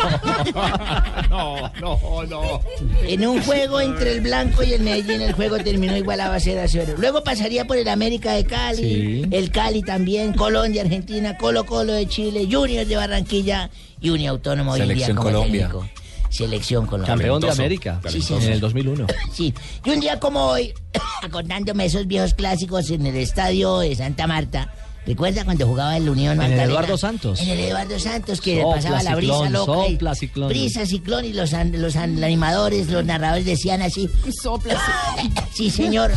Speaker 12: No, no, no.
Speaker 29: En un juego entre el Blanco y el Medellín, el juego terminó igualado a 0 a 0. Luego pasaría por el América de Cali,
Speaker 4: Sí.
Speaker 29: el Cali también, Colón de Argentina, Colo Colo de Chile, Junior de Barranquilla y Uniautónomo hoy en día
Speaker 4: Selección
Speaker 29: como
Speaker 4: Colombia.
Speaker 29: técnico. Selección Colombia.
Speaker 4: Campeón de América.
Speaker 29: Sí, sí,
Speaker 4: En
Speaker 29: sí.
Speaker 4: el 2001.
Speaker 29: Sí, y un día como hoy, acordándome de esos viejos clásicos en el estadio de Santa Marta, ¿recuerda cuando jugaba el Unión
Speaker 4: En el
Speaker 29: Magdalena?
Speaker 4: Eduardo Santos.
Speaker 29: En el Eduardo Santos, que
Speaker 4: Sopla,
Speaker 29: pasaba la brisa
Speaker 4: ciclón,
Speaker 29: loca. y
Speaker 4: sopla, ciclón.
Speaker 29: Brisa, ciclón, y los, an- los an- animadores, los narradores decían así. Sopla, Sí, señor.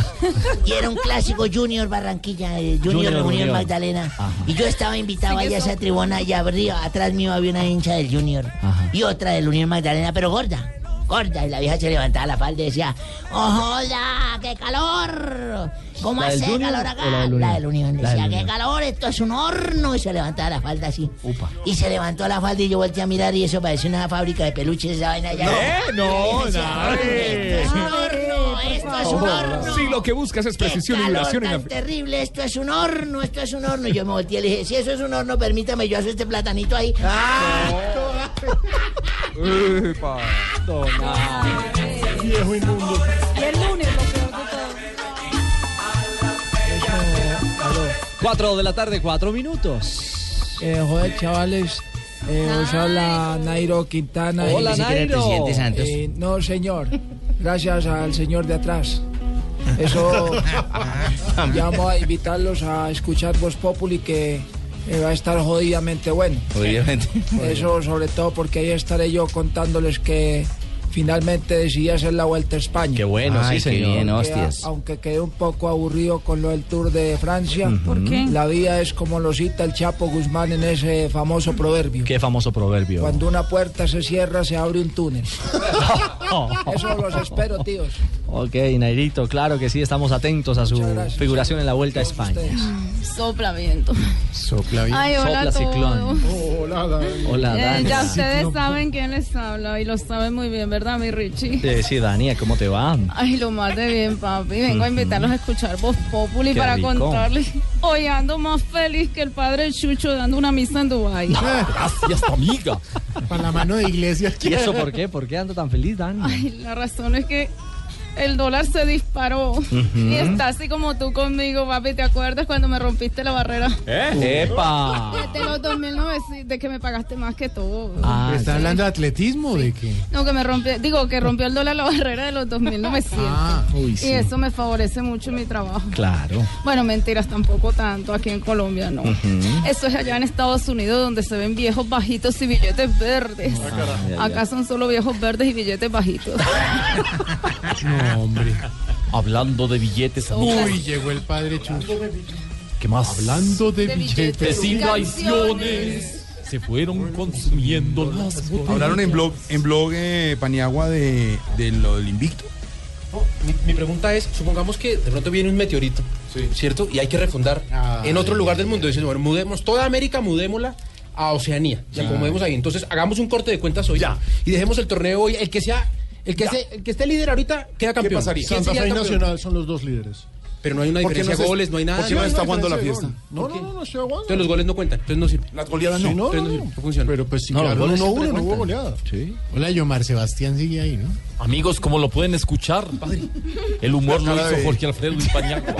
Speaker 29: Y era un clásico Junior Barranquilla, eh, Junior,
Speaker 4: Junior
Speaker 29: Unión
Speaker 4: Unión.
Speaker 29: Magdalena. Y yo estaba invitado
Speaker 4: Sigue
Speaker 29: allá a esa
Speaker 4: sopla.
Speaker 29: tribuna y arriba, atrás mío había una hincha del Junior y otra del Unión Magdalena, pero gorda. Gorda, y la vieja se levantaba la falda y decía, ¡Oh, hola! ¡Qué calor! ¿Cómo
Speaker 4: ¿La del
Speaker 29: hace
Speaker 4: Junior
Speaker 29: calor
Speaker 4: o la
Speaker 29: acá?
Speaker 4: del
Speaker 29: La
Speaker 4: Unión?
Speaker 29: del Unión.
Speaker 4: La del
Speaker 29: Decía, ¡qué
Speaker 4: Unión.
Speaker 29: calor! Esto es un horno. Y se levantaba la falda así. Y se levantó la falda y yo volteé a mirar y eso parecía una fábrica de peluches, esa vaina allá.
Speaker 12: Eh, No, nada.
Speaker 29: horno, esto es un horno.
Speaker 12: Si lo que buscas es precisión y
Speaker 29: Calor
Speaker 12: duración en la...
Speaker 29: tan terrible, esto es un horno, esto es un horno. Y yo me volteé y le dije, si eso es un horno, permítame, yo hago este platanito ahí.
Speaker 17: Epa.
Speaker 11: Viejo inmundo.
Speaker 31: Y el lunes, lo peor de todo.
Speaker 4: 4 de la tarde, 4 minutos.
Speaker 26: Eh, joder, chavales, eh, os habla Nairo Quintana.
Speaker 4: Hola, Pensé que era el Nairo. presidente Santos.
Speaker 26: Eh, no, señor. Gracias al señor de atrás. Eso llamo a invitarlos a escuchar Voz Populi que eh, va a estar jodidamente bueno.
Speaker 10: Obviamente.
Speaker 26: Eso sobre todo porque ahí estaré yo contándoles que finalmente decidí hacer la Vuelta a España. Qué
Speaker 10: bueno, sí, Ay, qué señor. bien, hostias.
Speaker 26: Aunque quedé un poco aburrido con lo del Tour de Francia.
Speaker 4: ¿Por qué?
Speaker 26: La vida es como lo cita el Chapo Guzmán en ese famoso proverbio.
Speaker 4: Qué famoso proverbio.
Speaker 26: Cuando una puerta se cierra, se abre un túnel. Eso los espero, tíos.
Speaker 4: Ok, Nairito, claro que sí, estamos atentos a su figuración en la Vuelta a España.
Speaker 31: Sopla viento.
Speaker 4: Sopla
Speaker 31: Ay, hola
Speaker 4: Sopla
Speaker 31: a todos.
Speaker 4: ciclón.
Speaker 11: Hola, Dani.
Speaker 4: Hola,
Speaker 31: Eh,
Speaker 4: Dani.
Speaker 31: ya ustedes saben quién les habla y lo saben muy bien, ¿verdad, mi Richie?
Speaker 4: Eh, sí, Dani, ¿cómo te va?
Speaker 31: Ay, lo más de bien, papi. Vengo a invitarlos a escuchar Voz Populi
Speaker 4: Qué
Speaker 31: para
Speaker 4: rico.
Speaker 31: contarles. Hoy ando más feliz que el padre Chucho dando una misa en Dubái.
Speaker 11: Eh,
Speaker 4: Gracias, amiga.
Speaker 26: Para la mano de iglesia.
Speaker 4: ¿Y eso por qué? ¿Por qué ando tan feliz, Dani?
Speaker 31: Ay, la razón es que el dólar se disparó. Y está así como tú conmigo, papi. ¿Te acuerdas cuando me rompiste la barrera?
Speaker 4: ¿Eh?
Speaker 14: Ah.
Speaker 4: ¡Epa!
Speaker 31: De los 2.900, de que me pagaste más que todo.
Speaker 14: ¿Está hablando de atletismo? ¿De qué?
Speaker 31: No, que me rompió, digo, que rompió el dólar la barrera de los 2.900.
Speaker 14: Ah, uy, sí.
Speaker 31: Y eso me favorece mucho en mi trabajo.
Speaker 14: Claro. Mm.
Speaker 31: Bueno, mentiras, tampoco tanto aquí en Colombia, no. Eso es allá en Estados Unidos donde se ven viejos bajitos y billetes verdes.
Speaker 14: Ah,
Speaker 3: caray.
Speaker 31: Acá son solo viejos verdes y billetes bajitos.
Speaker 14: No, hombre.
Speaker 19: Hablando de billetes. amigo.
Speaker 14: Uy, llegó el padre Chucho.
Speaker 19: ¿Qué más?
Speaker 14: Hablando de,
Speaker 19: De
Speaker 14: billetes.
Speaker 19: billetes. Sin canciones. Se fueron consumiendo las botellas.
Speaker 32: Hablaron en blog, en blog eh, Paniagua de, de lo del invicto.
Speaker 22: Mi, mi pregunta es, supongamos que de pronto viene un meteorito, ¿cierto? Y hay que refundar
Speaker 19: Ah.
Speaker 22: en otro lugar del mundo. Dicen, bueno, mudemos toda América, mudémosla a Oceanía. La acomodemos ahí. Entonces, hagamos un corte de cuentas hoy. Y dejemos el torneo hoy. El que sea, el que, se- el que esté Este líder ahorita queda campeón.
Speaker 11: ¿Qué pasaría?
Speaker 22: ¿Quién
Speaker 11: Santa
Speaker 22: sería
Speaker 11: Fe y
Speaker 22: campeón?
Speaker 11: Nacional son los dos líderes.
Speaker 22: Pero no hay una
Speaker 11: ¿Por qué
Speaker 22: diferencia de
Speaker 11: se-
Speaker 22: goles, no hay nada.
Speaker 11: ¿por qué no
Speaker 22: hay
Speaker 11: está
Speaker 22: una
Speaker 11: jugando la
Speaker 22: diferencia de
Speaker 11: fiesta? No, no, no, no estoy
Speaker 22: gol. Entonces los goles no cuentan, entonces no sirven. Las
Speaker 11: goleadas no.
Speaker 22: Entonces
Speaker 11: No,
Speaker 22: no,
Speaker 11: no,
Speaker 22: sirven, no funciona. Pero
Speaker 11: pues si ganaron
Speaker 22: goles
Speaker 11: 1-1,
Speaker 22: siempre
Speaker 11: no hubo
Speaker 22: cuentan.
Speaker 11: goleada.
Speaker 19: Sí.
Speaker 14: Hola, Yomar Sebastián sigue ahí, ¿no?
Speaker 19: Amigos, como lo pueden escuchar, el humor lo hizo Jorge Alfredo y Pañaco.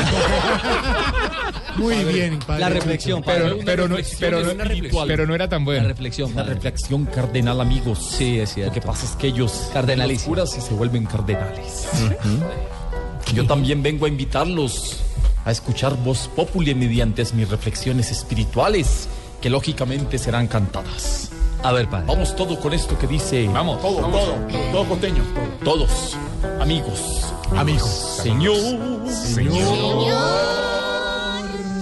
Speaker 14: Muy bien, padre.
Speaker 19: La reflexión,
Speaker 12: Pero,
Speaker 19: Una
Speaker 12: pero, no,
Speaker 19: reflexión
Speaker 12: pero, no-
Speaker 19: espiritual.
Speaker 12: pero no era tan bueno.
Speaker 19: La reflexión. La reflexión cardenal, amigos. Sí, es cierto. Lo que pasa es que ellos cardenales curas y se vuelven cardenales. Yo también vengo a invitarlos a escuchar Voz Populi mediante mis reflexiones espirituales, que lógicamente serán cantadas. A ver, padre. Vamos todo con esto que dice. Vamos, todo, todo, todo costeño. Todos, amigos, amigos. Señor,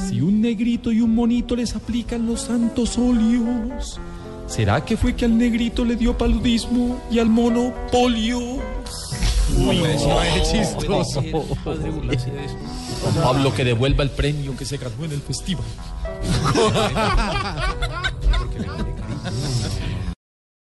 Speaker 19: si un negrito y un monito les aplican los santos óleos, ¿será que fue que al negrito le dio paludismo y al mono polio? Uy,
Speaker 3: no, es
Speaker 19: chistoso. Pablo que devuelva el premio que se ganó en el festival.